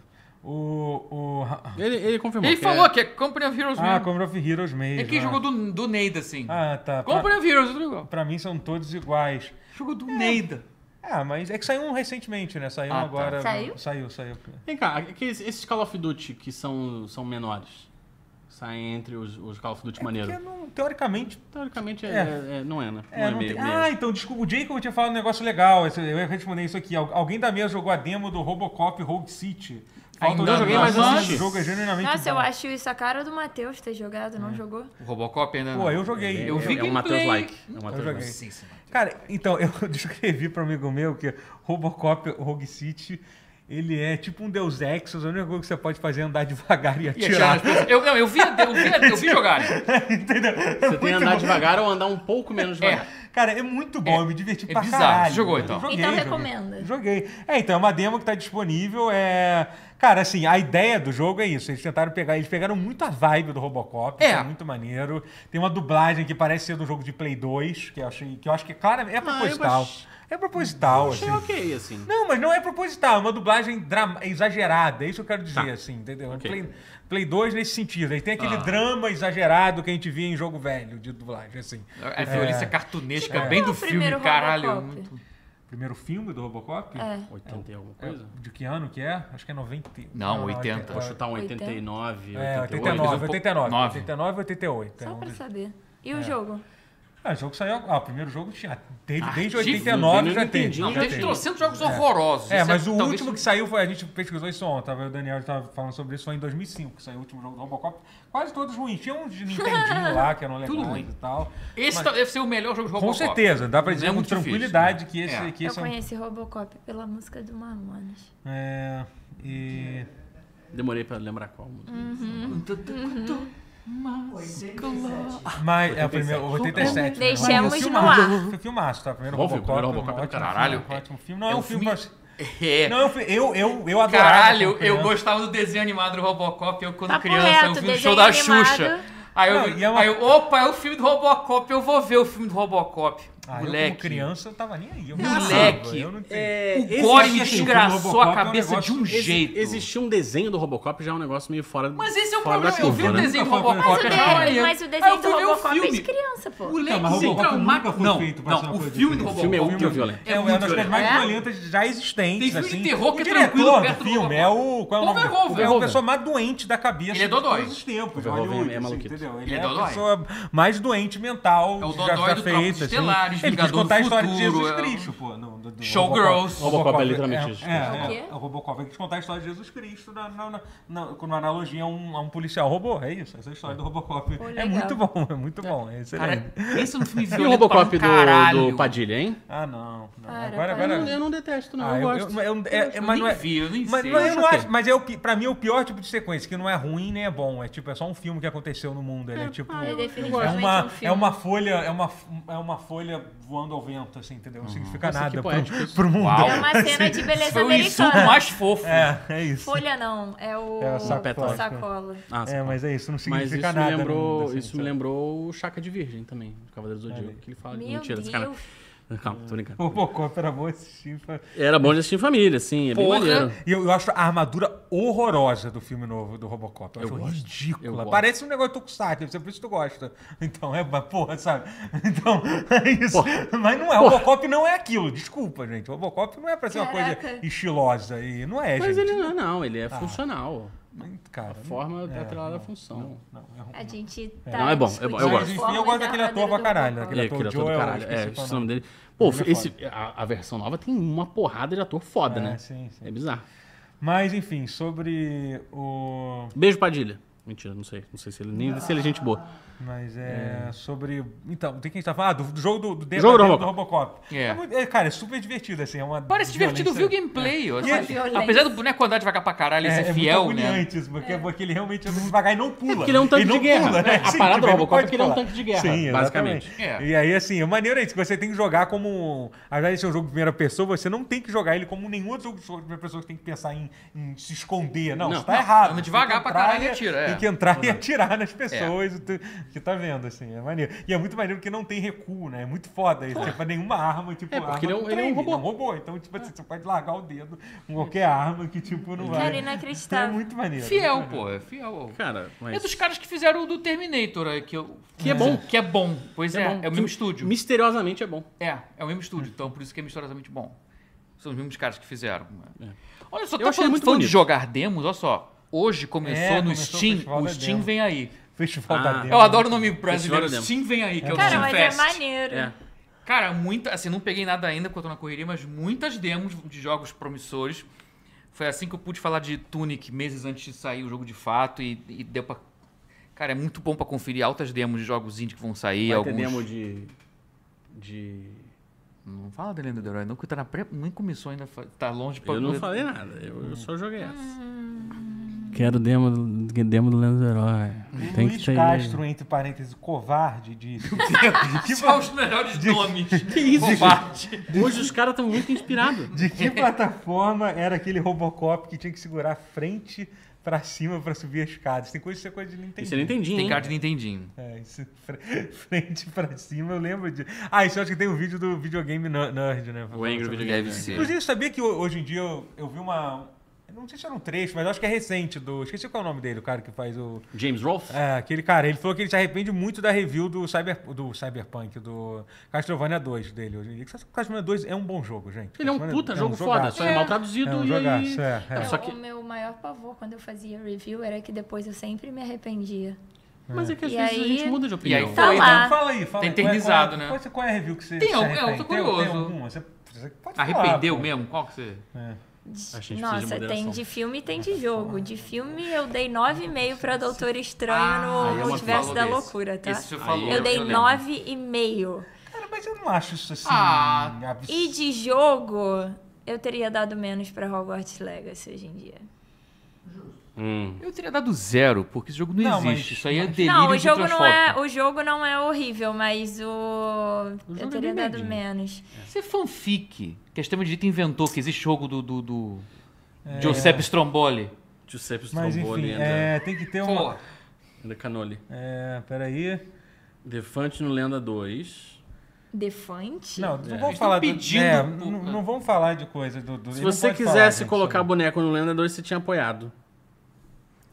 O, o... Ele, ele confirmou. Ele que falou é- que é Company of Heroes Ah, mesmo. Company of Heroes mesmo. É quem ah. jogou do, do Neida, assim. Ah, tá. Pra, Company of Heroes, outro igual. pra mim são todos iguais. Jogo do Neida. Ah, mas é que saiu um recentemente, né? Saiu um Ah, tá. agora. Saiu? Saiu, saiu. Vem cá, aqueles- esses Call of Duty que são, são menores, saem entre os, os Call of Duty maneiro. É Porque não, teoricamente. Teoricamente, é, É. é- não é, né? É, não meio, tem- meio. Ah, então, desculpa, o Jacob tinha falado um negócio legal. esse- Eu ia responder isso aqui. Al- Alguém da mesa jogou a demo do Robocop Rogue City. Falta Ainda um não jogo, joguei, mas esse assisti. jogo é genuinamente. Nossa, eu bom. É, acho isso a cara do Matheus ter jogado, não jogou? O Robocop ainda Pô, eu joguei. Eu É- vi é um Matheus gameplay. Like. É um Eu Matheus joguei. Like. Cara, então, eu descrevi para um amigo meu que Robocop Rogue City. Ele é tipo um Deus Ex, a única coisa que você pode fazer é andar devagar e E atirar atirar. nas pessoas. Eu, não, eu vi, eu vi, né? eu vi jogarem. Você tem que andar devagar ou andar um pouco menos devagar. Cara, é muito bom, É. eu me diverti É pra bizarro. caralho. Você jogou, então? Então joguei. recomenda. Joguei. É, então, é uma demo que tá disponível. É... Cara, assim, a ideia do jogo é isso. Eles tentaram pegar... Eles pegaram muito a vibe do Robocop. É. Isso é muito maneiro. Tem uma dublagem que parece ser do jogo de Play 2, que eu, achei, que eu acho que é claro... Ah, É proposital. achei- É proposital, Achei assim. ok, assim. Não, mas não é proposital, é uma dublagem drama- exagerada, é isso que eu quero Tá. dizer, assim, entendeu? Ok. Play, Play 2 nesse sentido, aí tem Ah. aquele drama exagerado que a gente via em jogo velho de dublagem, assim. A violência É, cartunesca, Qual bem é do o filme, primeiro caralho. Robocop? muito- Primeiro filme do Robocop? É. 80 e alguma coisa? De que ano que é? Acho que é 90. e- Não, 80. Vou chutar um 80. 89, É, 88. 89, 89. Nove. 89 88. É Só um pra dos... saber. E o jogo? Ah, o jogo saiu. Ah, o primeiro jogo tinha. Teve desde Ah, 89 tive- já eu não teve. entendi, Não, já teve teve. trocentos jogos horrorosos. É, Isso mas o talvez- último que saiu foi. A gente pesquisou isso ontem, tava, o Daniel estava falando sobre isso, foi em 2005, que saiu o último jogo do Robocop. Quase todos ruins. Tinha uns de Nintendinho lá, que eram legais Tudo ruim. e tal. Esse tá- deve ser o melhor jogo de Com Robocop. certeza, dá pra Não dizer é com muito difícil, tranquilidade que esse, É. que Eu esse é um. conheci Robocop pela música do Mamonas. É, e. Demorei pra lembrar qual. Hum. Mas é o primeiro, o 87. né? Deixemos Foi um no filmaço. ar. Foi um filmaço, tá? Primeiro Bom filme, Robocop. primeiro um Robocop é do ótimo caralho. filme, um ótimo filme. Não, é É um um filme... filme- pra- É. Não, é um filme- eu, eu, eu adorava. Caralho, quando eu criança. gostava do desenho animado do Robocop, eu quando Papo criança, reto, eu vi o desenho show da animado. Xuxa. Aí eu, Não, e é uma- aí eu, opa, é o filme do Robocop, eu vou ver o filme do Robocop. Ah, eu como Moleque. criança, eu tava nem aí. Eu Moleque. Eu não tinha. o O Gore me assim, o desgraçou Robocop é um a cabeça negócio- de um jeito. Existia um desenho do Robocop já é um negócio meio fora do Mas esse é o fora da problema. Eu vi o curva, né? desenho do Nunca foi uma Robocop. coisa achava boa. maneiro. Mas o Aí desenho Ah, eu do fui ver o Robocop é filme. de criança, pô. O Não, mas o Leque se Robocop nunca traumata. foi Não, feito pra ser uma não, o coisa filme do diferente. Robocop. O filme é ultra É, violento. É uma muito das coisas violento. mais É? violentas já existentes. Tem filme assim. de terror que o é diretor tranquilo perto do do filme é o. Qual é o nome? Paul Verhoeven. É a pessoa mais doente da cabeça Ele é de dodói. todos os tempos. Paul Verhoeven Hollywood, é assim, maluquito. entendeu? Ele, Ele é é, a dodói. pessoa mais doente mental É o já, dodói já feita. do Tropas assim. Estelares, Ele quis Vingador do contar a história de Futuro, Jesus é um- Cristo, pô. no- do- do Showgirls. Robocop. Robocop é literalmente Jesus É, é, Cristo. é, O quê? o Robocop. Ele quis contar a história de Jesus Cristo na, na, na, na- com uma analogia a um, a um policial robô. É isso, essa é a história do Robocop. é legal. muito bom, é muito bom. É excelente. Cara, esse é um filme E violento o Robocop pra um caralho. do, do Padilha, hein? Ah, não. não. Para, agora, para. agora... Eu não- eu não detesto, não. Ah, eu eu- gosto. eu- eu- é- é- mas nem não é- vi, eu nem mas sei. não, eu Eu não chutei. acho, mas é o pi- pra mim é o pior tipo de sequência, que não é ruim nem é bom. É tipo, é só um filme que aconteceu no mundo. Ele é, tipo. É É definitivamente uma, um filme. é uma folha, é uma, é uma folha voando ao vento, assim, entendeu? Uhum. Não significa Nossa, que nada poético pro, isso. pro mundo. É né? uma cena de beleza Foi um o insulto americana. mais fofo. É, é isso. Folha não, é o... É, o sacola. sacola. Ah, É, sacanagem. mas é isso, não Mas significa isso me nada. no lembrou, mundo, assim, isso me sabe? lembrou o Chaka de Virgem também, do Cavaleiro do Zodíaco, que ele fala Meu mentira, Deus. cara. Calma, tô brincando. Robocop era bom assistir. pra- Era bom de assistir em família, sim, é bem Porra. maneiro. E eu, eu acho a armadura horrorosa do filme novo do Robocop. Eu, Eu acho gosto. Eu ridícula. gosto. Parece um negócio de Tokusatsu, é por isso que tu gosta. Então, é, mas, porra, sabe? Então, é isso. Mas não é. Robocop não é aquilo. Desculpa, gente. Robocop não é pra ser uma Caraca. coisa estilosa. E não é, Mas gente. ele não, é, não, ele é funcional. Mas, Cara, A forma é, é atrelada à não, função. não, é ruim. A gente tá Não, é bom, é discutindo bom, eu Mas, gosto. enfim, formas eu gosto daquele da ator pra armadura do caralho. Robocop. Aquele É, ator aquele ator do Joel, caralho. esqueci É, o esse é o nome. nome dele. Pô, Ele é esse, a, a versão nova tem uma porrada de ator foda, É, né? sim, sim. É bizarro. Mas, enfim, sobre o. Beijo, Padilha. Mentira, não sei. Não sei se ele nem se ele é gente boa. Mas é, sobre. Então, tem quem está falando. Ah, do, do jogo do, do, Jogo do do, Robocop. Robocop. É. muito- é, cara, é super divertido, assim. É uma Parece divertido violência- ver o gameplay. ó. E Assim, ele- apesar do boneco andar devagar pra caralho, ele É, ser é fiel, muito né? agoniante isso, porque, porque ele realmente anda devagar e não pula. porque ele é um tanque não de guerra, pula, né? A Sim, parada do tipo, ele não Robocop é pode que ele é um pular. tanque de guerra, Sim, basicamente. exatamente. É. E aí, assim, a maneira é isso, que você tem que jogar como... Apesar de ser um jogo de primeira pessoa, você não tem que jogar ele como nenhum outro jogo de primeira pessoa que tem que pensar em, em se esconder. Não, Não, você tá errado. anda Você devagar tem que pra entrar caralho e atira, é. Tem que Uhum. entrar e atirar nas É. pessoas tu- que tá vendo, assim, é maneiro. E é muito maneiro porque não tem recuo, né? É muito foda. Isso, tipo, nenhuma arma, tipo, É, porque arma ele é um- não ele é um treme, robô. não robô. Então, tipo assim, você pode largar o dedo com qualquer arma que, tipo, não vai... Cara, Então É inacreditável. muito maneiro. Fiel, muito maneiro. pô. É fiel. Cara, mas... É dos caras que fizeram o do Terminator, é, que, eu- Que é bom. Que é bom. Pois é, é, bom. o mesmo estúdio. Misteriosamente é bom. É, é o mesmo estúdio, então por isso que é misteriosamente bom. São os mesmos caras que fizeram. né? Olha só, É. Eu tá achei falando, muito falando de bonito. jogar demos, olha só. Hoje começou É, no começou o Steam, festival o da Steam demo. vem aí. Festival Ah. da Demo. Eu adoro o nome brasileiro, da demo. Steam vem aí, que é o Cara, Steam mas Fest. é maneiro. É. Cara, muita, assim, não peguei nada ainda porque eu tô na correria, mas muitas demos de jogos promissores. Foi assim que eu pude falar de Tunic meses antes de sair o jogo de fato e, e deu pra... Cara, é muito bom pra conferir altas demos de jogos indie que vão sair, Vai ter alguns... demo de... De... Não fala da Lenda do Herói, não, que tá na pré... nem começou ainda, fa- tá longe pra... Eu não falei nada, eu, eu só joguei essa. Quero demo do, demo do Lendo do Herói. Luiz Castro, entre parênteses, covarde, disse. de, Só que, os melhores nomes. Que isso, Covarde. Hoje os caras estão muito inspirados. de que plataforma era aquele Robocop que tinha que segurar a frente pra cima pra subir a escada? Isso tem coisa, isso é coisa de Nintendo. Isso eu não entendi, Tem hein? cara de Nintendinho. É, isso, fre- frente pra cima, eu lembro de. Ah, isso eu acho que tem um vídeo do videogame ner- nerd, né? O Angry Video Deve ser. Inclusive, sabia que ho- hoje em dia eu, eu vi uma. eu Não sei se era um trecho, mas eu acho que é recente do. Esqueci qual é o nome dele, o cara que faz o. James Rolfe? É, aquele cara, ele falou que ele se arrepende muito da review do, cyber, do Cyberpunk, do Castlevania 2 dele hoje em dia. Castlevania 2 é um bom jogo, gente. Ele é um Castlevania puta é um jogo jogaço. foda, só é mal traduzido É um e... tá jogaço, é, é. Eu- Só que- O meu maior pavor quando eu fazia review era que depois eu sempre me arrependia. Mas é que às E vezes a aí- gente muda de E aí opinião. foi, Tá né? lá. então Fala aí, fala aí, Tem qual é- eternizado, qual é- né? Qual é, qual é a review que você Tem se algum- é, eu arrepende? tô curioso. Tem alguma? Você, você pode falar, Arrependeu pô. mesmo? Qual que você... É. A gente precisa Nossa, de tem moderação. de filme e tem de jogo. De filme eu dei 9,5 pra Doutor Estranho Ah, aí no eu Multiverso falo da desse. Loucura, tá? Esse você falou. Eu dei lembro. 9,5. Cara, mas eu não acho isso assim... Ah, absurdo. E de jogo, eu teria dado menos pra Hogwarts Legacy hoje em dia. Hum. Eu teria dado zero, porque esse jogo não, Não, mas- existe. Isso aí é mas- delírio não, o de jogo não, é, transfóbico. o jogo não é horrível, mas o. jogo é eu teria bem dado médio. menos. Isso é fanfic, que a extrema-direita inventou, que existe jogo do... do, do... Giuseppe Stromboli. Giuseppe Mas enfim, Stromboli é, tem que ter uma... Pô, ainda Canoli. É, peraí... Defante no Lenda 2. Defante? Não, não vamos Eles falar... tão do- pedindo, é, pô, não, cara. não vamos falar de coisa do... do- Se ele não você pode quisesse falar, gente, colocar sobre- boneco no Lenda 2, você tinha apoiado.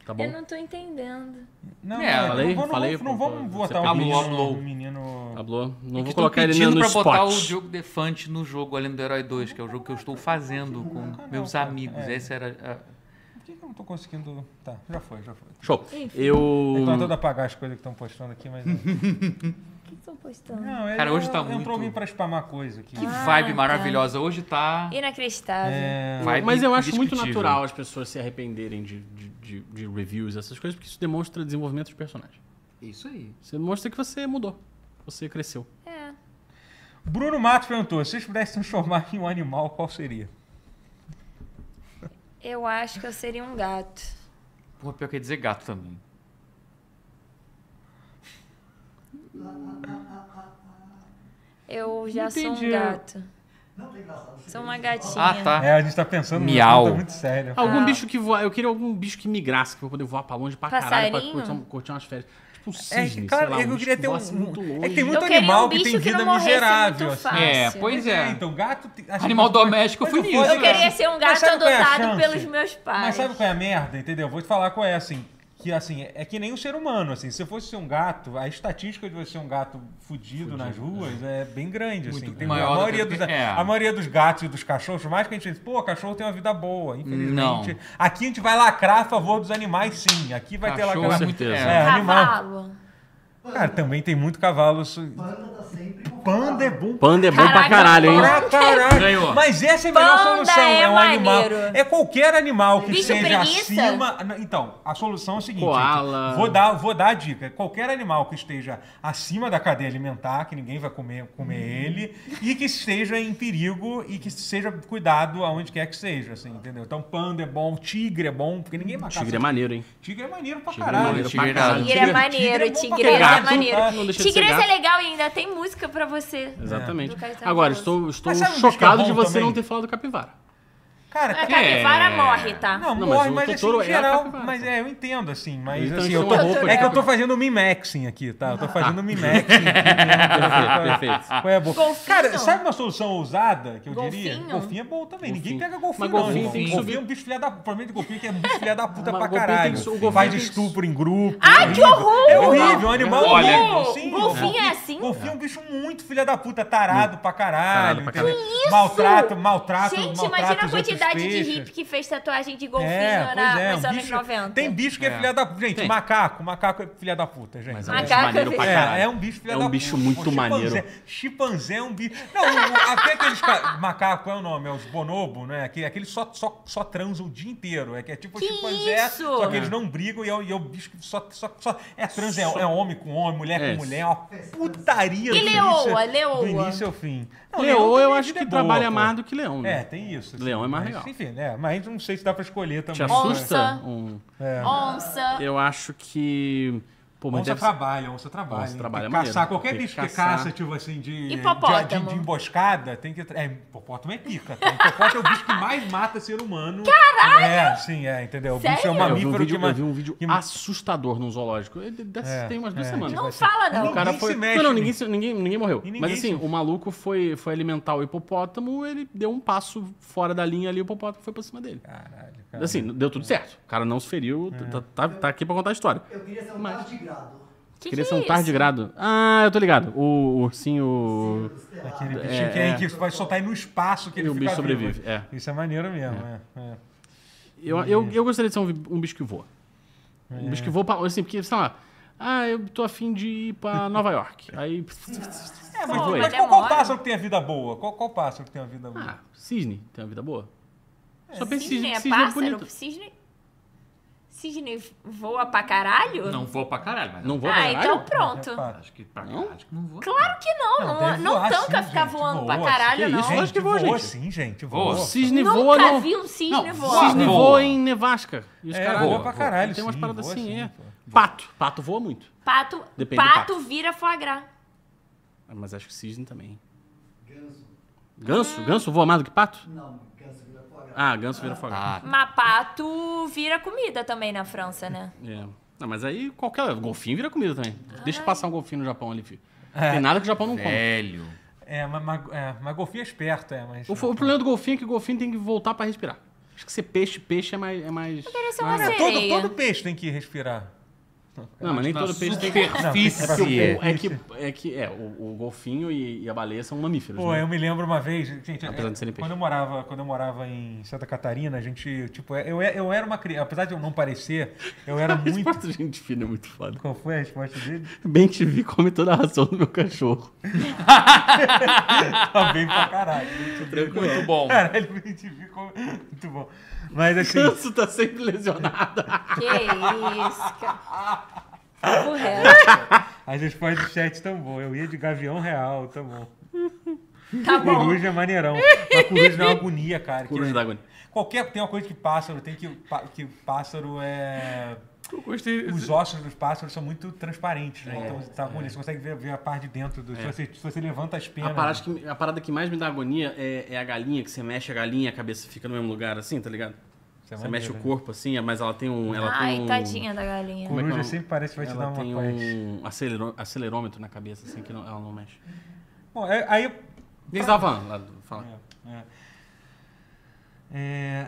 Tá bom? Eu não tô entendendo. Não, É, não, falei- não vamos- falei não pro- vamos pro- botar pro- o menino... Pablo. o menino... Hablou? Não É que vou estão colocar ele pedindo no pra spot. botar o Diogo Defante no jogo Além do Herói 2, que é o jogo que eu estou fazendo com meus amigos. É. Essa era a... Por que que eu não tô conseguindo... Tá, já foi, já foi. Show. Enfim. Eu... Eu tô tentando apagar as coisas que estão postando aqui, mas... O que estão postando? Não, é, Cara, hoje tá é- entrou muito- alguém pra spamar coisa aqui. Ah. Que vibe maravilhosa. Hoje tá... Inacreditável. É, Vibe Mas eu acho muito indiscutível. natural as pessoas se arrependerem de, de, de- de reviews, essas coisas, porque isso demonstra desenvolvimento de personagem. Isso aí. Isso demonstra que você mudou. Você cresceu. É. Bruno Matos perguntou: se vocês pudessem transformar em um animal, qual seria? Eu acho que eu seria um gato. Porra, pior que é dizer gato também. Hum, Eu já sou um Entendi. gato. Sou uma gatinha. Ah, tá. É, a gente tá pensando numa Miau. pergunta muito séria. Algum Ah. bicho que voa. Eu queria algum bicho que migrasse, que eu poder voar pra longe pra caralho, Passarinho? pra curtir, curtir umas férias. Tipo um É, cisne, cara, sei lá, um eu bicho queria que ter um. voasse muito um- longe. É que tem eu muito queria animal um que bicho tem que vida não morresse miserável. muito assim. fácil. É, pois é. Então, gato. tem- acho Animal que- doméstico, Mas eu fui o nisso. foda- Eu queria ser um Mas gato sabe qual é a adotado chance? pelos meus pais. Mas sabe qual é a merda, entendeu? Vou te falar qual é, assim. Que assim, é que nem o ser humano, assim. Se você fosse ser um gato, a estatística de você ser um gato fudido, nas ruas é bem grande, assim. né? Muito Tem- maior a, do maioria que- dos, é. a maioria dos gatos e dos cachorros, por mais que a gente diz, pô, cachorro tem uma vida boa, infelizmente. Não. Aqui a gente vai lacrar a favor dos animais, sim. Aqui vai ter Cachorro lacrar. é muito- É, é. animal. Cavalo. Cara, também tem muito cavalo. su- Panda tá sempre com Panda é bom Panda é bom pra Caraca, caralho, hein? pra caralho. Ganhou. Mas essa é a melhor Panda solução. é É, um animal. maneiro. É qualquer animal que Bicho seja preguiça. acima. Não, Então, a solução é o seguinte: Koala. gente. vou dar, vou dar a dica. Qualquer animal que esteja acima da cadeia alimentar, que ninguém vai comer, comer Hum. ele, e que esteja em perigo e que seja cuidado aonde quer que seja, assim, entendeu? Então, panda é bom, tigre é bom, porque ninguém mata. Tigre é maneiro, hein? Tigre é maneiro pra Tigre é caralho. maneiro Tigre pra é caralho. Tigre é maneiro, bom pra né? tigresa é caralho. maneiro. Ah, não deixa de ser Tigresa é gato. legal e ainda tem música pra você. Exatamente. Do Caetano Agora, Veloso. estou, estou É. Mas sabe um bicho que é chocado bom de você também? não ter falado capivara. Cara, A tem- capivara morre, tá? É Não, Não, mas morre, o mas, assim, Totoro em é a geral. capivara. mas é, eu entendo, assim. Mas Então, assim, isso eu é tô, uma roupa de é que eu tô capivara. fazendo min-maxing aqui, tá? Eu tô fazendo min-maxing aqui. Perfeito, perfeito. Qual é a boa? Golfinho. Cara, sabe uma solução ousada que eu diria? Golfinho. Golfinho é bom também. Ninguém Golfinho. pega golfinho, Mas não. golfinho irmão. tem que golfinho subir- é um bicho filha da. Provavelmente de golfinho que é um bicho filha da puta Mas pra golfinho tem caralho. que su- o golfinho Faz tem que su- estupro em grupo. Ai, é que horrível. horror! É horrível, um animal Olha, horrível. Sim, golfinho é assim? Golfinho é um bicho muito filha da puta, tarado pra caralho. Tarado pra entendeu? Maltrato, um maltrato, Gente, maltrata imagina a os outros quantidade de peixes. hippie que fez tatuagem de golfinho É, na, pois é, nos um anos bicho- 90. Tem bicho que é, É. filha da puta. Gente, Tem. macaco. Macaco é filha da puta, gente. Mas É. é um bicho Macaca, maneiro pra velho. caralho. É, é um bicho filha É um da bicho puta. muito Um maneiro. Chimpanzé, chimpanzé é um bicho. Não, o- até aqueles ca- macaco é o nome, é os bonobo, né? Aquele, aquele só, só, só transam o dia inteiro. É que é tipo Que chimpanzé, isso? só que eles não brigam e é, o- e é o bicho que só, só, só é trans, é, é homem com homem, mulher É. com mulher, é uma putaria E do leoa, início, leoa? do início ao fim. Não, Leão, também eu é acho vida que boa, trabalha pô. mais do que leão. É, né? tem isso. Leão é mais mas, legal. Enfim, é, mas não sei se dá pra escolher também. É. Te Onça. assusta? Um- Onça. Eu acho que. Pô, mas Onça deve ser- trabalha, onça trabalha. Onça hein? trabalha é tem que caçar maneiro. qualquer Tem que bicho que caçar. caça, tipo assim, de, de- Hipopótamo. de- de emboscada, tem que. É, hipopótamo é pica. Tá? Hipopótamo é o bicho que mais mata ser humano. Caralho! É, sim, é, entendeu? O bicho é um Sério? eu, vi um mamífero vídeo, que ma- eu vi um vídeo que ma- assustador num zoológico. Ele- dessa- É, tem umas duas é. semanas. Não fala, não. O cara Ninguém foi. se mexe, não, não, né? ninguém, se- ninguém, ninguém morreu. E ninguém Mas assim, se- o maluco foi, foi alimentar o hipopótamo, ele deu um passo fora da linha ali, o hipopótamo foi pra cima dele. Caralho, cara. Assim, deu tudo certo. O cara não se feriu, tá, tá- tá aqui pra contar a história. Eu queria ser um Mas- tardigrado. Que Queria que ser é um isso? tardigrado. Ah, eu tô ligado. O, o ursinho. Aquele bichinho que, é, que vai soltar aí no espaço que ele E o fica bicho vivo. sobrevive, é. Isso é maneiro mesmo, é. é. Eu, eu, eu gostaria de ser um, vi- um bicho que voa. Um bicho que voa pra. Assim, porque, sei lá. Ah, eu tô afim de ir pra Nova York. Aí. É, mas, Pô, mas mas qual, qual demora. pássaro que tem a vida boa? Qual, qual pássaro que tem a vida boa? Ah, cisne tem uma vida boa. Só pensa em Cisne cisne, é que cisne é pássaro? bonito. Cisne... Cisne voa pra caralho? Não vou pra caralho, mas. Não voa pra Ah, caralho? então pronto. Repara. Acho que pra caralho, acho que não vou. Claro que não. é Não, Não, deve não voar, tanca sim, ficar gente, voando voa. pra caralho, Que não. isso? Lógico que voa, gente. sim, gente. Voa. Voa. Cisne Nunca voa no... vi um cisne não, voar. Cisne Voa. voa em nevasca. E os É, caralho. voa pra caralho, Tem umas sim, paradas voa assim, sim, é. pô. Pato. Pato voa muito. Pato, pato, Depende do pato. vira foie gras. Ah, Mas acho que cisne também. Ganso. Ah. Ganso? Ganso voa mais do que pato? Não, ganso vira fogra. Ah, ganso vira fora. Ah, Mas pato vira comida também na França, né? É. Não, mas aí qualquer... Golfinho vira comida também. Ah. Deixa passar um golfinho no Japão ali, filho. Tem nada que o Japão não come. velho. É, mas, mas, é, mas golfinho é esperto, é, mas... O, fo- o problema do golfinho é que o golfinho tem que voltar pra respirar. Acho que ser peixe, peixe é mais... É mais... Queria ser uma mais- É, todo, sereia. todo peixe tem que respirar. Não, mas nem Na todo peixe tem que... superfície. É que, é que é, o, o golfinho e, e a baleia são mamíferos. Pô, é né? eu me lembro uma vez, gente, Apesar é, de serem peixe. quando eu morava, quando eu morava em Santa Catarina, a gente, tipo, eu, eu era uma criança, apesar de eu não parecer, eu era A muito resposta de gente fina é muito foda. qual foi a resposta dele? Bem te vi, come toda a razão do meu cachorro. Tá bem pra caralho. Muito bom. Caralho, me ficou muito bom. Mas assim, Canso tá sempre lesionado. Que isso, cara. Papo reto. as respostas do chat estão boas. Eu ia de gavião real, tá bom. Tá bom. Coruja é maneirão. Mas coruja dá uma agonia, cara. que- Coruja da agonia. Qualquer, tem uma coisa que pássaro tem que, pa- que pássaro é... Eu gostei. Os ossos dos pássaros são muito transparentes, É, né? então tá bonito, você consegue ver, ver a parte de dentro. Do, se, você, se você levanta as A penas... né? parada, é que, a parada que mais me dá agonia é, é a galinha, que você mexe a galinha, a cabeça fica no mesmo lugar, assim, tá ligado? é Você maneiro, mexe o né? corpo, assim, mas ela tem um... Ela Ai, tem um, tadinha da galinha. é que é o Coruja nome? sempre parece que vai te dar Ela uma tem paz. um acelerô- acelerômetro na cabeça, assim, que não- ela não mexe. Bom, é- aí... Desde a van, lá do... Fala. é. É,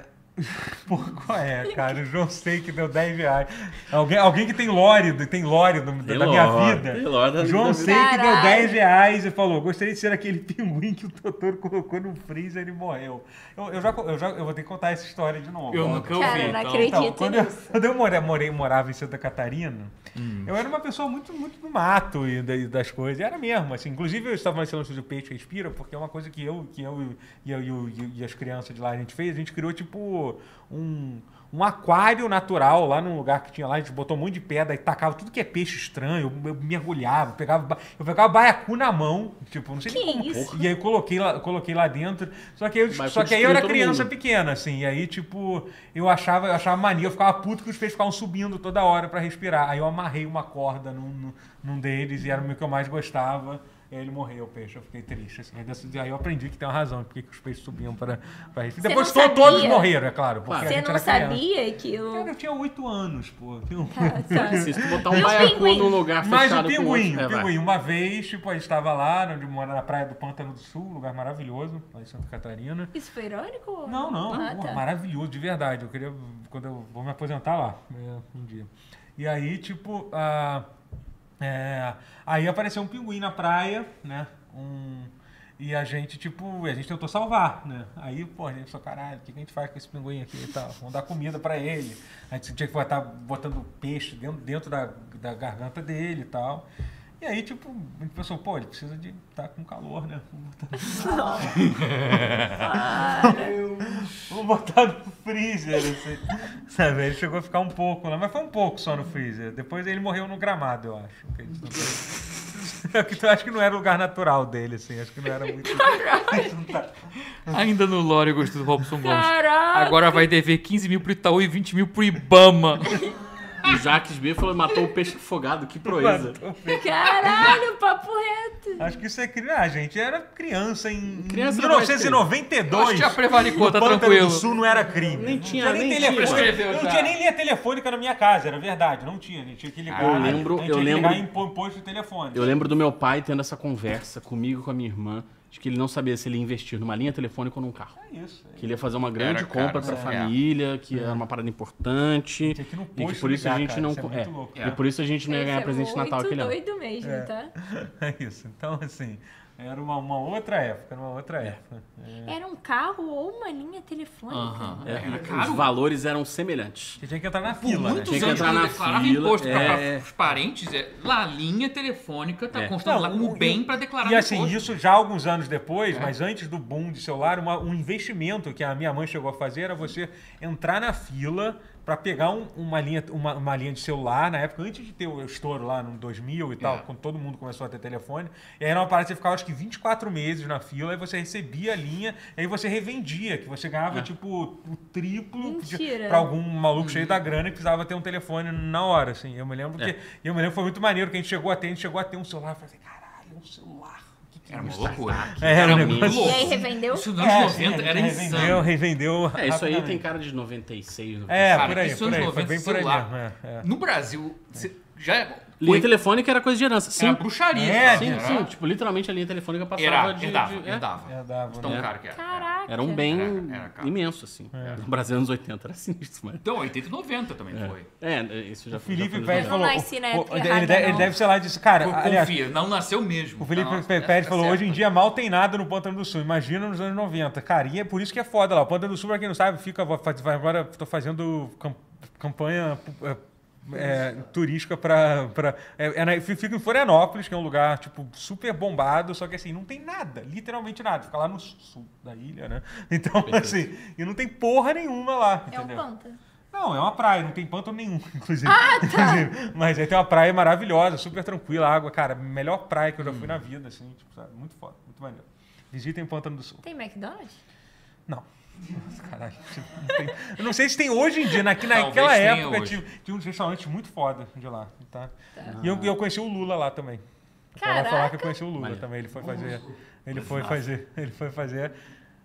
Pô, qual é, cara? O João sei que deu 10 reais. Alguém, alguém que tem lore, do- tem lore do- da, Tem da minha lore, vida. tem lore da O minha João vida. sei que deu Caralho. 10 reais e falou: gostaria de ser aquele pinguim que o doutor colocou no freezer e morreu. Eu, eu já, co- eu já- eu vou ter que contar essa história de novo. Eu Ó. nunca ouvi. Cara, eu não então. acredito. Então, quando eu, nisso. quando eu morei, morei- morava em Santa Catarina, Hum. eu era uma pessoa muito, muito do mato e, da- e das coisas. Era mesmo, assim. Inclusive, eu estava nesse lance do peixe respira, porque é uma coisa que eu, que eu, e, eu- e eu- e- e as crianças de lá a gente fez. A gente criou, tipo, um, um aquário natural lá num lugar que tinha lá. A gente botou um monte de pedra e tacava tudo que é peixe estranho. Eu, eu mergulhava, pegava, ba- eu pegava baiacu na mão, tipo, não sei nem Que como. isso? E aí eu coloquei lá, coloquei lá dentro. Só que, eu, Baiacu só que aí eu era destruiu todo criança mundo. pequena, assim. E aí, tipo, eu achava, eu achava mania, eu ficava puto que os peixes ficavam subindo toda hora pra respirar. Aí eu amarrei uma corda num, num- num deles e era o que eu mais gostava. E aí ele morreu, o peixe. Eu fiquei triste, assim. Aí, dessa- aí eu aprendi que tem uma razão porque que os peixes subiam pra, pra respirar. Você Depois não to- todos sabia? morreram, é claro. Porque a Você gente não era criança. sabia que o. Cara, eu tinha oito anos, pô. Eu tinha um- Se tu E botar um o baiacu pinguim? num lugar Mas o Tá fechado com outro, pinguim, é, o vai. pinguim. Uma vez, tipo, a gente estava lá, onde mora na Praia do Pântano do Sul, um lugar maravilhoso, lá em Santa Catarina. Isso foi irônico? Não, não. Ah, Pô, tá. Maravilhoso, de verdade. Eu queria. Quando eu vou me aposentar lá, é, um dia. E aí, tipo. ah, é, aí apareceu um pinguim na praia, né? Um. E a gente, tipo, a gente tentou salvar, né? Aí, pô, a gente falou, caralho, o que a gente faz com esse pinguim aqui e tal? Vamos dar comida pra ele. A gente tinha que estar botando peixe dentro, dentro da, da garganta dele e tal. E aí, tipo, a gente pensou, pô, ele precisa de estar com calor, né? Vamos botar Vou botar no freezer, assim. Sabe? Ele chegou a ficar um pouco lá, mas foi um pouco só no freezer. Depois ele morreu no gramado, eu acho. que eles não- É que eu acho que não era o lugar natural dele, assim. Acho que não era muito. Ainda no lore eu gostei do Robson Gomes. Caraca! Agora vai dever 15 mil pro Itaú e 20 mil pro Ibama. O Jaques B falou matou o peixe afogado, que proeza. Caralho, papo reto! Acho que isso é criança. Ah, gente, eu era criança em Criança não vai ter. 1992. Acho que já prevalicou, no tá Pântano tranquilo. do Sul não era crime. Nem tinha, não nem telefone. tinha. Prescreveu Eu não já. tinha nem linha telefônica na minha casa, era verdade. Não tinha, a gente tinha que ligar. Eu lembro- a gente eu tinha lembro- que ligar em imposto de telefone. É Eu lembro do meu pai tendo essa conversa comigo e com a minha irmã, de que ele não sabia se ele ia investir numa linha telefônica ou num carro. É isso. Que ele ia fazer uma grande Era caro, compra pra né? família, que era uma parada importante. Tinha que ir no E posto que por isso a ligar, gente cara, não. isso é muito é, louco. E por isso a gente não ia ganhar Isso presente de Natal é muito aquele ano. doido mesmo, tá? É isso. Então, assim, era uma, uma outra época, era uma outra época. É. Era um carro ou uma linha telefônica. Aham. É, Era os caro. valores eram semelhantes. Você tinha que entrar na Por fila, né? muitos Tinha que anos entrar quando na eu declarava fila, imposto pra, pra- é. os parentes, é, lá a linha telefônica tá É. constando lá Não, como e- bem pra declarar E assim, imposto. isso já alguns anos depois, mas antes do boom de celular, uma- um investimento que a minha mãe chegou a fazer era você entrar na fila para pegar um- uma, linha, uma, uma linha de celular, na época, antes de ter o estouro lá no 2000 e tal, É. quando todo mundo começou a ter telefone, e aí era uma parada que você ficava acho que 24 meses na fila, aí você recebia a linha, aí você revendia, que você ganhava tipo o triplo Mentira. para algum maluco cheio da grana e precisava ter um telefone na hora, assim. Eu me lembro que eu me lembro que foi muito maneiro que a gente chegou a ter, a gente chegou a ter um celular, eu falei, caralho, um celular. o que que Era é uma isso?" loucura. É, era um negócio- E aí revendeu? Isso nos É, anos assim, 90 a era gente Revendeu, insano. revendeu. É, isso aí tem rapidamente. cara de 96, 97. É, Cara, por aí, isso por anos aí, 90, foi bem por aí celular. mesmo. É, é. No Brasil, cê- já é- Linha foi- telefônica era coisa de herança. Sim, era bruxaria. É, sabe? sim, era, sim. Tipo, literalmente a linha telefônica passava Era, de. herdava, de- é. herdava. É, dava, Tão né? caro que era. Caraca! Era um bem Era- era caro. imenso, assim. É. No Brasil, anos 80 era sinistro, mas... Então, 80 e 90 também foi. É, isso já já foi. Felipe nos Pérez Eu falou. não nasci na o- época o- ele, errada, deve- ele não. deve ser lá disso. Cara, Confia, aliás, não nasceu mesmo. Tipo, O Felipe Tá, nossa, Pérez tá falou, certo. hoje em dia mal tem nada no Pântano do Sul. Imagina nos anos 90. Cara, e é por isso que é foda lá. O Pântano do Sul, pra quem não sabe, fica. vou faz- Agora tô fazendo cam- campanha. é, é, turística pra. pra é, é na- fica em Florianópolis, que é um lugar, tipo, super bombado, só que assim, não tem nada, literalmente nada. Fica lá no sul da ilha, né? Então, assim, e não tem porra nenhuma lá. É um entendeu? panta. Não, é uma praia, não tem pântano nenhum, inclusive. Inclusive. Mas aí tem uma praia maravilhosa, super tranquila, água, cara, melhor praia que eu já Hum. fui na vida, assim, tipo, sabe? Muito foda, muito maneiro. Visitem Pântano do Sul. Tem McDonald's? Não. Nossa, Caralho, tipo, não tem. Eu não sei se tem hoje em dia, na, que naquela Talvez tenha época hoje. tinha, tinha uns restaurantes muito foda de lá, tá? E eu, e eu conheci o Lula lá também. Ela falar que eu Caraca! conheci o Lula Maneiro. também, ele foi fazer, ele foi fazer, ele foi fazer,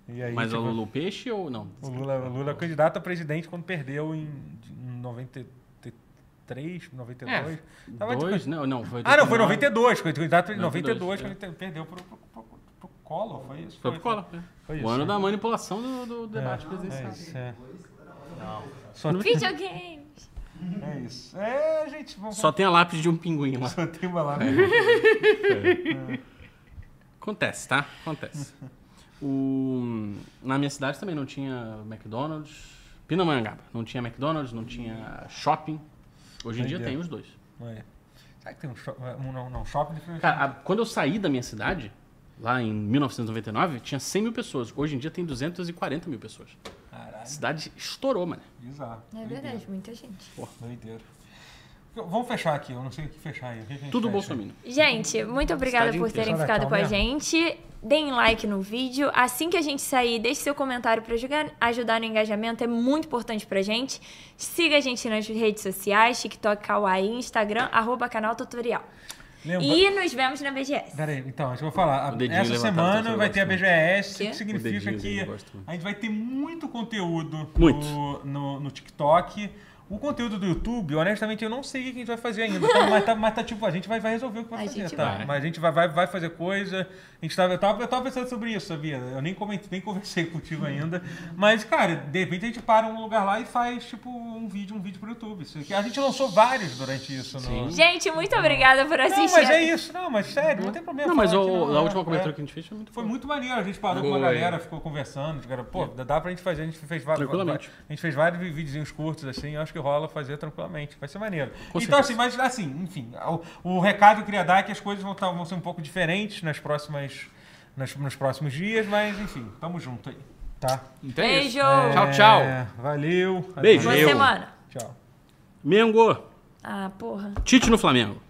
e aí, Mas o tipo, Lulu Peixe ou não? o Lula, o Lula é candidato a presidente quando perdeu em em 93, 92. Tava de- É, Dois? né? Não, não. Foi Ah, não, foi 92. foi Candidato em 92 92, que é. ele te- perdeu pro, pro, pro, pro Collor, foi isso? Foi pro Collor. Foi né? isso, O ano é. da manipulação do, do debate presidencial. É isso, é. Depois, claro, Só tem... Videogames. É isso. É, gente, vamos... Só tem a lápis de um pinguim lá. Só tem uma lá. Acontece, tá? Acontece. O... Na minha cidade também não tinha McDonald's. Pindamonhangaba. Não tinha McDonald's, não tinha shopping. Hoje em dia Doideira. tem os dois. É. Será que tem um, sho- um não, não, shopping? Cara, a- quando eu saí da minha cidade, lá em 1999, tinha 100 mil pessoas. Hoje em dia tem 240 mil pessoas. A Caralho, cidade estourou, mano. bizarro. É verdade, muita gente. Doideiro. Vamos fechar aqui, eu não sei o que fechar aí. O que que a gente Tudo fecha? Bolsonaro. Gente, muito obrigada Cidade por inteira. terem Só ficado daqui, com a né? gente. Deem like no vídeo. Assim que a gente sair, deixe seu comentário para ajudar no engajamento. É muito importante pra gente. Siga a gente nas redes sociais, TikTok, Kawaii, Instagram, arroba canal tutorial. Lembra... E nos vemos na BGS. Pera aí, então, acho que eu vou falar. A- O dedinho Essa levantado, tá, semana eu vai gosto ter a muito. BGS, Quê? que significa O dedinho, que eu gosto muito. a gente vai ter muito conteúdo Muito. No, no, no TikTok. O conteúdo do YouTube, honestamente, eu não sei o que a gente vai fazer ainda. tá? mas, tá, mas tá, tipo, a gente vai, vai resolver o que vai A fazer, gente tá? vai. Mas a gente vai, vai, vai fazer coisa. A gente tava, eu, tava, eu tava pensando sobre isso, sabia? Eu nem, comentei, nem conversei contigo ainda. Mas, cara, de repente a gente para um lugar lá e faz, tipo, um vídeo, um vídeo pro YouTube. Isso- A gente lançou vários durante isso. No... Gente, muito obrigada por Não, assistir. mas é isso. Não, mas sério, não tem problema. Não, mas falar o- aqui, não, a é, última é. cobertura que a gente fez foi muito Foi muito maneiro, a gente parou com uma Foi. galera, ficou conversando, os caras, pô, dá pra gente fazer, a gente fez vários. Tranquilamente. A gente fez vários vi- videozinhos curtos, assim, eu acho que rola fazer tranquilamente. Vai ser maneiro. Com então, certeza. assim, mas assim, enfim, o, o recado que eu queria dar é que as coisas vão, tá- vão ser um pouco diferentes nas próximas. nas- nos próximos dias, mas enfim, tamo junto aí. Tá? Então é isso. Beijo. Tchau, tchau. É, valeu. Beijo. Boa Eu. semana. Tchau. Mengo, Ah, porra. Tite no Flamengo.